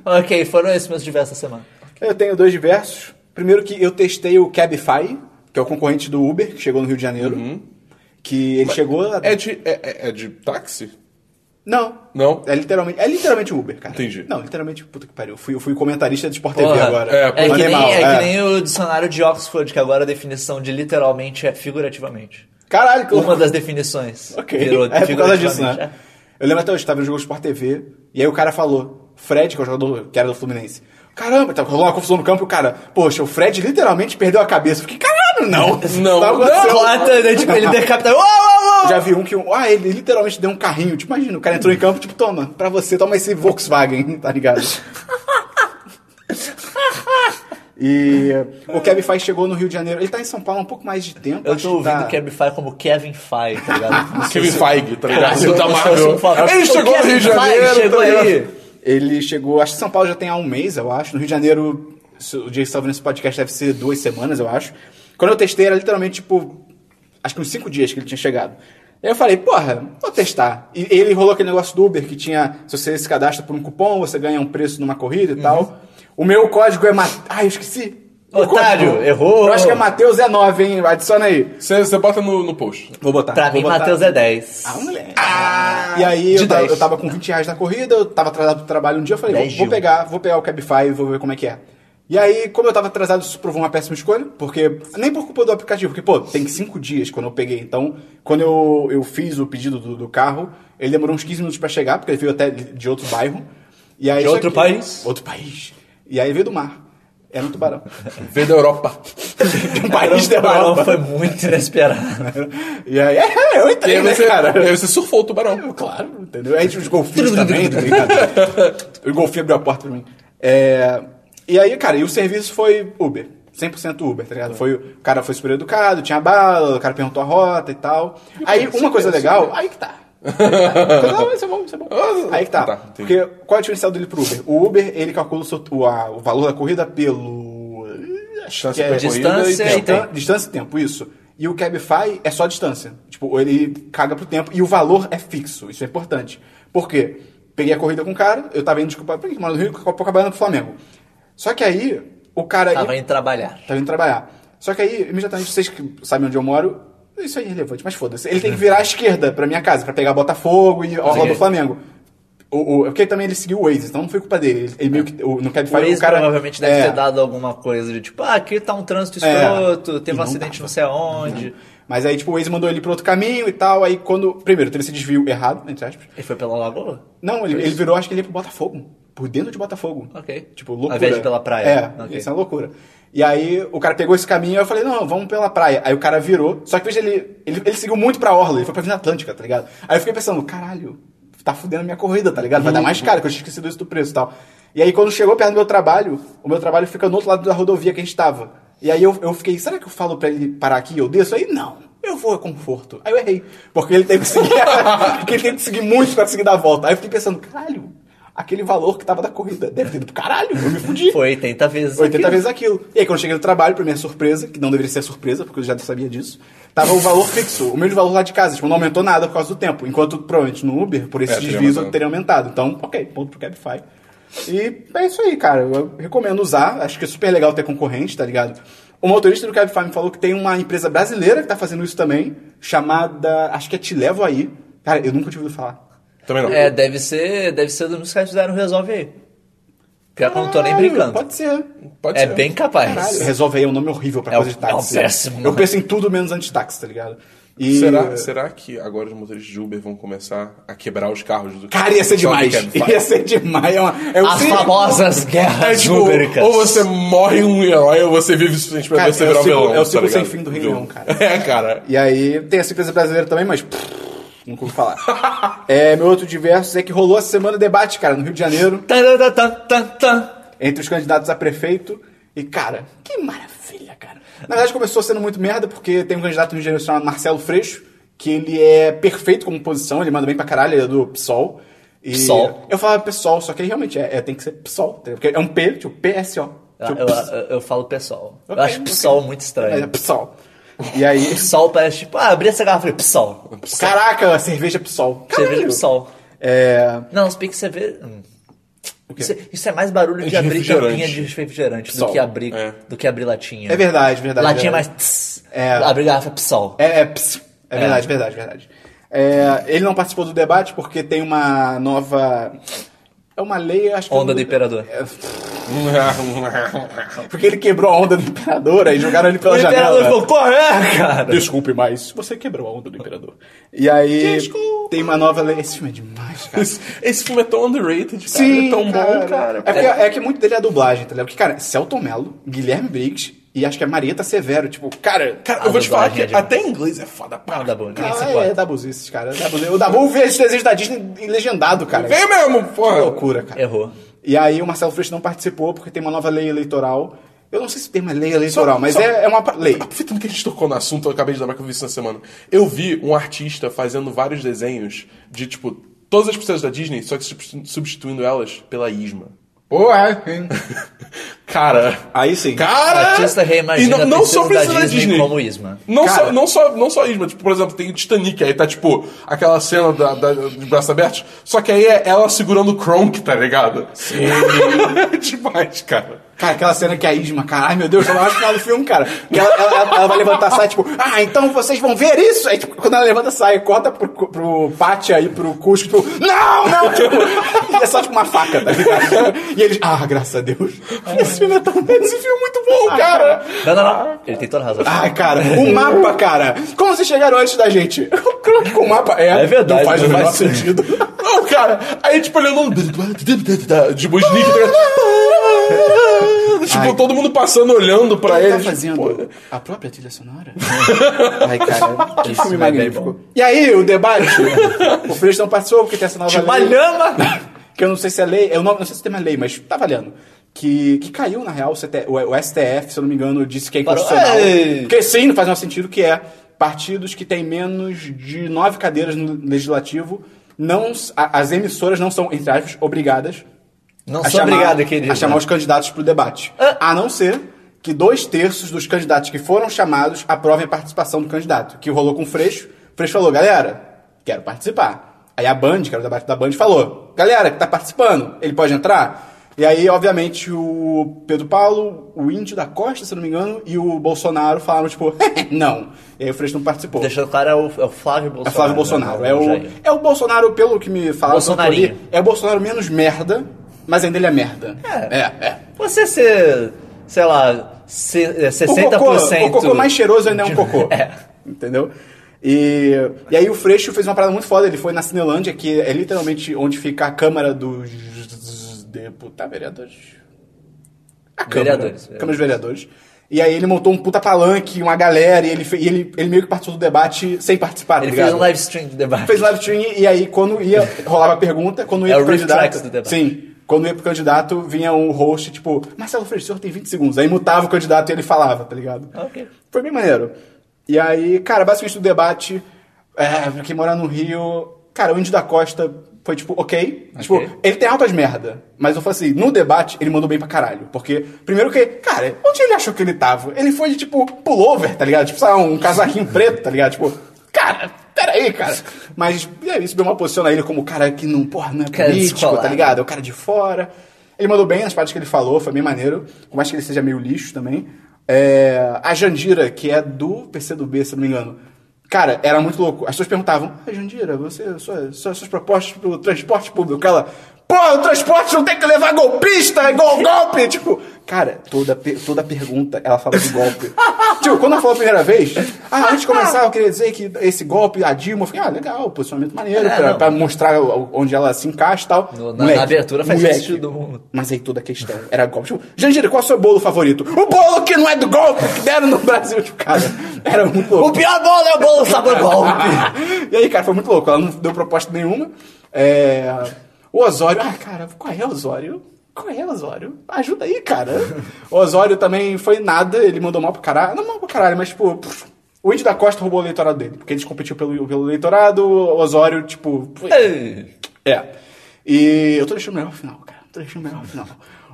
Speaker 2: Ok, foram esses meus diversos essa semana.
Speaker 1: Eu tenho dois diversos. Primeiro que eu testei o Cabify, que é o concorrente do Uber, que chegou no Rio de Janeiro.
Speaker 2: Uhum.
Speaker 1: Que ele chegou... a-
Speaker 3: É de, é, é- é de táxi?
Speaker 1: Não.
Speaker 3: Não?
Speaker 1: É literalmente, é literalmente Uber, cara.
Speaker 3: Entendi.
Speaker 1: Não, literalmente, puta que pariu. Eu fui, eu fui comentarista do Sport TV
Speaker 2: Porra,
Speaker 1: agora. um
Speaker 3: é,
Speaker 2: é, que
Speaker 1: Mandei
Speaker 2: nem,
Speaker 1: mal,
Speaker 2: é que nem o dicionário de Oxford, que agora a definição de literalmente é figurativamente.
Speaker 1: Caralho, que
Speaker 2: Uma
Speaker 1: loucura. <laughs>
Speaker 2: das definições.
Speaker 1: Ok.
Speaker 2: Virou
Speaker 1: é por causa disso,
Speaker 2: figurativamente,
Speaker 1: né? Eu lembro até hoje, tava no jogo do Sport TV, e aí o cara falou, Fred, que é o jogador que era do Fluminense. Caramba, tava rolando uma confusão no campo, e o cara, poxa, o Fred literalmente perdeu a cabeça. Eu fiquei, caralho, não.
Speaker 3: Não,
Speaker 1: Tá
Speaker 2: é.
Speaker 1: acontecendo-
Speaker 2: Plata, né? Tipo, ele decapita. Uou, uou, uou!
Speaker 1: Já vi um que, um- ah, ele literalmente deu um carrinho. Tipo, imagina, o cara entrou em campo, tipo, toma, <laughs>
Speaker 2: <laughs>
Speaker 1: pra você, toma esse Volkswagen, tá ligado? E o Kevin Feige chegou no Rio de Janeiro. Ele tá em São Paulo há um pouco mais de tempo.
Speaker 2: Eu
Speaker 1: acho
Speaker 2: tô
Speaker 1: que tá-
Speaker 2: ouvindo Kevin Feige como Kevin Feige, tá
Speaker 3: <laughs>
Speaker 2: ligado? Como se
Speaker 3: Kevin
Speaker 2: fosse- um
Speaker 3: Feige, tá ligado?
Speaker 2: Como se
Speaker 3: Da
Speaker 2: fosse
Speaker 3: Marvel.
Speaker 2: um favor.
Speaker 3: Ele
Speaker 2: O
Speaker 3: chegou no
Speaker 2: Kevin
Speaker 3: Rio de
Speaker 2: Feige
Speaker 3: Janeiro,
Speaker 2: chegou
Speaker 3: tá ligado?
Speaker 2: aí.
Speaker 1: Ele chegou, acho que São Paulo já tem há um mês, eu acho. No Rio de Janeiro, se- o dia que você tá ouvindo esse podcast deve ser duas semanas, eu acho. Quando eu testei, era literalmente, tipo, acho que uns cinco dias que ele tinha chegado. Aí eu falei, porra, vou testar. E ele rolou aquele negócio do Uber que tinha, se você se cadastra por um cupom, você ganha um preço numa corrida e
Speaker 2: Uhum.
Speaker 1: tal. O meu código é. Ma... Ah, eu esqueci. O
Speaker 2: Otário,
Speaker 1: código.
Speaker 2: errou.
Speaker 1: Eu acho que é Mateus é 9, hein? Adiciona aí.
Speaker 3: Você você bota no, no post.
Speaker 1: Vou botar.
Speaker 2: Pra
Speaker 1: vou
Speaker 2: mim,
Speaker 1: botar.
Speaker 2: Matheus é 10.
Speaker 1: Ah, moleque. E aí
Speaker 2: De
Speaker 1: eu, ta-
Speaker 2: 10.
Speaker 1: eu tava com 20 reais na corrida, eu tava atrasado pro trabalho um dia, eu falei,
Speaker 2: 10
Speaker 1: vou, vou
Speaker 2: Gil.
Speaker 1: pegar, vou pegar o Cabify e vou ver como é que é. E aí, como eu tava atrasado, isso provou uma péssima escolha, porque. Nem por culpa do aplicativo, porque, pô, tem cinco dias quando eu peguei. Então, quando eu, eu fiz o pedido do, do carro, ele demorou uns 15 minutos pra chegar, porque ele veio até de de outro bairro. E aí,
Speaker 2: De
Speaker 1: isso
Speaker 2: outro país?
Speaker 1: Outro país. E aí veio do mar. Era um tubarão.
Speaker 3: Veio da Europa.
Speaker 1: De um país da
Speaker 2: Barão <laughs>
Speaker 1: Europa.
Speaker 2: foi muito inesperado.
Speaker 1: E aí, é, eu
Speaker 3: E
Speaker 1: entrei,
Speaker 3: aí
Speaker 1: né,
Speaker 3: você,
Speaker 1: cara?
Speaker 3: e aí você surfou o tubarão.
Speaker 1: Claro, entendeu? Aí tinha os golfinhos também, tá ligado? O golfinho abriu a porta pra mim. É, E aí, cara, e o serviço foi Uber. 100% Uber, tá ligado? Foi, o cara foi super educado, tinha bala, o cara perguntou a rota e tal. aí, uma coisa legal... Aí que tá. Aí que tá. Coisa-
Speaker 3: <laughs>
Speaker 1: Não, isso é bom, isso é bom. Aí que tá.
Speaker 3: Tá, entendi.
Speaker 1: Porque qual é o diferencial dele pro Uber? O Uber, ele calcula o, seu- o- a- o valor da corrida pelo... Acho que
Speaker 3: Distância
Speaker 1: é...
Speaker 3: percorrida
Speaker 2: Distância
Speaker 3: e
Speaker 2: e
Speaker 3: tempo.
Speaker 1: Distan- Distância e tempo, isso. E o Cabify é só distância. Tipo, ele caga pro tempo. E o valor é fixo. Isso é importante. Por quê? Peguei a corrida com o cara, eu tava indo desculpa, pra que mora no Rio, Copacabana pro Flamengo. Só que aí, o cara.
Speaker 2: <laughs> Tava indo trabalhar.
Speaker 1: Tava indo trabalhar. Só que aí, imediatamente, vocês que sabem onde eu moro, isso é irrelevante, mas foda-se. Ele tem que virar à esquerda pra minha casa, pra pegar Botafogo e a orla
Speaker 2: é-
Speaker 1: do Flamengo. O, o, porque também ele seguiu o Waze, então não foi culpa dele. Ele, ele meio que. O, no Cabify,
Speaker 2: O
Speaker 3: um
Speaker 2: Waze
Speaker 1: o cara.
Speaker 2: provavelmente deve
Speaker 1: é,
Speaker 2: ter dado alguma coisa de tipo, ah, aqui tá um trânsito
Speaker 1: É.
Speaker 2: escroto, teve
Speaker 1: E
Speaker 2: um
Speaker 1: não
Speaker 2: acidente
Speaker 1: tava.
Speaker 2: não sei aonde.
Speaker 1: Mas aí, tipo, o Waze mandou ele pro outro caminho e tal. Aí, quando. Primeiro, teve esse desvio errado, entre aspas.
Speaker 2: Ele foi pela lagoa?
Speaker 1: Não, ele, ele virou, acho que ele ia pro Botafogo. Por dentro de Botafogo.
Speaker 2: Ok.
Speaker 1: Tipo, loucura.
Speaker 2: Ao invés de pela praia.
Speaker 1: É,
Speaker 2: Ok.
Speaker 1: isso é uma loucura. E aí, o cara pegou esse caminho, aí eu falei, não, vamos pela praia. Aí o cara virou, só que veja, ele, ele, ele seguiu muito pra Orla, ele foi pra Avenida Atlântica, tá ligado? Aí eu fiquei pensando, caralho, tá fudendo a minha corrida, tá ligado? Vai dar mais caro, que eu tinha esquecido isso do preço e tal. E aí, quando chegou perto do meu trabalho, o meu trabalho fica no outro lado da rodovia que a gente tava. E aí eu, eu fiquei, será que eu falo pra ele parar aqui e eu desço? Aí, não. Eu vou a conforto. Aí eu errei. Porque ele teve que seguir. <laughs> porque ele teve que seguir muito pra conseguir dar a volta. Aí eu fiquei pensando, caralho, aquele valor que tava da corrida deve ter ido pro caralho. Eu me fudi.
Speaker 2: Foi 80
Speaker 3: é
Speaker 2: vezes.
Speaker 1: 80
Speaker 2: aquilo.
Speaker 1: vezes aquilo. E aí, quando eu cheguei no trabalho, pra minha surpresa, que não deveria ser surpresa, porque eu já sabia disso, tava o valor fixo, o mesmo valor lá de casa. Tipo, não aumentou nada por causa do tempo. Enquanto, provavelmente, no Uber, por esse
Speaker 3: É, teria
Speaker 1: desvio,
Speaker 3: aumentado.
Speaker 1: teria aumentado. Então, ok, ponto pro Cabify. E é isso aí, cara. Eu recomendo usar. Acho que é super legal ter concorrente, tá ligado? O motorista do Cabify me falou que tem uma empresa brasileira que tá fazendo isso também, chamada... Acho que é Te Levo Aí. Cara, eu nunca tinha ouvido falar.
Speaker 3: Também não.
Speaker 2: É, deve ser, deve ser dos caras que fizeram Resolve Aí. Pior que eu não tô nem
Speaker 1: Caralho,
Speaker 2: brincando.
Speaker 1: Ah, Pode ser.
Speaker 3: Pode
Speaker 2: é
Speaker 3: ser.
Speaker 2: bem capaz.
Speaker 1: Caralho, resolve aí é um nome horrível pra
Speaker 2: É
Speaker 1: coisa
Speaker 2: um-
Speaker 1: de táxi.
Speaker 2: é um péssimo
Speaker 1: Eu
Speaker 2: nome.
Speaker 1: penso em tudo menos anti-táxi, tá ligado? E-
Speaker 3: Será, será que agora os motoristas de Uber vão começar a quebrar os carros do
Speaker 1: Cara, ia ser
Speaker 3: Só do
Speaker 1: demais.
Speaker 3: Cabify?
Speaker 1: Ia ser demais. É uma, é um
Speaker 2: As
Speaker 1: sim-
Speaker 2: famosas
Speaker 3: É
Speaker 2: guerras
Speaker 3: tipo,
Speaker 2: númericas.
Speaker 3: ou você morre um herói ou você vive o suficiente pra
Speaker 1: Cara,
Speaker 3: você
Speaker 1: é o
Speaker 3: virar um
Speaker 1: ciclo-
Speaker 3: vilão.
Speaker 1: é o
Speaker 3: tá
Speaker 1: ciclo sem
Speaker 3: ligado?
Speaker 1: fim do Réveillon, cara.
Speaker 3: <laughs> É, cara.
Speaker 1: E aí, tem essa empresa brasileira também, mas. pff, Nunca ouvi
Speaker 3: <laughs>
Speaker 1: falar. é, meu outro diverso é que rolou essa semana o debate, cara, no Rio de Janeiro,
Speaker 2: Tararatatatã.
Speaker 1: entre os candidatos a prefeito. E, cara, que maravilha, cara. Na verdade, começou sendo muito merda, porque tem um candidato no Rio de Janeiro chamado Marcelo Freixo, que ele é perfeito como posição, ele manda bem pra caralho, ele é do PSOL. E
Speaker 2: PSOL.
Speaker 1: Eu falava PSOL, só que ele realmente é, é- tem que ser PSOL, entendeu? porque é um P, tipo PSO.
Speaker 2: Ah,
Speaker 1: Tipo,
Speaker 2: Eu,
Speaker 1: ps-
Speaker 2: eu, eu falo pessoal.
Speaker 1: Ok,
Speaker 2: eu acho
Speaker 1: ok.
Speaker 2: pessoal muito
Speaker 1: Mas é
Speaker 2: estranho.
Speaker 1: PSOL. E aí.
Speaker 2: <laughs> Pessoal parece tipo, ah, abri essa garrafa e falei, pessoal.
Speaker 1: Caraca, cerveja PSOL.
Speaker 2: Cerveja
Speaker 1: Caralho.
Speaker 2: pessoal.
Speaker 1: É.
Speaker 2: Não, se bem que você vê. hum.
Speaker 1: quê?
Speaker 2: Isso, é- isso é mais barulho de,
Speaker 3: De
Speaker 2: abrir
Speaker 3: refrigerante.
Speaker 2: tampinha de refrigerante
Speaker 1: Sol.
Speaker 2: do que abrir,
Speaker 3: É.
Speaker 2: do que abrir latinha.
Speaker 1: É verdade, verdade.
Speaker 2: latinha
Speaker 1: verdade.
Speaker 2: mais. Tss,
Speaker 1: É.
Speaker 2: Abrir garrafa psol.
Speaker 1: É, é, ps- é verdade, verdade, verdade. É, ele não participou do debate porque tem uma nova. É uma lei, acho que.
Speaker 2: Onda do imperador.
Speaker 1: Porque ele quebrou a onda do imperador, aí jogaram ele pela
Speaker 2: o imperador
Speaker 1: janela.
Speaker 2: falou, qual é, cara?
Speaker 1: Desculpe, mas você quebrou a onda do imperador. E aí. Tem uma nova lei. Esse filme é demais, <laughs> cara.
Speaker 3: Esse, esse filme é tão underrated, cara. é tão bom, cara.
Speaker 1: É, porque, é que muito dele é a dublagem, tá ligado? Porque, cara, Celton Mello, Guilherme Briggs e acho que é Marieta Severo. Tipo, cara,
Speaker 3: Cara,
Speaker 2: A
Speaker 3: eu vou te falar que
Speaker 2: dublagem é
Speaker 3: até em inglês é foda pra
Speaker 2: Não, dá bom, ninguém
Speaker 1: Não,
Speaker 2: se
Speaker 1: é, é
Speaker 2: importa.
Speaker 1: Dabuzinho esses caras. Dabuzinho. O Dabu vê esses desenhos da Disney em legendado, cara.
Speaker 3: Vem mesmo,
Speaker 1: Que
Speaker 3: porra.
Speaker 2: É.
Speaker 1: loucura, cara.
Speaker 2: Errou.
Speaker 1: E aí o Marcelo Freixo não participou porque tem uma nova lei eleitoral. Eu não sei se o termo é lei eleitoral,
Speaker 3: Só-
Speaker 1: mas
Speaker 3: só-
Speaker 1: é, é uma pa- lei.
Speaker 3: Aproveitando que a gente tocou no assunto, eu acabei de lembrar que eu vi isso na semana. Eu vi um artista fazendo vários desenhos de, tipo, todas as princesas da Disney, só que substitu- substituindo elas pela Isma.
Speaker 1: Pô, é. hein?
Speaker 3: <laughs> Cara.
Speaker 1: Aí sim. É, tipo,
Speaker 3: Cara!
Speaker 2: Artista reimagina
Speaker 3: E não, não
Speaker 2: princesa
Speaker 3: só
Speaker 2: da
Speaker 3: princesa da
Speaker 2: Disney
Speaker 3: Disney,
Speaker 2: como Isma.
Speaker 3: Não,
Speaker 1: Cara.
Speaker 3: só, não, só, não só Isma, tipo, por exemplo, tem o Titanic, aí tá tipo aquela cena da, da- de braços abertos, só que aí é ela segurando o Kronk, tá ligado? <laughs> Sim. Demais, cara.
Speaker 1: Cara, aquela cena que a Isma, cara, ai meu Deus, eu não acho o final do filme, cara. Que ela, ela- ela- ela vai levantar, sai, tipo, ah, então vocês vão ver isso. Aí, tipo, quando ela levanta, sai, corta pro, pro Pátia e pro Cusco, tipo, não, não, tipo, <laughs> é só tipo uma faca, tá ligado? <laughs> E eles, ah, graças a Deus. Esse filme é tão bom, esse filme é muito bom, cara.
Speaker 2: Não, não, não. Ele tem toda a razão.
Speaker 1: Ai, cara, o mapa, cara. Como vocês chegaram antes da gente? <laughs> O Croc com o mapa é.
Speaker 2: É verdade,
Speaker 1: Não faz o
Speaker 2: não
Speaker 1: menor
Speaker 2: faz
Speaker 1: sentido.
Speaker 3: <laughs> Não, cara, aí tipo olhando um. De Bosnick, tá ligado? Tipo, todo mundo passando, olhando pra
Speaker 1: tá
Speaker 3: ele. tipo, pô.
Speaker 1: a própria trilha <laughs> sonora? Ai, cara, que
Speaker 2: Isso
Speaker 1: filme
Speaker 2: é bem
Speaker 1: magnífico.
Speaker 2: bom.
Speaker 1: E aí, o debate? o Freire não participou porque tem essa nova lei.
Speaker 2: Malhama!
Speaker 1: <laughs> Que eu não sei se é lei, eu não, não sei se tem uma lei, mas tá valendo. Que, que caiu, na real, o, CT o- o STF, se eu não me engano, disse que é
Speaker 2: Parou.
Speaker 1: inconstitucional.
Speaker 2: Ei!
Speaker 1: Porque sim, não faz o menor sentido que é partidos que têm menos de nove cadeiras no legislativo, não, s- a- as emissoras não são, entre aspas, obrigadas
Speaker 2: Não sou obrigado, querido.
Speaker 1: a chamar os candidatos para o debate. A não ser que dois terços dos candidatos que foram chamados aprovem a participação do candidato. Que rolou com o Freixo. O Freixo falou, galera, quero participar. Aí a Band, que era o debate da Band, falou, galera que tá participando, ele pode entrar? E aí, obviamente, o Pedro Paulo, o Índio da Costa, se eu não me engano, e o Bolsonaro falaram, tipo, <laughs> não. E aí o Freixo não participou.
Speaker 2: Deixando claro, é o, é o Flávio Bolsonaro.
Speaker 1: É Flávio Bolsonaro.
Speaker 2: né?
Speaker 1: É o,
Speaker 2: Jair.
Speaker 1: é o Bolsonaro, pelo que me falaram,
Speaker 2: Bolsonarinho.
Speaker 1: pelo que eu li, é o Bolsonaro menos merda, mas ainda ele é merda.
Speaker 2: É.
Speaker 1: é. é.
Speaker 2: Você ser, sei lá, se, é,
Speaker 1: O
Speaker 2: 60%.
Speaker 1: cocô, o cocô mais cheiroso
Speaker 2: <laughs>
Speaker 1: ainda é um cocô.
Speaker 2: É.
Speaker 1: Entendeu? E, e aí o Freixo fez uma parada muito foda. Ele foi na Cinelândia, que é literalmente onde fica a Câmara dos Deputados... Vereadores? A Câmara.
Speaker 2: Vereadores,
Speaker 1: Câmara dos Vereadores. E aí ele montou um puta palanque, uma galera, e ele, fe- e ele, ele meio que participou do debate sem participar, tá
Speaker 2: Ele
Speaker 1: ligado?
Speaker 2: fez um live stream de debate.
Speaker 1: fez live stream e aí quando ia, rolava a pergunta, quando ia
Speaker 2: É o
Speaker 1: pro
Speaker 2: riff
Speaker 1: candidato.
Speaker 2: tracks do debate.
Speaker 1: Sim. Quando ia pro candidato, vinha um host, tipo, Marcelo Freixo, o senhor tem 20 segundos. Aí mutava o candidato e ele falava, tá ligado?
Speaker 2: Ok.
Speaker 1: Foi bem maneiro. E aí, cara, basicamente do debate, é, pra quem mora no Rio, cara, o Índio da Costa foi tipo, ok. Tipo, ele tem altas merda. Mas eu falei assim, no debate ele mandou bem pra caralho. Porque, primeiro que, cara, onde ele achou que ele tava? Ele foi de tipo pullover, tá ligado? Tipo, sabe, um casaquinho preto, tá ligado? Tipo, cara, peraí, cara. Mas é, isso deu uma posiciona ele como cara que não, porra, não é
Speaker 2: Cara
Speaker 1: político, tá
Speaker 2: descolado.
Speaker 1: ligado? É o cara de fora. Ele mandou bem nas partes que ele falou, foi bem maneiro. Por mais que ele seja meio lixo também. É, a Jandira, que é do PCdoB, se eu não me engano. Cara, era muito louco. As pessoas perguntavam, ah, Jandira, você, sua, sua- suas propostas pro transporte público. Ela, pô, o transporte não tem que levar golpista, é gol, golpe. Tipo, cara, toda, pe- toda pergunta ela fala de
Speaker 2: <laughs>
Speaker 1: golpe. tipo, quando ela falou a primeira vez, ah, antes de começar eu queria dizer que esse golpe, a Dilma, eu fiquei, ah, legal, posicionamento maneiro,
Speaker 2: É,
Speaker 1: pra,
Speaker 2: não.
Speaker 1: pra mostrar o- onde ela se encaixa e tal.
Speaker 2: No- na- na abertura faz sentido do mundo.
Speaker 1: Mas aí toda a questão era golpe. Tipo, Jandira, qual é o seu bolo favorito? O bolo que não é do golpe que deram no Brasil, <laughs> tipo, cara. Era muito louco.
Speaker 2: O pior bolo é o bolo sabor golpe.
Speaker 1: <laughs> e aí, cara, foi muito louco. Ela não deu proposta nenhuma. É... O Osório. Ah, cara, qual é o Osório? Qual é o Osório? Ajuda aí, cara. O Osório também foi nada. Ele mandou mal pro caralho. Não mal pro caralho, mas tipo. pff, O Índio da Costa roubou o eleitorado dele. Porque eles competiam pelo, pelo eleitorado. O Osório, tipo. foi-
Speaker 2: Ei.
Speaker 1: é. E eu tô deixando o melhor pro final, cara. Tô deixando o melhor pro final.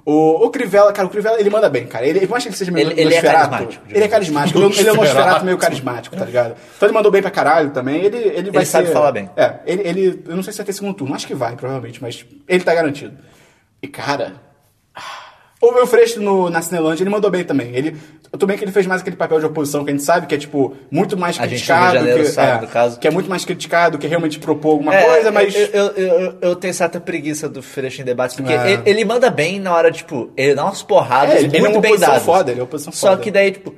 Speaker 1: O, o Crivella, cara, o Crivella, ele manda bem, cara. Ele, por mais que ele seja meio
Speaker 2: Ele- ele é
Speaker 1: Nosferatu,
Speaker 2: carismático, digamos.
Speaker 1: Ele é carismático. Ele é-
Speaker 2: <laughs>
Speaker 1: ele é um
Speaker 3: Nosferatu.
Speaker 1: Nosferatu meio carismático, tá ligado? Então ele mandou bem pra caralho também. Ele, ele vai
Speaker 2: Ele sabe
Speaker 1: ser-
Speaker 2: falar bem.
Speaker 1: É. Ele, ele- eu não sei se vai ter segundo turno. Acho que vai, provavelmente. Mas ele tá garantido. E, cara... ah, O meu Freixo no, na Cinelândia, ele mandou bem também. Ele, tudo bem que ele fez mais aquele papel de oposição que a gente sabe que é, tipo, muito mais
Speaker 2: A gente do Rio de
Speaker 1: criticado.
Speaker 2: Janeiro
Speaker 1: que,
Speaker 2: sabe,
Speaker 1: é,
Speaker 2: no caso.
Speaker 1: que é muito mais criticado, que realmente propor alguma
Speaker 2: É,
Speaker 1: coisa, mas...
Speaker 2: Eu, eu, eu- eu tenho certa preguiça do Freixo em debates, porque
Speaker 1: É.
Speaker 2: ele, ele manda bem na hora, tipo, ele dá umas porradas
Speaker 1: É, ele- ele
Speaker 2: muito
Speaker 1: é uma
Speaker 2: bem
Speaker 1: oposição
Speaker 2: dadas.
Speaker 1: foda, ele é uma oposição
Speaker 2: Só
Speaker 1: foda.
Speaker 2: que daí, tipo,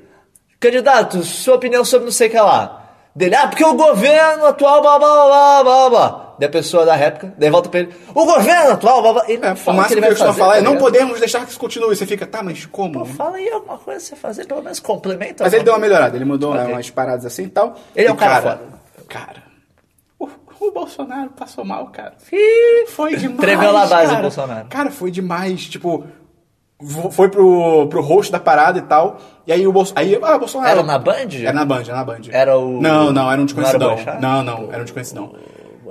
Speaker 2: candidato, sua opinião sobre não sei o que lá. Dele, ah, porque o governo atual, blá, blá, blá, blá, blá, blá. Daí a pessoa da réplica, daí volta pra ele, o governo atual, blá, blá. Ele
Speaker 1: É,
Speaker 2: não
Speaker 1: o
Speaker 2: fala o que
Speaker 1: máximo
Speaker 2: ele
Speaker 1: que eu
Speaker 2: vai
Speaker 1: costumo
Speaker 2: fazer.
Speaker 1: falar
Speaker 2: tá
Speaker 1: é não
Speaker 2: ligado?
Speaker 1: podemos deixar que isso continue. Você fica, tá, mas como?
Speaker 2: Fala aí alguma coisa pra você fazer, pelo menos complementa.
Speaker 1: Mas ele deu uma melhorada, ele mudou né,
Speaker 2: Ok.
Speaker 1: umas paradas assim e tal.
Speaker 2: Ele é um
Speaker 1: E,
Speaker 2: cara
Speaker 1: Cara, o, o Bolsonaro passou mal, cara.
Speaker 2: Ih,
Speaker 1: Foi demais.
Speaker 2: Tremeu na base
Speaker 1: cara.
Speaker 2: o Bolsonaro.
Speaker 1: Cara, foi demais. Tipo, vo- foi pro, pro host da parada e tal. E aí o Bolsonaro. Aí, ah, Bolsonaro.
Speaker 2: Era na Band?
Speaker 1: Era na Band, era na Band.
Speaker 2: Era o-
Speaker 1: Não, não, era um
Speaker 2: Não
Speaker 1: desconhecidão.
Speaker 2: era o Boechat?
Speaker 1: Não, não, era um desconhecidão.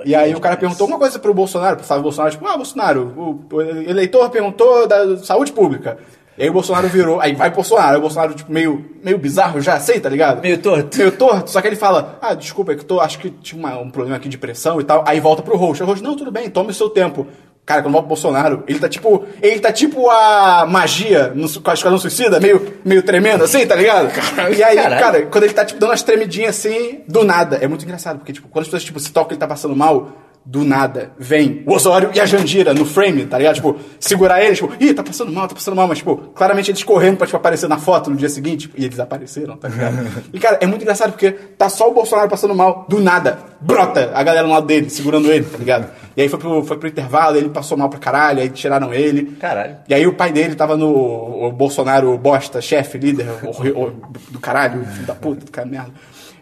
Speaker 1: E aí o cara perguntou alguma coisa pro Bolsonaro, pro Flávio Bolsonaro, tipo, ah, Bolsonaro, o, o eleitor perguntou da saúde pública. E aí o Bolsonaro virou, aí vai Bolsonaro, aí o Bolsonaro, tipo, meio, meio bizarro já, sei, tá ligado?
Speaker 2: Meio torto.
Speaker 1: Meio torto, só que ele fala, ah, desculpa, é que eu tô, acho que tinha uma- um problema aqui de pressão e tal. Aí volta pro host, o host, não, tudo bem, tome o seu tempo. Cara, quando volta o Bolsonaro, ele tá tipo, ele tá tipo a magia no su- com a Esquadrão Suicida, meio, meio tremendo assim, tá ligado? E aí,
Speaker 2: Caralho.
Speaker 1: cara, quando ele tá, tipo, dando umas tremidinhas assim, do nada. É muito engraçado, porque, tipo, quando as pessoas, tipo, se tocam que ele tá passando mal, do nada vem o Osório e a Jandira no frame, tá ligado? Tipo, segurar ele, tipo, ih, tá passando mal, tá passando mal, mas, tipo, claramente eles correndo pra, tipo, aparecer na foto no dia seguinte, tipo, e eles apareceram, tá ligado? E, cara, é muito engraçado porque tá só o Bolsonaro passando mal, do nada, brota a galera no lado dele, segurando ele, tá ligado? E aí foi pro, foi pro intervalo, ele passou mal pra caralho, aí tiraram ele.
Speaker 2: Caralho.
Speaker 1: E aí o pai dele tava no o Bolsonaro bosta, chefe, líder, o- o- do caralho, filho da puta, do cara merda.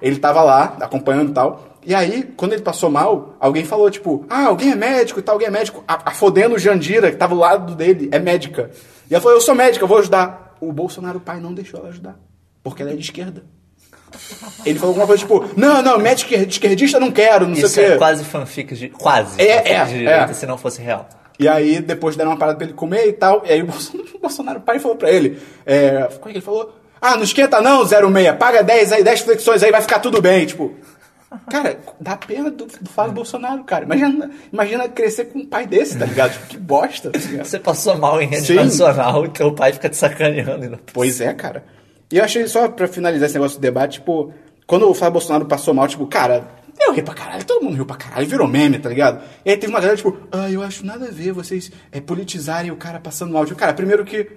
Speaker 1: Ele tava lá, acompanhando e tal. E aí, quando ele passou mal, alguém falou, tipo, ah, alguém é médico e tal, alguém é médico. A, a fodendo Jandira, que tava do lado dele, é médica. E ela falou, eu sou médica, eu vou ajudar. O Bolsonaro, pai, não deixou ela ajudar. Porque ela é de esquerda. Ele falou alguma coisa, tipo, não, não, médico esquerdista eu não quero, não
Speaker 2: Isso
Speaker 1: sei o quê.
Speaker 2: é quase fanfic de. Quase.
Speaker 1: É,
Speaker 2: fanfic
Speaker 1: é,
Speaker 2: de
Speaker 1: é.
Speaker 2: direita, se não fosse real.
Speaker 1: E aí depois deram uma parada pra ele comer e tal. E aí o <laughs> Bolsonaro, o Bolsonaro pai falou pra ele. É, como é que ele falou? Ah, não esquenta não, 06. Paga 10 aí, 10 flexões aí, vai ficar tudo bem. Tipo. Cara, dá pena do, do Fábio Bolsonaro, cara. Imagina, imagina crescer com um pai desse, tá ligado? Tipo, que bosta. tá ligado?
Speaker 2: Você passou mal em rede
Speaker 1: Sim.
Speaker 2: nacional, então o pai fica te sacaneando. ainda.
Speaker 1: Pois é, cara. E eu achei, só pra finalizar esse negócio do debate, tipo, quando o Flávio Bolsonaro passou mal, tipo, cara, eu ri pra caralho, todo mundo riu pra caralho, virou meme, tá ligado? E aí teve uma galera, tipo, ah, eu acho nada a ver vocês é, politizarem o cara passando mal. Tipo, cara, primeiro que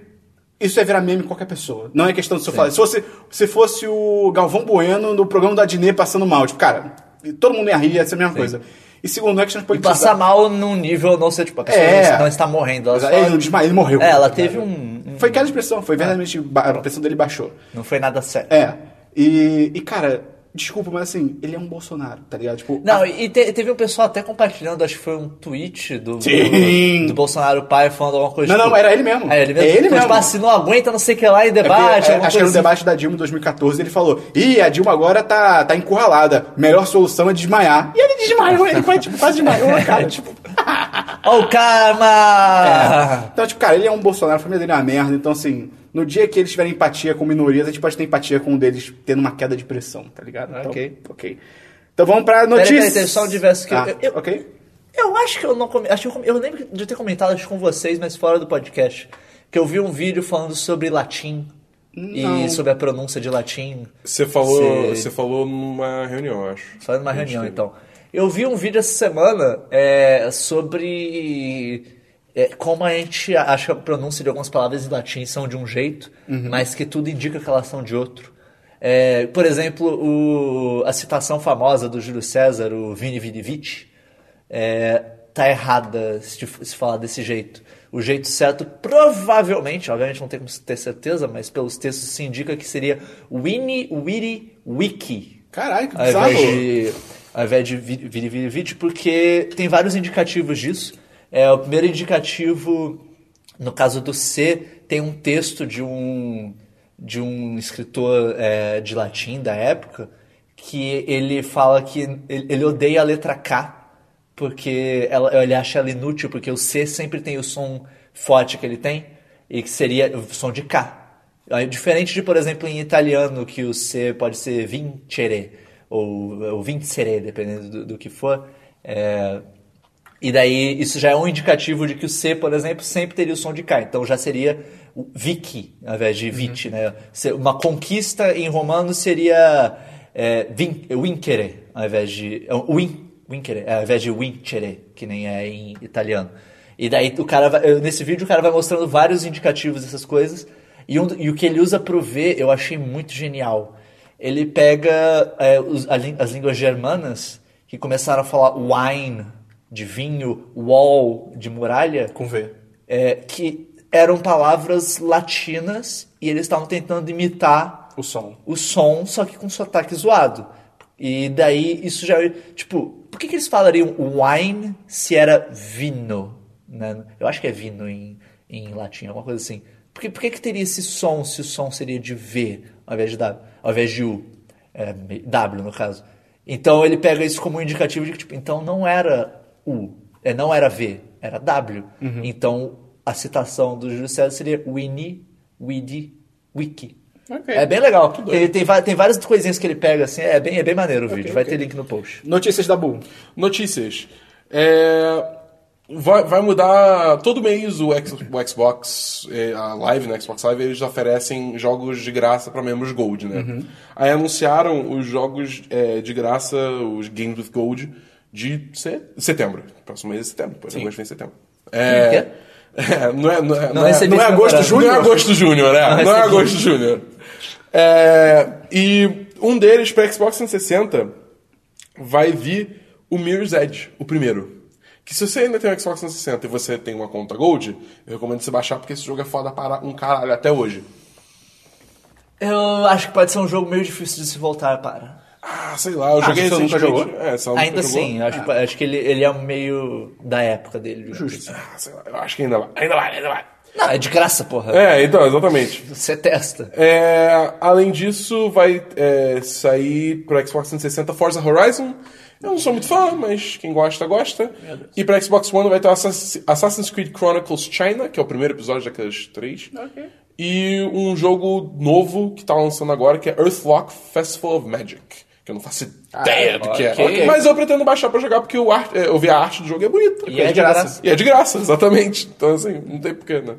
Speaker 1: isso é virar meme em qualquer pessoa. Não é questão de você falar. Se fosse, se fosse o Galvão Bueno no programa do Adnet passando mal, tipo, cara, todo mundo ia rir, ia ser a mesma coisa. E segundo, não é questão de
Speaker 2: E passar
Speaker 1: politizar.
Speaker 2: mal num nível, não sei, tipo, a pessoa
Speaker 1: É.
Speaker 2: não- não está morrendo. Ela, só-
Speaker 1: Ele não desmaiou, ele morreu. Tá
Speaker 2: É, ela teve um. um-
Speaker 1: Foi aquela expressão, foi verdadeiramente. ba- A pressão dele baixou.
Speaker 2: Não foi nada sério.
Speaker 1: É. E, e, cara, desculpa, mas assim, ele é um Bolsonaro, tá ligado? Tipo,
Speaker 2: Não, e te- teve um pessoal até compartilhando, acho que foi um tweet do,
Speaker 1: Sim.
Speaker 2: do, do Bolsonaro pai falando alguma coisa.
Speaker 1: Não, não, era ele mesmo.
Speaker 2: É ele mesmo.
Speaker 1: É ele
Speaker 2: então,
Speaker 1: mesmo.
Speaker 2: Tipo, ah, se não aguenta, não sei o que lá, e
Speaker 1: é porque,
Speaker 2: debate.
Speaker 1: é,
Speaker 2: alguma
Speaker 1: acho que era
Speaker 2: coisa assim.
Speaker 1: no debate da Dilma em 2014, ele falou: Ih, a Dilma agora tá, tá encurralada. Melhor solução é desmaiar. E ele desmaiou, ele quase, tipo, quase desmaiou
Speaker 2: <laughs>
Speaker 1: na cara. Tipo,
Speaker 2: assim. Ó, o Ah. karma!
Speaker 1: Então, tipo, cara, ele é um Bolsonaro, a família dele é uma merda. Então, assim, no dia que eles tiverem empatia com minorias, a gente pode ter empatia com um deles tendo uma queda de pressão, tá ligado? Então,
Speaker 2: Ok.
Speaker 1: Ok. Então vamos pra
Speaker 2: peraí,
Speaker 1: notícias.
Speaker 2: tem só um diverso que eu-
Speaker 1: ah,
Speaker 2: eu- eu-
Speaker 1: Ok.
Speaker 2: Eu acho que eu não comi- acho que eu, comi- eu lembro de ter comentado acho, com vocês, mas fora do podcast, que eu vi um vídeo falando sobre latim
Speaker 1: Não.
Speaker 2: e sobre a pronúncia de latim.
Speaker 3: Você falou,
Speaker 2: Você-
Speaker 3: você falou numa reunião, eu acho.
Speaker 2: Só numa reunião, então. Eu vi um vídeo essa semana é, sobre é, como a gente acha a pronúncia de algumas palavras em latim são de um jeito, mas que tudo indica que elas são de outro. É, por exemplo, o- a citação famosa do Júlio César, o Vini Vini Vici, é, tá errada se, te- se falar desse jeito. O jeito certo, provavelmente, obviamente não tem como ter certeza, mas pelos textos se indica que seria Winnie Wiri Wiki.
Speaker 1: Caralho, que
Speaker 2: Ao
Speaker 1: bizarro.
Speaker 2: invés de, ao invés de vi- vire, vire, vire, porque tem vários indicativos disso. É, o primeiro indicativo, no caso do C, tem um texto de um, de um escritor é, de latim da época que ele fala que ele, ele odeia a letra K porque ela, ele acha ela inútil, porque o C sempre tem o som forte que ele tem, e que seria o som de K. Aí, Diferente de, por exemplo, em italiano, que o C pode ser vincere, ou, ou vincere, dependendo do, do que for. É, e daí isso já é um indicativo de que o C, por exemplo, sempre teria o som de K. Então já seria o Vicky, ao invés de Viti, né? Se- Uma conquista em romano seria é, vin, Wincere, ao invés de. é, Win, wincere, é, ao invés de Wincere, que nem é em italiano. E daí o cara vai- eu- nesse vídeo o cara vai mostrando vários indicativos dessas coisas. E, um do- e o que ele usa pro V eu achei muito genial. Ele pega é, os- a lin- as línguas germanas que começaram a falar wine de vinho, wall, de muralha,
Speaker 1: Com V.
Speaker 2: é, que eram palavras latinas e eles estavam tentando imitar
Speaker 1: O som.
Speaker 2: o som, só que com sotaque zoado. E daí isso já. Tipo, por que, que eles falariam wine se era vino? né? Eu acho que é vino em, em latim, alguma coisa assim. Por que, por que, que teria esse som se o som seria de V ao invés de W? Ao invés de U. É, w, no caso. Então ele pega isso como um indicativo de que, tipo, então não era U, é, não era V, era W. Então a citação do Júlio César seria Winnie, Widi, Wiki.
Speaker 1: Ok.
Speaker 2: É bem legal. Ele tem, va- tem várias coisinhas que ele pega, assim, é bem, é bem maneiro o vídeo. Vai ter link no post.
Speaker 1: Notícias da Bull.
Speaker 3: Notícias. É, Vai, vai mudar todo mês o, X- o Xbox, é, a Live, né? Xbox Live, eles oferecem jogos de graça para membros Gold, né? Aí anunciaram os jogos é, de graça, os Games with Gold, de se- setembro. Próximo mês é setembro, depois agosto vem setembro.
Speaker 2: Quê?
Speaker 3: É, é, <laughs> não é, não é, não é-
Speaker 2: recebi
Speaker 3: não é
Speaker 2: esse
Speaker 3: agosto,
Speaker 2: memorando.
Speaker 3: junho? Não é agosto, junho, né? Não, é
Speaker 2: recebi.
Speaker 3: agosto, junho. É, e um deles, para Xbox 360, vai vir o Mirror's Edge, o primeiro. Que se você ainda tem o Xbox 360 e você tem uma conta Gold, eu recomendo você baixar porque esse jogo é foda para um caralho até hoje.
Speaker 2: Eu acho que pode ser um jogo meio difícil de se voltar para.
Speaker 3: Ah, sei lá, eu joguei
Speaker 1: você nunca
Speaker 3: recentemente.
Speaker 1: jogou?
Speaker 3: É, você nunca
Speaker 2: Ainda
Speaker 3: jogou?
Speaker 2: assim, eu acho, acho que ele, ele é meio da época dele. Justo.
Speaker 3: Ah, sei lá, eu acho que ainda vai. Ainda vai, ainda vai.
Speaker 2: Não, é de graça, porra.
Speaker 3: É, então, exatamente.
Speaker 2: Você testa.
Speaker 3: É, além disso, vai é, sair pro Xbox 360 Forza Horizon. Eu não sou muito fã, mas quem gosta, gosta. E pra Xbox One vai ter o Assass- Assassin's Creed Chronicles China, que é o primeiro episódio daquelas três. E um jogo novo que tá lançando agora, que é Earthlock Festival of Magic. Que eu não faço
Speaker 2: Ah,
Speaker 3: ideia do que é.
Speaker 1: ok.
Speaker 3: Mas eu pretendo baixar pra jogar, porque o ar- é, eu vi a arte do jogo é bonita.
Speaker 2: E é de graça.
Speaker 3: E é de graça, exatamente. Então, assim, não tem porquê, né?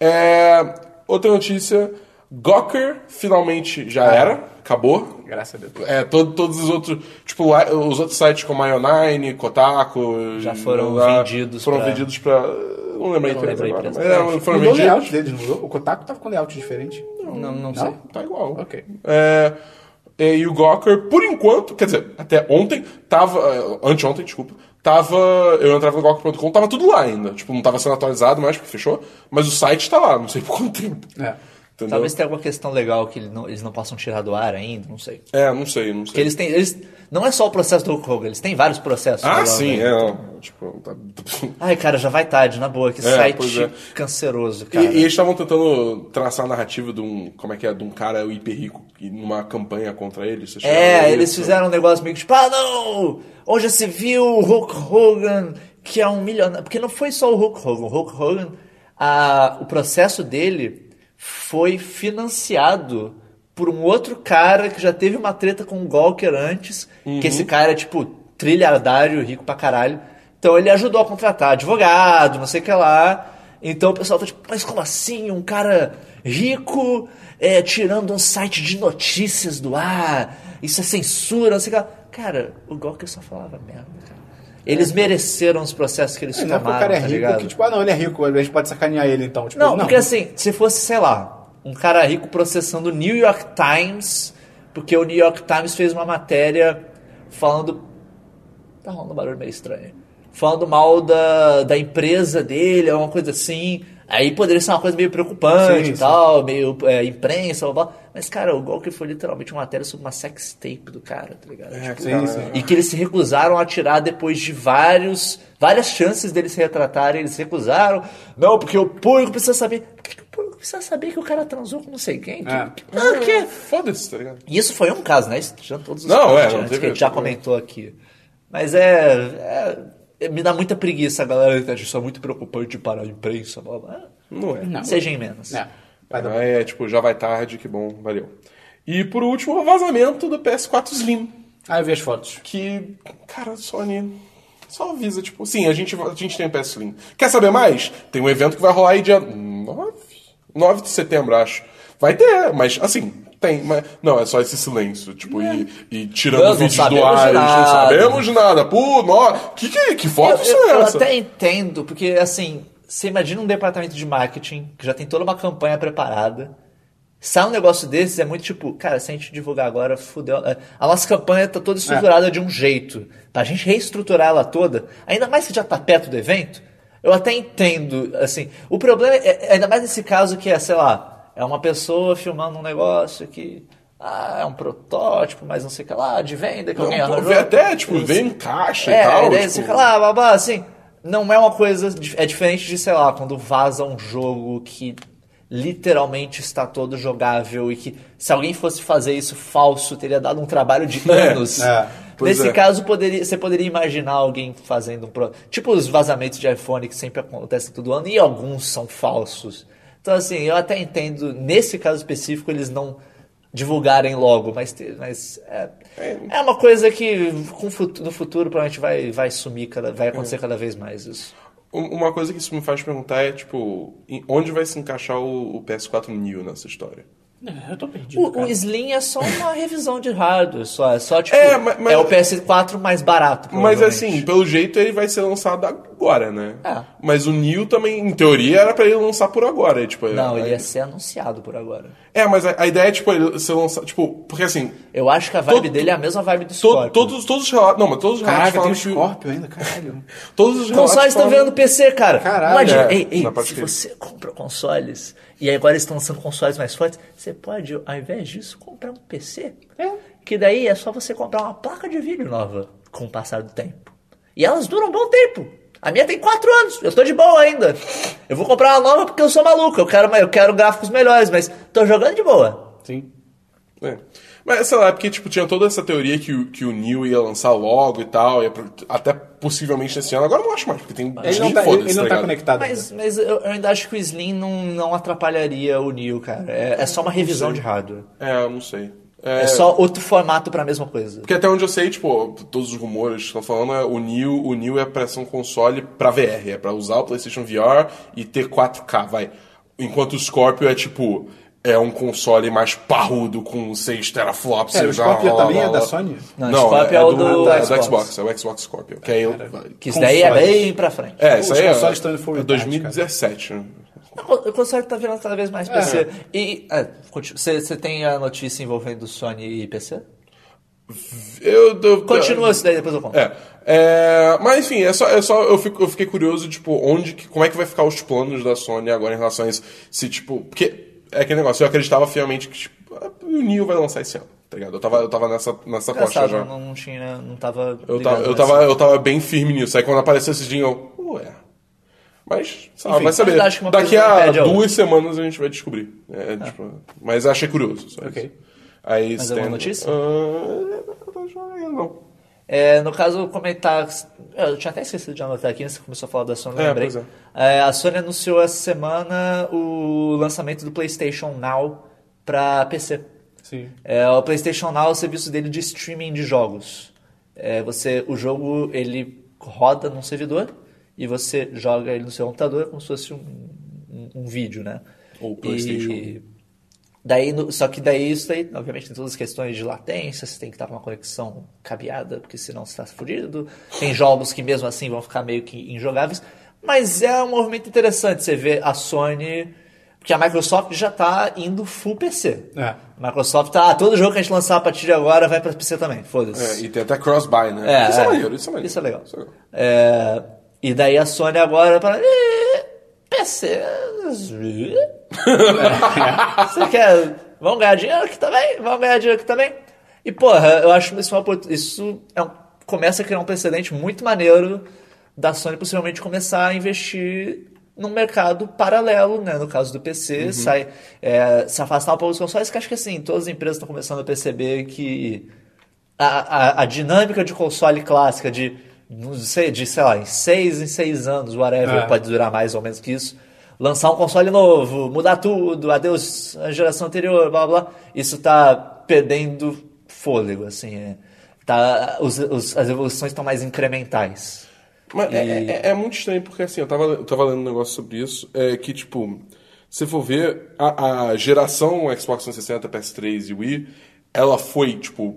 Speaker 3: É, outra notícia. Gawker finalmente já
Speaker 2: É.
Speaker 3: era, acabou.
Speaker 1: Graças a Deus.
Speaker 3: É, todo- todos os outros. Tipo, lá- os outros sites como Ionine, Kotaku.
Speaker 2: Já foram
Speaker 3: lá,
Speaker 2: vendidos
Speaker 3: Foram
Speaker 2: pra-
Speaker 3: vendidos pra. Não lembro a
Speaker 2: lembro
Speaker 3: empresa
Speaker 2: a
Speaker 3: agora.
Speaker 2: empresa.
Speaker 3: Mas, é, foram
Speaker 1: Mudou o
Speaker 3: vendidos.
Speaker 1: layout deles, não mudou? O Kotaku tava com layout diferente.
Speaker 2: Não, não sei.
Speaker 3: Tá igual.
Speaker 1: Ok.
Speaker 3: É, e o Gawker, por enquanto, quer dizer, até ontem, tava. eh, Anteontem, desculpa. Tava. Eu entrava no Gawker.com, tava tudo lá ainda. Tipo, não tava sendo atualizado mais, porque fechou. Mas o site tá lá, não sei por quanto tempo.
Speaker 1: É.
Speaker 3: Entendeu?
Speaker 2: Talvez tenha alguma questão legal que ele não- eles não possam tirar do ar ainda, não sei.
Speaker 3: É, não sei, não
Speaker 2: Porque
Speaker 3: sei.
Speaker 2: eles têm. Eles, não é só o processo do Hulk Hogan, eles têm vários processos.
Speaker 3: Ah,
Speaker 2: legal,
Speaker 3: sim,
Speaker 2: né?
Speaker 3: é. não, Tipo, tá.
Speaker 2: Ai, cara, já vai tarde, na boa. Que
Speaker 3: pois
Speaker 2: site
Speaker 3: é.
Speaker 2: canceroso, cara.
Speaker 3: E, e eles estavam tentando traçar a narrativa de um. Como é que é? De um cara hiper rico e numa campanha contra ele. vocês chegaram a
Speaker 2: É,
Speaker 3: ver
Speaker 2: eles
Speaker 3: isso?
Speaker 2: fizeram um negócio meio que tipo, ah não! Hoje se viu o Hulk Hogan, que é um milionário. Porque não foi só o Hulk Hogan. O Hulk Hogan, a- o processo dele foi financiado por um outro cara que já teve uma treta com o Gawker antes,
Speaker 3: Uhum.
Speaker 2: que esse cara é tipo trilhardário, rico pra caralho. Então ele ajudou a contratar advogado, não sei o que lá. Então o pessoal tá tipo, mas como assim? Um cara rico é, tirando um site de notícias do ar, isso é censura, não sei o que lá. Cara, o Gawker só falava merda, cara. Eles mereceram os processos que eles
Speaker 1: Não é porque o
Speaker 2: tomaram,
Speaker 1: cara é
Speaker 2: tá
Speaker 1: rico
Speaker 2: ligado?
Speaker 1: que, tipo, ah, não, ele é rico, a gente pode sacanear ele então. Tipo,
Speaker 2: Não, porque assim, se fosse, sei lá, um cara rico processando o New York Times, porque o New York Times fez uma matéria falando. Tá rolando um barulho meio estranho. Falando mal da, da empresa dele, alguma coisa assim. Aí poderia ser uma coisa meio preocupante
Speaker 1: Sim,
Speaker 2: e
Speaker 1: sim.
Speaker 2: tal, meio é, imprensa, blá, blá. Mas, cara, o Gawker foi literalmente uma matéria sobre uma sex tape do cara, tá ligado?
Speaker 3: É,
Speaker 2: Tipo,
Speaker 1: Sim,
Speaker 3: cara,
Speaker 1: sim.
Speaker 2: e que eles se recusaram a tirar depois de vários, várias chances deles se retratarem. Eles se recusaram. Não, porque o público precisa saber. Por que, que o público precisa saber que o cara transou com não sei quem? Que-
Speaker 1: É.
Speaker 2: que- ah, que-
Speaker 3: Foda-se, tá ligado?
Speaker 2: E isso foi um caso, né? Isso já todos os
Speaker 3: Não,
Speaker 2: casos
Speaker 3: é,
Speaker 2: de
Speaker 3: não
Speaker 2: antes
Speaker 3: teve
Speaker 2: que a gente já
Speaker 3: outro, né?
Speaker 2: comentou aqui. Mas é, é- Me dá muita preguiça, galera. que Isso é muito preocupante para a imprensa. Blá, blá.
Speaker 3: Não é.
Speaker 2: Sejam menos.
Speaker 1: É. Vai dar-
Speaker 3: Ah, é, tipo, já vai tarde, que bom, valeu. E por último, o vazamento do PS4 Slim.
Speaker 1: Ah, eu vi as fotos.
Speaker 3: Que, cara, Sony. Só avisa, tipo, sim, a gente, a gente tem o PS Slim. Quer saber mais? Tem um evento que vai rolar aí dia 9? 9 de setembro, acho. Vai ter, mas assim, tem. Mas, não, é só esse silêncio, tipo, e, e tirando
Speaker 2: Nós É. não
Speaker 3: vídeos do
Speaker 2: sabemos
Speaker 3: ar,
Speaker 2: de
Speaker 3: eles não
Speaker 2: nada.
Speaker 3: sabemos de nada. Pô, nó, que, que, que
Speaker 2: Eu,
Speaker 3: foto isso
Speaker 2: eu-
Speaker 3: é
Speaker 2: eu
Speaker 3: essa?
Speaker 2: até entendo, porque assim, você imagina um departamento de marketing que já tem toda uma campanha preparada. Sai um negócio desses, é muito tipo, cara, se a gente divulgar agora, fudeu. É, A nossa campanha tá toda estruturada de um jeito. Pra gente reestruturar ela toda, ainda mais que já tá perto do evento, eu até entendo, assim. O problema é, é ainda mais nesse caso que é, sei lá, é uma pessoa filmando um negócio que. Ah, é um protótipo, mas não sei o que lá, de venda que
Speaker 3: Não,
Speaker 2: alguém
Speaker 3: pô,
Speaker 2: É, arranjou.
Speaker 3: vê até, tipo,
Speaker 2: Isso.
Speaker 3: vem em caixa
Speaker 2: É,
Speaker 3: e tal.
Speaker 2: a ideia é
Speaker 3: tipo,
Speaker 2: você fica lá, blá, blá, assim. Não é uma coisa. dif- É diferente de, sei lá, quando vaza um jogo que literalmente está todo jogável e que se alguém fosse fazer isso falso, teria dado um trabalho de
Speaker 3: <laughs> É,
Speaker 2: anos.
Speaker 1: é,
Speaker 3: pois
Speaker 2: Nesse
Speaker 3: é.
Speaker 2: caso, poderia, você poderia imaginar alguém fazendo um. pro- Tipo os vazamentos de iPhone que sempre acontecem todo ano e alguns são falsos. Então, assim, eu até entendo, nesse caso específico, eles não divulgarem logo, mas, te- mas é, é uma coisa que com, fut- no futuro provavelmente vai, vai sumir, cada, vai acontecer
Speaker 3: É.
Speaker 2: cada vez mais isso.
Speaker 3: Um- Uma coisa que isso me faz perguntar é, tipo, em- onde vai se encaixar o, o PS4 New nessa história?
Speaker 5: É, Eu tô perdido.
Speaker 2: O, o Slim é só uma revisão de hardware, só, é só tipo.
Speaker 3: É,
Speaker 2: É,
Speaker 3: ma- mas-
Speaker 2: o PS4 mais barato.
Speaker 3: Mas
Speaker 2: provavelmente.
Speaker 3: assim, pelo jeito ele vai ser lançado agora, né?
Speaker 1: É.
Speaker 2: Ah.
Speaker 3: Mas o New também, em teoria, era pra ele lançar por agora. e, Tipo,
Speaker 2: Não,
Speaker 3: é,
Speaker 2: ele ia ser anunciado por agora.
Speaker 3: É, mas a, a ideia é, tipo, ele ser lançado. Tipo, porque assim,
Speaker 2: Eu acho que a vibe
Speaker 3: Todo-
Speaker 2: dele é a mesma vibe do
Speaker 3: to-
Speaker 2: Scorpio.
Speaker 3: todos, todos os relatos. Não, mas todos os
Speaker 1: Caraca,
Speaker 3: relatos
Speaker 1: tem
Speaker 3: falam
Speaker 1: um
Speaker 3: que.
Speaker 1: Scorpio Então ainda, caralho.
Speaker 3: Todos os relatos.
Speaker 2: Consoles estão
Speaker 3: falam-
Speaker 2: vendo PC, cara.
Speaker 1: Caralho,
Speaker 2: Imagina,
Speaker 3: é.
Speaker 2: ei, ei,
Speaker 3: Não, pode
Speaker 2: se
Speaker 3: crer.
Speaker 2: você compra consoles e agora eles estão lançando consoles mais fortes, você pode, ao invés disso, comprar um PC. Que daí é só você comprar uma placa de vídeo nova com o passar do tempo. E elas duram um bom tempo. A minha tem 4 anos, eu tô de boa ainda. Eu vou comprar uma nova porque eu sou maluco, eu quero, eu quero gráficos melhores, mas tô jogando de boa.
Speaker 1: Sim.
Speaker 3: É. Mas sei lá, é porque tipo, tinha toda essa teoria que o, que o Neil ia lançar logo e tal, ia pro- até possivelmente nesse ano. Agora eu não acho mais, porque tem.
Speaker 1: <laughs>
Speaker 3: um
Speaker 1: Ele não tá, ele, ele não tá conectado.
Speaker 2: Mas, mas eu, eu ainda acho que o Slim não, não atrapalharia o Neo, cara. É, é só uma revisão de hardware.
Speaker 3: É, eu não sei.
Speaker 2: É só outro formato pra mesma coisa.
Speaker 3: Porque até onde eu sei, tipo, todos os rumores que estão falando é o New, o New é pra ser um console pra VR, é pra usar o PlayStation VR e ter 4K, vai. Enquanto o Scorpio é tipo é um console mais parrudo com 6 teraflops.
Speaker 1: Pera, o
Speaker 3: seja
Speaker 1: Scorpio
Speaker 3: lá, lá,
Speaker 1: também
Speaker 3: lá,
Speaker 1: é da
Speaker 3: lá.
Speaker 1: Sony?
Speaker 2: Não, o Scorpio é o do
Speaker 3: é
Speaker 2: Xbox.
Speaker 3: Xbox, é o Xbox Scorpio. Que aí,
Speaker 2: Que isso daí é
Speaker 1: Consoles.
Speaker 2: bem pra frente.
Speaker 3: É, isso
Speaker 1: Os
Speaker 3: aí é,
Speaker 1: consoles estão indo full
Speaker 3: é
Speaker 1: retard,
Speaker 3: 2017. né?
Speaker 2: O console tá virando cada vez mais PC. E é, continu- você você tem a notícia envolvendo Sony e PC?
Speaker 3: Eu, eu,
Speaker 2: Continua isso daí, depois eu conto.
Speaker 3: É. É, mas enfim, é só, é só eu, fico- eu fiquei curioso, tipo, onde, que- como é que vai ficar os planos da Sony agora em relação a isso? Se, tipo, porque é aquele negócio, eu acreditava fielmente que, tipo, ah, o Neo vai lançar esse ano, tá ligado? Eu tava, eu tava nessa, nessa aposta
Speaker 2: Engraçado,
Speaker 3: já.
Speaker 2: não, não tinha, não tava ligado
Speaker 3: Eu
Speaker 2: né?
Speaker 3: tava, eu,
Speaker 2: nessa.
Speaker 3: tava, eu tava bem firme nisso. Aí quando apareceu esse dia, eu, ué. Mas, sei lá,
Speaker 1: Enfim,
Speaker 3: vai saber.
Speaker 2: mas acho que uma
Speaker 3: Daqui
Speaker 2: coisa não
Speaker 3: a
Speaker 2: impede a
Speaker 3: duas
Speaker 2: outra.
Speaker 3: semanas a gente vai descobrir. É, tipo, mas achei curioso. Só
Speaker 1: Ok.
Speaker 3: isso. Aí,
Speaker 2: Mais
Speaker 3: se
Speaker 2: alguma
Speaker 3: tem-
Speaker 2: é notícia?
Speaker 3: Ah, não.
Speaker 2: É, no caso, comentar. é, Eu tinha até esquecido de anotar aqui, né? você começou a falar da Sony, eu
Speaker 3: É,
Speaker 2: lembrei.
Speaker 3: pois
Speaker 2: É, a Sony anunciou essa semana o lançamento do PlayStation Now pra PC.
Speaker 1: Sim.
Speaker 2: É, o PlayStation Now é o serviço dele de streaming de jogos. É, você, o jogo ele roda num servidor e você joga ele no seu computador como se fosse um, um- um vídeo, né?
Speaker 3: Ou
Speaker 2: E-
Speaker 3: PlayStation. um.
Speaker 2: Daí, no- só que daí isso daí, obviamente, tem todas as questões de latência, você tem que estar com uma conexão cabeada, porque senão você está fudido. Tem jogos que mesmo assim vão ficar meio que injogáveis. Mas é um movimento interessante você ver a Sony. Porque a Microsoft já está indo full PC.
Speaker 1: É.
Speaker 2: A Microsoft tá, ah, todo jogo que a gente lançar a partir de agora vai pra PC também,
Speaker 3: É,
Speaker 2: foda-se.
Speaker 3: e tem até cross-buy, né? isso é, maneiro, isso é maneiro.
Speaker 2: Isso é legal. É, e daí a Sony agora para PC. Você quer. Vamos ganhar dinheiro aqui também? Vamos ganhar dinheiro aqui também? E porra, eu acho isso uma oportu- Isso é um- começa a criar um precedente muito maneiro da Sony possivelmente começar a investir num mercado paralelo, né? No caso do PC, sai, é, se afastar um pouco dos consoles, que acho que assim, todas as empresas estão começando a perceber que a, a, a dinâmica de console clássica de, não sei, de, sei lá, em seis em seis anos, whatever,
Speaker 1: É.
Speaker 2: pode durar mais ou menos que isso. Lançar um console novo, mudar tudo, adeus a geração anterior, blá blá. blá. Isso tá perdendo fôlego, assim. É. Tá, os, os- as evoluções estão mais incrementais.
Speaker 3: Mas é, é- é muito estranho, porque assim, eu tava, eu tava lendo um negócio sobre isso, é que, tipo, se for ver, a, a geração Xbox 360, PS3 e Wii, ela foi, tipo,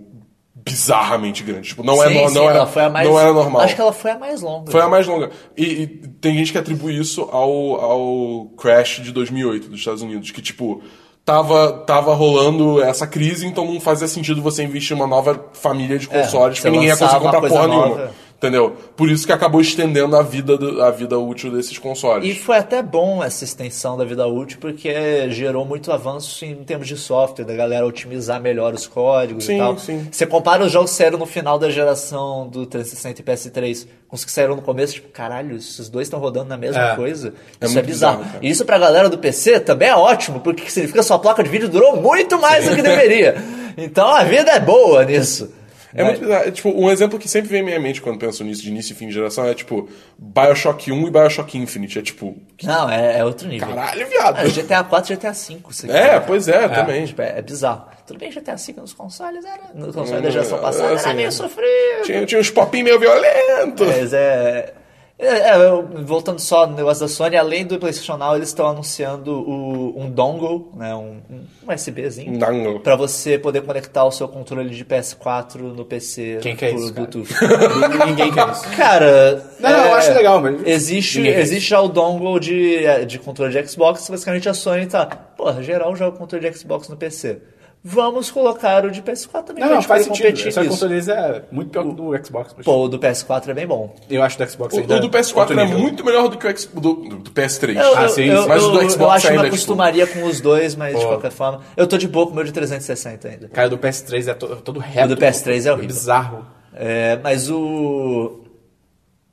Speaker 3: bizarramente grande. Tipo, não, é,
Speaker 2: Sim,
Speaker 3: no- não,
Speaker 2: sim,
Speaker 3: era,
Speaker 2: ela foi a mais-
Speaker 3: não era normal.
Speaker 2: Acho que ela foi a mais longa.
Speaker 3: Foi a mais longa. E, e tem gente que atribui isso ao, ao crash de 2008 dos Estados Unidos, que tipo, tava, tava rolando essa crise, então não fazia sentido você investir em uma nova família de
Speaker 2: É,
Speaker 3: consoles,
Speaker 2: você
Speaker 3: porque ninguém ia
Speaker 2: lançava
Speaker 3: conseguir
Speaker 2: uma
Speaker 3: comprar
Speaker 2: coisa
Speaker 3: porra
Speaker 2: nova.
Speaker 3: nenhuma. Entendeu? Por isso que acabou estendendo a vida, do- a vida útil desses consoles.
Speaker 2: E foi até bom essa extensão da vida útil, porque gerou muito avanço em termos de software, da galera otimizar melhor os códigos
Speaker 3: Sim,
Speaker 2: e tal.
Speaker 3: sim.
Speaker 2: Você compara os jogos que saíram no final da geração do 360 e PS3 com os que saíram no começo, tipo, caralho, esses dois estão rodando na mesma
Speaker 1: É.
Speaker 2: coisa.
Speaker 3: É
Speaker 2: isso é
Speaker 3: muito
Speaker 2: bizarro.
Speaker 3: bizarro, cara.
Speaker 2: e isso pra galera do PC também é ótimo, porque significa que sua placa de vídeo durou muito mais do que deveria. Então a vida é boa nisso.
Speaker 3: É muito bizarro. É, Tipo, um exemplo que sempre vem à minha mente quando penso nisso, de início e fim de geração, é tipo Bioshock 1 e Bioshock Infinite. É tipo,
Speaker 2: Não, é, é outro nível.
Speaker 3: caralho, viado.
Speaker 2: É GTA 4 GTA 5. isso aqui.
Speaker 3: É, pois é, também.
Speaker 2: Tipo, é, é bizarro. Tudo bem que GTA V nos consoles era. No console
Speaker 3: Hum,
Speaker 2: da geração passada
Speaker 3: assim,
Speaker 2: era meio sofrido.
Speaker 3: Tinha, tinha uns popinhos meio violentos.
Speaker 2: Mas é. é, é, eu- voltando só no negócio da Sony, além do PlayStation Now, eles estão anunciando o- um dongle, né, um, um USBzinho,
Speaker 3: Não.
Speaker 2: pra você poder conectar o seu controle de PS4 no PC
Speaker 1: Quem
Speaker 3: é
Speaker 1: quer
Speaker 2: por
Speaker 1: isso, cara?
Speaker 2: Bluetooth.
Speaker 3: <laughs>
Speaker 1: Ninguém quer isso.
Speaker 2: Cara, é,
Speaker 1: Não, não, eu acho legal, mas-
Speaker 2: Existe,
Speaker 1: Ninguém quer
Speaker 2: existe já o dongle de, de controle de Xbox, basicamente a Sony tá. Porra, geral joga controle de Xbox no PC. Vamos colocar o de PS4 também
Speaker 1: Não,
Speaker 2: pra
Speaker 1: não,
Speaker 2: gente
Speaker 1: faz
Speaker 2: poder
Speaker 1: sentido.
Speaker 2: competir
Speaker 1: Só que o
Speaker 2: nisso.
Speaker 1: controle deles é muito pior que o do Xbox. mas-
Speaker 2: Pô, o do PS4 é bem bom.
Speaker 1: Eu acho do Xbox
Speaker 3: O,
Speaker 1: ainda
Speaker 3: o do PS4 é
Speaker 1: né? outro nível.
Speaker 3: muito melhor do que o X, do, do PS3.
Speaker 2: Eu,
Speaker 1: Ah,
Speaker 2: eu-
Speaker 1: sim,
Speaker 2: eu,
Speaker 3: mas
Speaker 2: eu,
Speaker 3: o do
Speaker 2: eu
Speaker 3: Xbox
Speaker 2: acho que eu
Speaker 3: ainda
Speaker 2: me
Speaker 3: é, tipo-
Speaker 2: acostumaria com os dois, mas de
Speaker 1: Pô.
Speaker 2: qualquer forma. Eu tô de boa com o meu de 360 ainda.
Speaker 1: Cara, o do PS3 é to- todo reto.
Speaker 2: O do PS3 é horrível.
Speaker 1: Bizarro.
Speaker 2: É, mas o.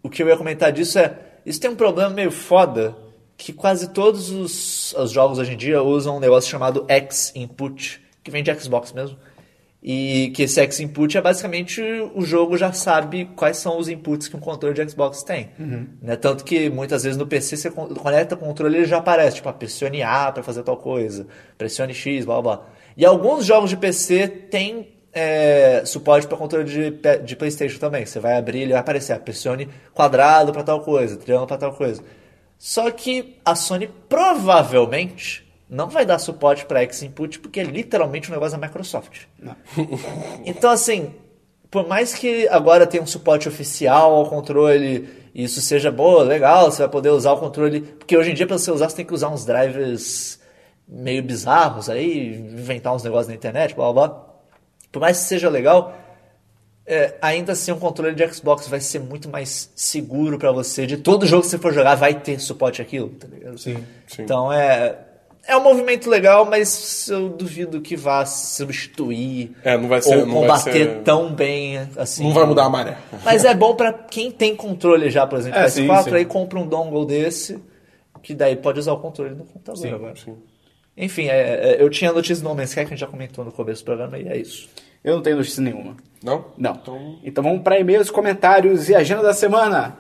Speaker 2: O que eu ia comentar disso é. Isso tem um problema meio foda. Que quase todos os, os jogos hoje em dia usam um negócio chamado X-Input, que vem de Xbox mesmo. E que esse X-Input é basicamente o jogo já sabe quais são os inputs que um controle de Xbox tem. Né? Tanto que muitas vezes no PC você con- conecta o controle e ele já aparece, tipo, ah, pressione A pra fazer tal coisa, pressione X, blá blá blá. E alguns jogos de PC têm é, suporte para controle de, pe- de PlayStation também. Você vai abrir, ele vai aparecer, ah, pressione quadrado para tal coisa, triângulo para tal coisa. Só que a Sony provavelmente não vai dar suporte para X-Input porque é literalmente um negócio da Microsoft. Então, assim, por mais que agora tenha um suporte oficial ao controle, e isso seja boa, legal, você vai poder usar o controle. Porque hoje em dia, para você usar, você tem que usar uns drivers meio bizarros aí, inventar uns negócios na internet, blá blá blá. Por mais que seja legal, é, ainda assim, um controle de Xbox vai ser muito mais seguro pra você. De todo jogo que você for jogar, vai ter suporte aquilo, tá ligado?
Speaker 1: Sim,
Speaker 3: sim.
Speaker 2: Então é. É um movimento legal, mas eu duvido que vá substituir
Speaker 3: É, não vai ser-
Speaker 2: ou
Speaker 3: não vai
Speaker 2: combater
Speaker 3: ser-
Speaker 2: tão bem assim.
Speaker 3: Não vai mudar a maré.
Speaker 2: Mas é bom pra quem tem controle já, por exemplo,
Speaker 1: É,
Speaker 2: PS4,
Speaker 1: sim, sim.
Speaker 2: aí compra um dongle desse, que daí pode usar o controle no computador
Speaker 1: Sim,
Speaker 2: agora. Enfim, é, é, eu tinha notícias no Man's Sky que a gente já comentou no começo do programa e é isso.
Speaker 1: Eu não tenho notícia nenhuma.
Speaker 3: Não?
Speaker 1: Não.
Speaker 3: Então-
Speaker 1: Então, vamos pra e-mails, comentários e agenda da semana.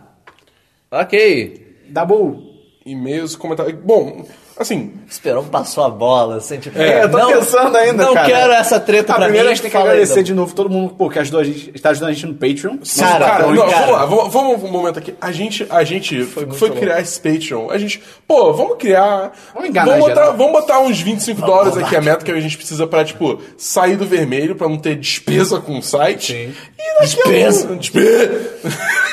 Speaker 2: Ok.
Speaker 1: Dabu.
Speaker 3: E-mails, comentários. Bom, assim,
Speaker 2: Esperou passou a bola, assim, tipo,
Speaker 1: É, eu tô
Speaker 2: não,
Speaker 1: pensando ainda,
Speaker 2: Não
Speaker 1: cara.
Speaker 2: quero essa treta
Speaker 1: A
Speaker 2: pra mim.
Speaker 1: primeira a gente tem que
Speaker 2: fala aí,
Speaker 1: agradecer
Speaker 2: Dabu.
Speaker 1: de novo todo mundo pô, que ajudou a gente, está ajudando a gente no Patreon.
Speaker 2: Cara,
Speaker 3: cara,
Speaker 2: foi,
Speaker 3: não,
Speaker 2: cara.
Speaker 3: vamos lá, vamos, vamos um momento aqui. A gente, a gente foi,
Speaker 2: muito louco.
Speaker 3: criar esse Patreon. A gente, pô, vamos criar.
Speaker 1: Vamos enganar
Speaker 3: botar,
Speaker 1: geral.
Speaker 3: vamos botar uns 25 dólares aqui a meta que a gente precisa pra, tipo, sair do vermelho, pra não ter despesa com o site.
Speaker 1: Sim.
Speaker 3: E daqui
Speaker 2: Despesa.
Speaker 3: A um, despesa! <laughs>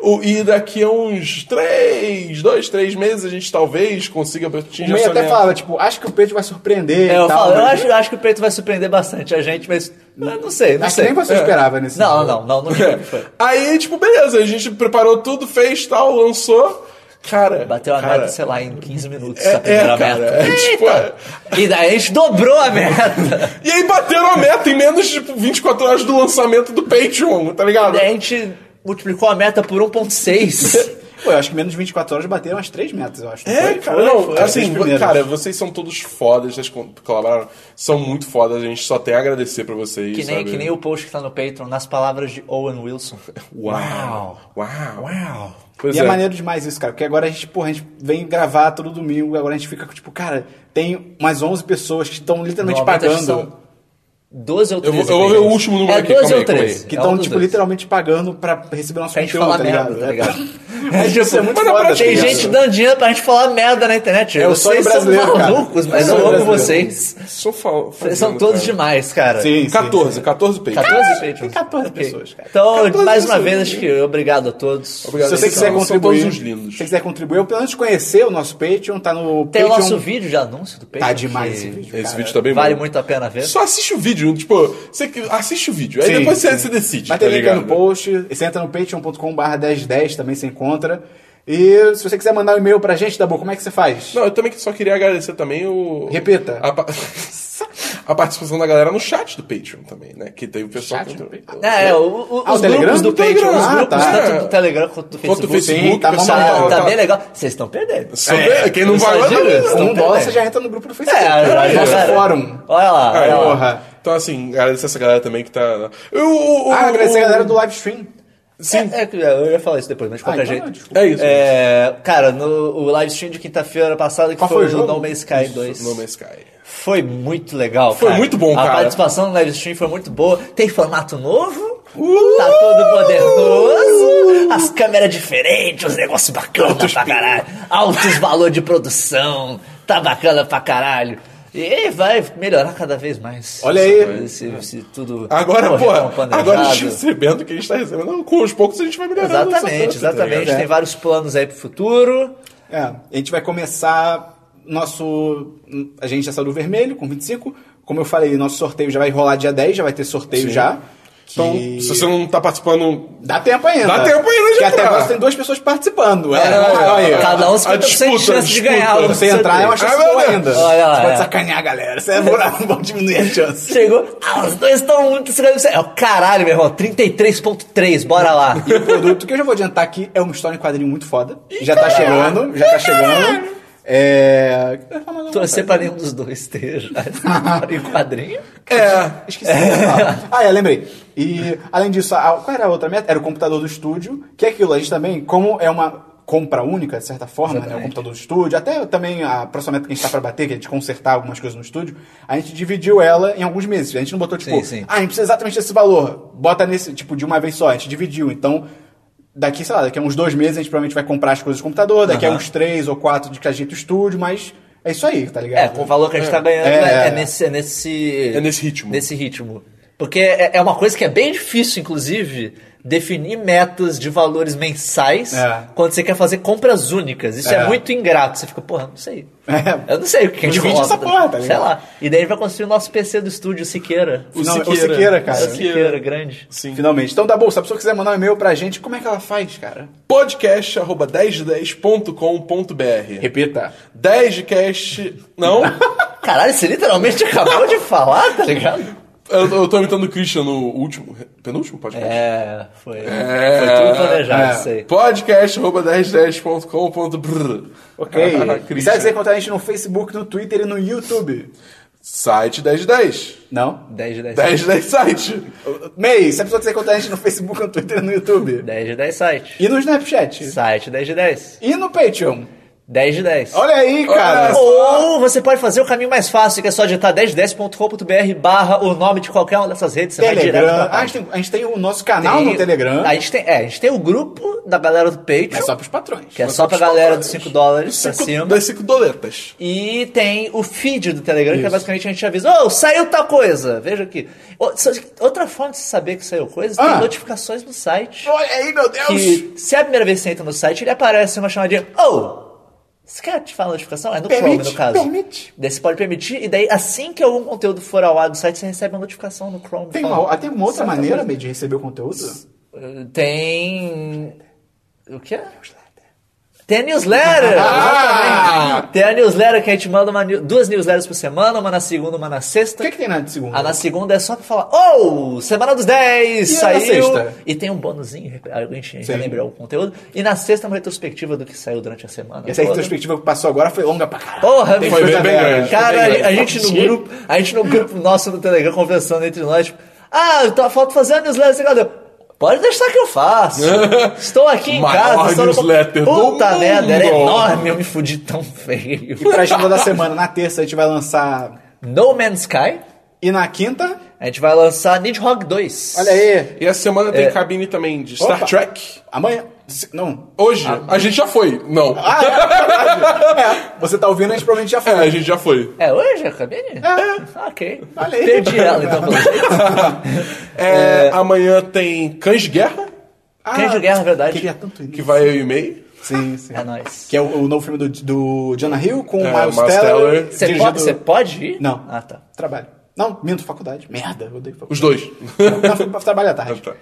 Speaker 3: O- e daqui a uns três, dois, três meses a gente talvez consiga
Speaker 1: O
Speaker 3: atingir
Speaker 1: meio
Speaker 3: essa
Speaker 1: até
Speaker 3: meta.
Speaker 1: falava, tipo, acho que o Pedro vai surpreender
Speaker 2: É,
Speaker 1: e
Speaker 2: eu
Speaker 1: tal.
Speaker 2: falo, eu
Speaker 1: mas-
Speaker 2: acho, eu acho que o Preto vai surpreender bastante a gente, mas eu não sei, não
Speaker 1: Acho que
Speaker 2: sei. É.
Speaker 1: nem você esperava nesse
Speaker 2: Não,
Speaker 1: jogo.
Speaker 2: não, não, não,
Speaker 3: É.
Speaker 2: não foi.
Speaker 3: Aí, tipo, beleza, a gente preparou tudo, fez tal, lançou. Cara.
Speaker 2: Bateu a
Speaker 3: cara,
Speaker 2: meta, sei lá, em 15 minutos tá
Speaker 3: É,
Speaker 2: a primeira
Speaker 3: é, cara,
Speaker 2: meta.
Speaker 3: é, tipo, é.
Speaker 2: E daí a gente dobrou a meta.
Speaker 3: E aí bateram a meta em menos de tipo, 24 horas do lançamento do Patreon, tá
Speaker 2: E
Speaker 3: ligado?
Speaker 2: daí a gente multiplicou a meta por
Speaker 1: <laughs>
Speaker 2: 1.6.
Speaker 1: Pô, eu acho que menos de 24 horas bateram as três metas, eu acho. não
Speaker 3: É,
Speaker 1: foi?
Speaker 3: cara, não,
Speaker 1: Foi,
Speaker 3: assim,
Speaker 1: três primeiras.
Speaker 3: cara, vocês são todos fodas, vocês co- colaboraram, são muito fodas, a gente só tem a agradecer pra vocês,
Speaker 2: Que nem,
Speaker 3: sabe?
Speaker 2: que nem o post que tá no Patreon, nas palavras de Owen Wilson.
Speaker 3: Uau! Uau!
Speaker 2: Uau.
Speaker 3: Pois
Speaker 1: E
Speaker 3: é.
Speaker 1: é. maneiro demais isso, cara. Porque agora a gente, porra, a gente vem gravar todo domingo, agora a gente fica, tipo, cara, tem umas 11 pessoas que estão literalmente
Speaker 2: Normalmente
Speaker 1: pagando.
Speaker 2: são 12 ou
Speaker 3: Eu
Speaker 2: 13.
Speaker 3: vou- eu vou ver o último número
Speaker 2: é
Speaker 3: aqui,
Speaker 2: 12 ou
Speaker 3: calma aí,
Speaker 2: 13.
Speaker 1: Que
Speaker 2: é
Speaker 1: estão,
Speaker 2: um dos
Speaker 1: tipo,
Speaker 2: dois.
Speaker 1: literalmente pagando pra receber nosso
Speaker 2: Pra gente
Speaker 1: conteúdo,
Speaker 2: falar
Speaker 1: tá ligado?
Speaker 2: merda, tá ligado?
Speaker 1: <laughs> É, tipo, isso é muito
Speaker 3: Mas na
Speaker 1: foda,
Speaker 3: prática,
Speaker 1: tá
Speaker 2: Tem
Speaker 1: ligado?
Speaker 2: gente dando dinheiro pra gente falar merda na internet.
Speaker 1: É o sonho
Speaker 2: vocês
Speaker 1: brasileiro,
Speaker 2: são
Speaker 1: cara.
Speaker 2: malucos, mas
Speaker 1: É o
Speaker 2: eu
Speaker 1: sonho
Speaker 2: amo
Speaker 1: brasileiro.
Speaker 2: vocês.
Speaker 3: Sou fa-
Speaker 2: Vocês
Speaker 3: fazendo,
Speaker 2: são todos
Speaker 3: cara.
Speaker 2: demais, cara.
Speaker 1: Sim, sim,
Speaker 3: 14,
Speaker 1: sim.
Speaker 3: 14 Patreons.
Speaker 2: 14
Speaker 1: Tem
Speaker 2: Patreons.
Speaker 1: 14
Speaker 2: Ok.
Speaker 1: pessoas, cara.
Speaker 2: Então,
Speaker 3: 14
Speaker 2: mais uma
Speaker 3: pessoas.
Speaker 2: vez, acho que obrigado a todos.
Speaker 3: Obrigado.
Speaker 1: Se você
Speaker 3: São-
Speaker 1: quiser
Speaker 3: são
Speaker 1: contribuir,
Speaker 3: todos os lindos.
Speaker 1: se você quiser contribuir, ou pelo menos conhecer o nosso Patreon, tá no
Speaker 2: Tem
Speaker 1: Patreon.
Speaker 2: o nosso vídeo né? de anúncio do Patreon.
Speaker 1: Tá demais
Speaker 2: que
Speaker 1: esse vídeo,
Speaker 3: Esse
Speaker 1: cara.
Speaker 3: vídeo tá bem
Speaker 2: Vale
Speaker 3: bom.
Speaker 2: muito a pena ver.
Speaker 3: Só assiste o vídeo, vídeo. Tipo, você que- assiste o vídeo. Aí
Speaker 1: Sim,
Speaker 3: depois você,
Speaker 1: sim.
Speaker 3: você decide.
Speaker 1: Mas
Speaker 3: tá
Speaker 1: tem link aí
Speaker 3: ligado?
Speaker 1: no post. Você entra no patreon.com.br 1010 também se encontra. E se você quiser mandar um e-mail pra gente, Dabu, como é que você faz?
Speaker 3: Não, eu também só queria agradecer também o.
Speaker 1: Repita.
Speaker 3: A, pa- <laughs> a participação da galera no chat do Patreon também, né? Que tem o pessoal.
Speaker 1: Chat
Speaker 3: que-
Speaker 1: do Patreon?
Speaker 2: É, o, o,
Speaker 1: Ah, o
Speaker 2: os
Speaker 1: Telegram?
Speaker 2: grupos do
Speaker 1: O
Speaker 2: Patreon,
Speaker 3: Telegram,
Speaker 2: os
Speaker 1: ah,
Speaker 2: grupos
Speaker 1: tá.
Speaker 2: tanto do Telegram quanto do Facebook.
Speaker 3: Quanto o Facebook,
Speaker 1: sim, tá É,
Speaker 3: o pessoal.
Speaker 1: bom,
Speaker 2: Tá, tá
Speaker 3: tá-
Speaker 2: bem legal. Vocês estão perdendo.
Speaker 3: Só vê, quem não
Speaker 2: Só
Speaker 3: vai lá.
Speaker 2: digo,
Speaker 3: não.
Speaker 2: vocês
Speaker 1: Com
Speaker 2: tão
Speaker 1: um dólar você
Speaker 2: perdendo.
Speaker 1: já entra no grupo do Facebook.
Speaker 2: É,
Speaker 1: nosso
Speaker 2: galera.
Speaker 1: fórum.
Speaker 2: Olha lá,
Speaker 3: É,
Speaker 2: olha lá.
Speaker 1: Porra.
Speaker 3: Então, assim, agradecer essa galera também que tá. Eu, o- o-
Speaker 1: Ah, agradecer a
Speaker 3: o-
Speaker 1: galera do live stream.
Speaker 3: Sim.
Speaker 2: É, é, eu ia falar isso depois, mas de qualquer
Speaker 1: então
Speaker 2: jeito.
Speaker 1: é, desculpa.
Speaker 3: É isso.
Speaker 2: É, cara, no o live stream de quinta-feira passada, que
Speaker 1: Qual foi
Speaker 2: foi,
Speaker 1: o
Speaker 2: o
Speaker 1: jogo?
Speaker 2: No Man's Sky 2.
Speaker 3: No Man's Sky.
Speaker 2: Foi muito legal,
Speaker 3: Foi
Speaker 2: cara.
Speaker 3: muito bom, cara.
Speaker 2: A participação no live stream foi muito boa. Tem formato novo.
Speaker 3: Uh!
Speaker 2: Tá todo modernoso, as câmeras diferentes, os negócios bacanas pra caralho, altos valor de produção, tá bacana pra caralho. E vai melhorar cada vez mais.
Speaker 1: Olha aí.
Speaker 2: Se, se tudo
Speaker 3: Agora,
Speaker 2: correr
Speaker 3: pô,
Speaker 2: como
Speaker 3: agora a gente
Speaker 2: planejado.
Speaker 3: recebendo o que a gente tá recebendo. Com os poucos a gente vai melhorando. essa
Speaker 2: Exatamente,
Speaker 3: coisa, tá
Speaker 2: exatamente.
Speaker 3: ligado?
Speaker 2: Tem vários planos aí pro futuro.
Speaker 1: É, a gente vai começar nosso. A gente já saiu do vermelho com 25. Como eu falei, nosso sorteio já vai rolar dia 10, já vai ter sorteio
Speaker 3: Sim.
Speaker 1: já.
Speaker 3: Então,
Speaker 1: que-
Speaker 3: se você não tá participando.
Speaker 1: Dá tempo ainda.
Speaker 3: Dá tempo ainda de
Speaker 1: Porque até
Speaker 3: entrar.
Speaker 1: agora tem duas pessoas participando. É,
Speaker 3: é,
Speaker 1: olha aí.
Speaker 2: Cada um
Speaker 3: a
Speaker 2: 50% de
Speaker 3: disputa,
Speaker 2: chance de
Speaker 3: disputa.
Speaker 2: ganhar.
Speaker 1: Pra você
Speaker 2: Não sei
Speaker 1: entrar é uma
Speaker 2: direito.
Speaker 1: chance
Speaker 3: Ah, meu
Speaker 1: boa
Speaker 3: Deus.
Speaker 1: ainda.
Speaker 2: Olha lá,
Speaker 1: você pode
Speaker 2: é.
Speaker 1: sacanear a galera. Você é buraco, vão diminuir a
Speaker 3: <laughs>
Speaker 1: chance.
Speaker 2: Chegou. Ah, os dois estão muito. É o caralho, meu irmão. 33.3, bora lá.
Speaker 1: E o produto que eu já vou adiantar aqui é uma história em quadrinho muito foda. já tá chegando, já tá chegando. É. eu ia falar mais alguma
Speaker 2: Torcer pra nenhum dos dois
Speaker 1: <laughs>
Speaker 2: esteja. em quadrinho.
Speaker 1: É, esqueci. de falar.
Speaker 2: <laughs>
Speaker 1: ah, é, lembrei. E, além disso, a- qual era a outra meta? Era o computador do estúdio, que é aquilo, a gente também, como é uma compra única, de certa forma, né, o computador do estúdio, até também a próxima meta que a gente tá pra bater, que é de consertar algumas coisas no estúdio, a gente dividiu ela em alguns meses. A gente não botou, tipo,
Speaker 2: Sim, sim.
Speaker 1: ah, a gente precisa exatamente desse valor, bota nesse, tipo, de uma vez só, a gente dividiu, então... Daqui, sei lá, daqui a uns dois meses a gente provavelmente vai comprar as coisas do computador, daqui a
Speaker 2: Aham.
Speaker 1: uns três ou quatro de que a gente estúdio, mas é isso aí, tá ligado?
Speaker 2: É, com o valor que a gente tá ganhando,
Speaker 1: É,
Speaker 2: é,
Speaker 1: é.
Speaker 2: é nesse, é nesse.
Speaker 3: É nesse ritmo.
Speaker 2: Nesse ritmo. Porque é, é uma coisa que é bem difícil, inclusive, definir metas de valores mensais
Speaker 1: É.
Speaker 2: quando você quer fazer compras únicas. Isso é, muito ingrato. Você fica, porra, não sei.
Speaker 1: <laughs> É.
Speaker 2: Eu não sei o que a gente
Speaker 1: Divide
Speaker 2: gosta.
Speaker 1: essa porra, tá
Speaker 2: Sei
Speaker 1: ligado?
Speaker 2: lá. E daí a gente vai construir o nosso PC do estúdio Siqueira.
Speaker 1: O Siqueira. cara.
Speaker 2: O Siqueira, grande.
Speaker 3: Sim.
Speaker 1: Finalmente. Então, Dabu, se a pessoa quiser mandar um e-mail pra gente, como é que ela faz, cara?
Speaker 3: podcast.1010.com.br
Speaker 1: Repita.
Speaker 3: 10 de cast.
Speaker 2: <laughs>
Speaker 3: Não?
Speaker 2: Caralho, você literalmente <laughs> acabou de falar, tá ligado?
Speaker 3: eu, eu tô imitando o Christian no último. Penúltimo podcast? É.
Speaker 2: É, foi. Foi tudo planejado,
Speaker 1: É.
Speaker 2: isso aí.
Speaker 3: Podcast.1010.com.br
Speaker 1: Ok.
Speaker 3: <laughs>
Speaker 2: Ah,
Speaker 1: e se ela quiser
Speaker 3: Ah, Christian.
Speaker 1: encontrar a gente no Facebook, no Twitter e no YouTube?
Speaker 3: Site 1010.
Speaker 1: Não?
Speaker 2: 10 de 10.
Speaker 3: 1010 site.
Speaker 1: Uh, May, se a pessoa quiser encontrar a gente no Facebook, no Twitter e no YouTube?
Speaker 2: 10 de 10 site.
Speaker 1: E no Snapchat?
Speaker 2: Site 10 de 10.
Speaker 1: E no Patreon?
Speaker 2: 10 de 10.
Speaker 1: Olha aí, cara.
Speaker 3: só.
Speaker 2: Ou você pode fazer o caminho mais fácil, que é só digitar 1010.com.br barra o nome de qualquer uma dessas redes, você vai direto pra
Speaker 1: Telegram. Ah, a,
Speaker 2: página.
Speaker 1: gente tem, a gente tem o nosso canal no Telegram.
Speaker 2: A gente tem, é, a gente tem o grupo da galera do Patreon,
Speaker 1: É só pros patrões.
Speaker 2: que é só pra galera dos 5 dólares pra
Speaker 3: Cinco,
Speaker 2: cima.
Speaker 3: das 5 doletas.
Speaker 2: E tem o feed do Telegram, que é basicamente a gente avisa, ô, saiu tal coisa, veja aqui. Ô, só- Outra forma de você saber que saiu coisa,
Speaker 1: Ah.
Speaker 2: tem notificações no site.
Speaker 1: Olha aí, meu Deus.
Speaker 2: Que se é a primeira vez que você entra no site, ele aparece uma chamadinha, ô, você quer ativar a notificação? É no Chrome,
Speaker 1: Permite,
Speaker 2: no caso.
Speaker 1: permite.
Speaker 2: Daí você pode permitir, e daí assim que algum conteúdo for ao ar do site, você recebe uma notificação no Chrome.
Speaker 1: Tem
Speaker 2: Falando,
Speaker 1: uma, ah, tem uma outra
Speaker 2: "Saiu tal
Speaker 1: maneira, May, de receber o conteúdo?
Speaker 2: coisa." Uh, Tem... O que é? Tem a newsletter!
Speaker 1: Ah!
Speaker 2: exatamente. Tem a newsletter que a gente manda uma new- duas newsletters por semana, uma na segunda, uma na
Speaker 1: O
Speaker 2: sexta.
Speaker 1: que, é que tem na de segunda?
Speaker 2: A na segunda é só pra falar, oh, Semana dos 10,
Speaker 1: E a
Speaker 2: saiu.
Speaker 1: na sexta?
Speaker 2: E tem um bônusinho, a gente
Speaker 1: Sim.
Speaker 2: relembra o conteúdo. E na sexta é uma retrospectiva do que saiu durante a semana.
Speaker 1: Essa é
Speaker 2: toda.
Speaker 1: retrospectiva que passou agora foi longa pra caralho.
Speaker 2: Porra,
Speaker 1: Tem
Speaker 2: foi
Speaker 1: coisa
Speaker 3: bem
Speaker 1: dela.
Speaker 3: grande.
Speaker 2: Cara,
Speaker 3: Foi bem
Speaker 2: a,
Speaker 3: grande.
Speaker 2: gente no grupo, a gente no grupo nosso no Telegram conversando entre nós, tipo, ah, tá, falta fazer a newsletter, sei lá, deu, Pode deixar que eu
Speaker 1: <laughs>
Speaker 2: faço. Estou aqui em
Speaker 3: Maior
Speaker 2: casa. estou no-
Speaker 3: newsletter do
Speaker 2: Puta merda, era
Speaker 3: mundo.
Speaker 2: enorme, eu me fudi tão feio.
Speaker 1: E pra agenda da semana, na terça a gente vai lançar.
Speaker 2: <laughs> No Man's Sky,
Speaker 1: E na quinta,
Speaker 2: a gente vai lançar Nidhogg 2.
Speaker 1: olha aí.
Speaker 3: E essa semana tem
Speaker 2: É.
Speaker 3: cabine também de Star
Speaker 1: Opa.
Speaker 3: Trek.
Speaker 1: Amanhã. se- Não.
Speaker 3: Hoje,
Speaker 2: Ah.
Speaker 3: a gente já foi. Não.
Speaker 1: Ah, é, verdade. É, você tá ouvindo, a gente provavelmente já
Speaker 3: É,
Speaker 1: foi.
Speaker 3: a gente já foi.
Speaker 2: É hoje a cabine?
Speaker 1: É.
Speaker 2: Ah, Ok.
Speaker 1: Olha aí.
Speaker 2: Perdi ela, então, pelo jeito.
Speaker 3: É, Amanhã tem Cães de Guerra,
Speaker 1: Ah,
Speaker 2: Cães de Guerra, é verdade.
Speaker 1: Queria tanto ir.
Speaker 3: que vai eu e meio.
Speaker 1: Sim, sim.
Speaker 2: É nóis.
Speaker 1: Que é o, o novo filme do, do Jonah Hill com o
Speaker 3: É,
Speaker 1: Miles
Speaker 3: Miles
Speaker 1: Teller.
Speaker 3: Teller.
Speaker 2: Você
Speaker 1: dirigido-
Speaker 2: pode, você pode ir?
Speaker 1: Não.
Speaker 2: Ah, tá.
Speaker 1: Trabalho. Não, minto, faculdade. Merda, eu odeio faculdade.
Speaker 3: Os dois.
Speaker 1: Não, fui pra trabalhar à tarde.
Speaker 3: <laughs> Tá.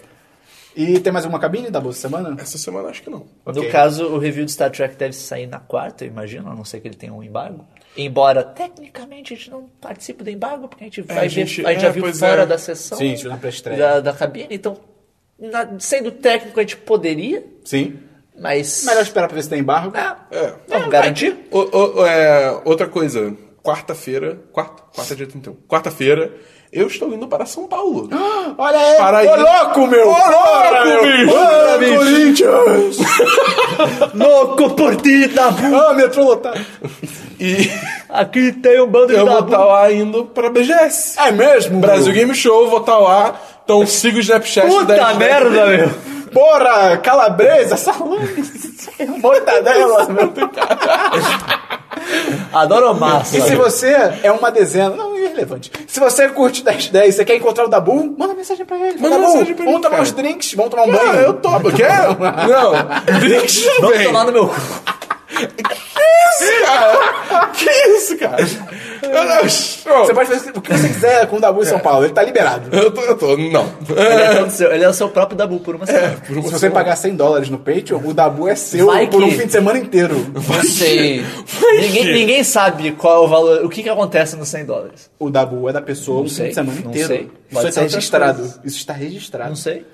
Speaker 1: E tem mais alguma cabine da bolsa semana?
Speaker 3: Essa semana acho que não.
Speaker 1: Ok.
Speaker 2: No caso, o review de Star Trek deve sair na quarta, eu imagino, a não ser que ele tenha um embargo. Embora, tecnicamente, a gente não participe do embargo, porque a gente vai
Speaker 3: a gente-
Speaker 2: ver, a gente
Speaker 3: é,
Speaker 2: já viu
Speaker 3: pois
Speaker 2: fora
Speaker 3: é.
Speaker 2: da sessão
Speaker 1: Sim, a gente viu na pré-estreia.
Speaker 2: da, da cabine. Então, na- sendo técnico, a gente poderia,
Speaker 1: Sim.
Speaker 2: mas...
Speaker 1: Melhor esperar pra ver se tem embargo.
Speaker 2: É,
Speaker 3: É.
Speaker 2: vamos garantir.
Speaker 3: O, o- é, outra coisa, quarta-feira, quarta, quarta dia 31. Quarta-feira, eu estou indo para São
Speaker 1: <gasps>
Speaker 3: Paulo.
Speaker 1: Olha aí!
Speaker 3: Para aí.
Speaker 1: Ô, louco, meu!
Speaker 3: Ô, louco,
Speaker 1: Ora, meu!
Speaker 3: bicho!
Speaker 1: Ô,
Speaker 3: Ora, bicho!
Speaker 1: Corinthians!
Speaker 2: Louco por ti, Dabu!
Speaker 1: Ah, metrô lotado.
Speaker 3: E
Speaker 2: Aqui tem um bando de
Speaker 3: eu vou
Speaker 2: Dabu.
Speaker 3: estar lá indo para BGS.
Speaker 1: É mesmo?
Speaker 3: Brasil
Speaker 1: meu?
Speaker 3: Game Show, vou estar lá. Então siga o Snapchat.
Speaker 2: Puta
Speaker 3: 10,
Speaker 2: merda, meu!
Speaker 1: <laughs> Porra, calabresa,
Speaker 3: <laughs>
Speaker 1: salame, mortadela, meu Deus.
Speaker 2: Adoro massa.
Speaker 1: E se você é uma dezena, não, é irrelevante. Se você curte 1010 e você quer encontrar o Dabu, manda mensagem pra ele.
Speaker 3: Manda
Speaker 1: Dabu,
Speaker 3: mensagem pra
Speaker 1: vamos
Speaker 3: ele,
Speaker 1: tomar
Speaker 3: cara.
Speaker 1: uns drinks, vamos tomar um
Speaker 3: Não,
Speaker 1: banho.
Speaker 3: eu topo, quer?
Speaker 1: <laughs>
Speaker 3: Não, drinks
Speaker 2: Vamos
Speaker 3: também.
Speaker 2: tomar no meu cu.
Speaker 3: Que isso, cara? Eu, não-
Speaker 1: Você pode fazer o que você quiser com o Dabu em
Speaker 3: É.
Speaker 1: São Paulo, ele tá liberado.
Speaker 3: eu tô, eu tô, não.
Speaker 2: Ele é, todo seu, ele é o seu próprio Dabu por uma semana.
Speaker 3: Por uma
Speaker 1: Se você
Speaker 3: semana.
Speaker 1: pagar 100 dólares no Patreon, o Dabu é seu
Speaker 2: Vai
Speaker 1: por um
Speaker 2: que-
Speaker 1: fim de semana inteiro.
Speaker 2: Não sei.
Speaker 3: Vai
Speaker 2: Ninguém,
Speaker 3: que-
Speaker 2: ninguém sabe qual é o valor. O que, que acontece nos 100 dólares?
Speaker 1: O Dabu é da pessoa um fim
Speaker 2: sei,
Speaker 1: de semana
Speaker 2: não
Speaker 1: inteiro.
Speaker 2: sei.
Speaker 1: Isso
Speaker 2: Pode
Speaker 1: está
Speaker 2: ser outras
Speaker 1: registrado. Isso está registrado.
Speaker 2: Não sei.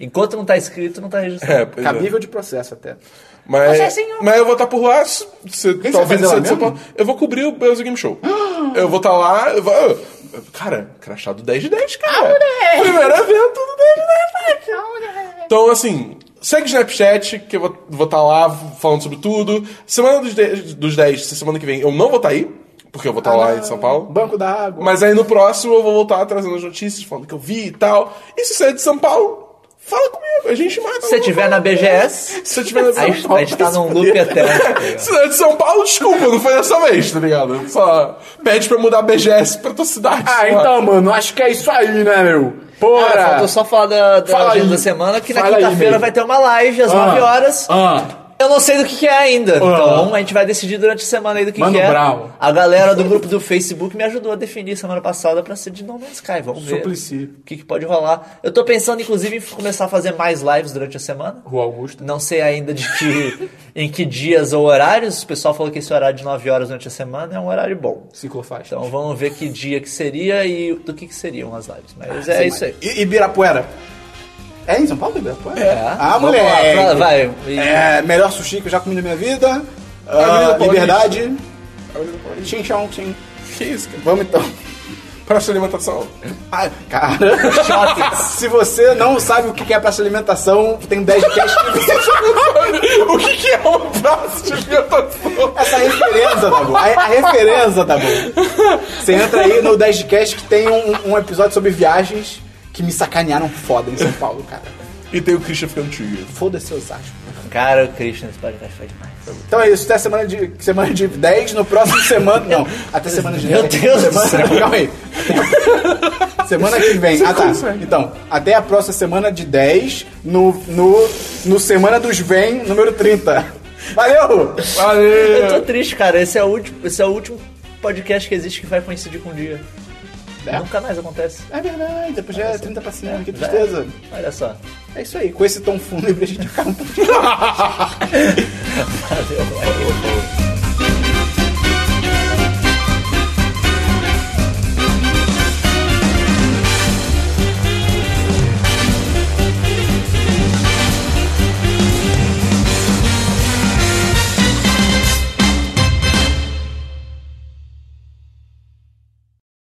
Speaker 2: Enquanto não tá escrito, não tá registrado.
Speaker 3: É, pois é.
Speaker 1: Cabível de processo até.
Speaker 3: Mas,
Speaker 2: Mas é assim, ó.
Speaker 3: mas eu vou estar por lá. Se, se,
Speaker 1: que
Speaker 3: tá
Speaker 1: você vai
Speaker 3: ouvindo
Speaker 1: fazer lá
Speaker 3: isso de São
Speaker 1: mesmo?
Speaker 3: Paulo, eu vou cobrir o Brasil
Speaker 1: <gasps>
Speaker 3: Game Show. eu vou estar lá. Eu vou, eu- cara, crachado 10 de 10, cara.
Speaker 1: Ah,
Speaker 3: Primeiro evento do 10 de 10. Então, assim, segue o Snapchat, que eu vou estar lá falando sobre tudo. Semana dos 10, dos 10, se semana que vem, eu não vou estar aí, porque eu vou estar
Speaker 1: Ah,
Speaker 3: lá em São Paulo.
Speaker 1: Banco da água.
Speaker 3: Mas aí no próximo eu vou voltar trazendo as notícias, falando que eu vi e tal. E se você é de São Paulo, fala comigo, a gente marca.
Speaker 2: Se você tiver na BGS,
Speaker 3: Se você tiver na
Speaker 2: a
Speaker 3: São
Speaker 2: gente, a
Speaker 3: Paulo.
Speaker 2: gente tá num loop eterno. tá ligado?
Speaker 3: Se não é de São Paulo, desculpa, não foi dessa vez, tá ligado? Só pede pra mudar a BGS pra tua cidade.
Speaker 1: Ah,
Speaker 3: sei lá.
Speaker 1: então, mano, acho que é isso aí, né, meu?
Speaker 2: Ah,
Speaker 1: Porra!
Speaker 2: faltou só falar da, da
Speaker 1: Fala
Speaker 2: agenda
Speaker 1: aí.
Speaker 2: da semana, que
Speaker 1: Fala
Speaker 2: na
Speaker 1: aí,
Speaker 2: quinta-feira
Speaker 1: meu.
Speaker 2: vai ter uma live às
Speaker 1: Ah,
Speaker 2: 9 horas.
Speaker 1: Ah,
Speaker 2: Eu não sei do que, que é ainda. Então a gente vai decidir durante a semana aí do que,
Speaker 1: Mano
Speaker 2: que é.
Speaker 1: Brown.
Speaker 2: A galera do grupo do Facebook me ajudou a definir semana passada pra ser de No Man's Sky. Vamos ver
Speaker 1: Suplicy.
Speaker 2: o que, que pode rolar. Eu tô pensando, inclusive, em começar a fazer mais lives durante a semana.
Speaker 1: Rua Augusta.
Speaker 2: Não sei ainda de
Speaker 1: <laughs>
Speaker 2: que, em que dias ou horários. O pessoal falou que esse horário de 9 horas durante a semana é um horário bom.
Speaker 1: Ciclofaixa.
Speaker 2: Então vamos ver que dia que seria e do que, que seriam as lives.
Speaker 1: Ah,
Speaker 2: Mas é isso aí.
Speaker 1: I- Ibirapuera. É em São Paulo, Ibirapuera?
Speaker 2: É.
Speaker 1: Ah,
Speaker 2: Vamos
Speaker 1: moleque.
Speaker 2: lá, pra- vai. E-
Speaker 1: É, melhor sushi que eu já comi na minha vida.
Speaker 3: Avenida
Speaker 1: Ah,
Speaker 3: Paulista.
Speaker 1: liberdade.
Speaker 3: tá
Speaker 1: Xin, xão, xin.
Speaker 3: Que isso, cara?
Speaker 1: Vamos então. <laughs>
Speaker 3: Pra sua alimentação. <laughs>
Speaker 1: Ah, cara. Se você não sabe o que é praça de alimentação, tem 10 cash.
Speaker 3: o que, que é um prazo de alimentação?
Speaker 1: Essa referência, tá bom? A, a referência, tá bom? Você entra aí no 10 Cast que tem um, um episódio sobre viagens que me sacanearam foda em São Paulo, cara.
Speaker 3: E tem o Christian ficando tio.
Speaker 1: Foda-se Osasco.
Speaker 2: Cara, o Christian, esse podcast foi demais.
Speaker 1: Então é isso, até semana de, semana de 10, no próximo semana. Não, até semana de
Speaker 2: Meu
Speaker 1: 10.
Speaker 2: Deus do
Speaker 1: semana,
Speaker 2: céu.
Speaker 1: Calma aí. Semana que vem. Ah, tá. Então, até a próxima semana de 10, no, no, no Semana dos Vem, número 30. Valeu!
Speaker 2: Eu tô
Speaker 3: Valeu!
Speaker 2: triste, cara. Esse é, o último, esse é o último podcast que existe que vai coincidir com o dia.
Speaker 1: É?
Speaker 2: Nunca mais acontece.
Speaker 1: É verdade, depois já é 30 pra cima, que tristeza.
Speaker 2: Olha só.
Speaker 1: É isso aí, com esse tom fúnebre a gente acaba um pouco.
Speaker 2: Valeu.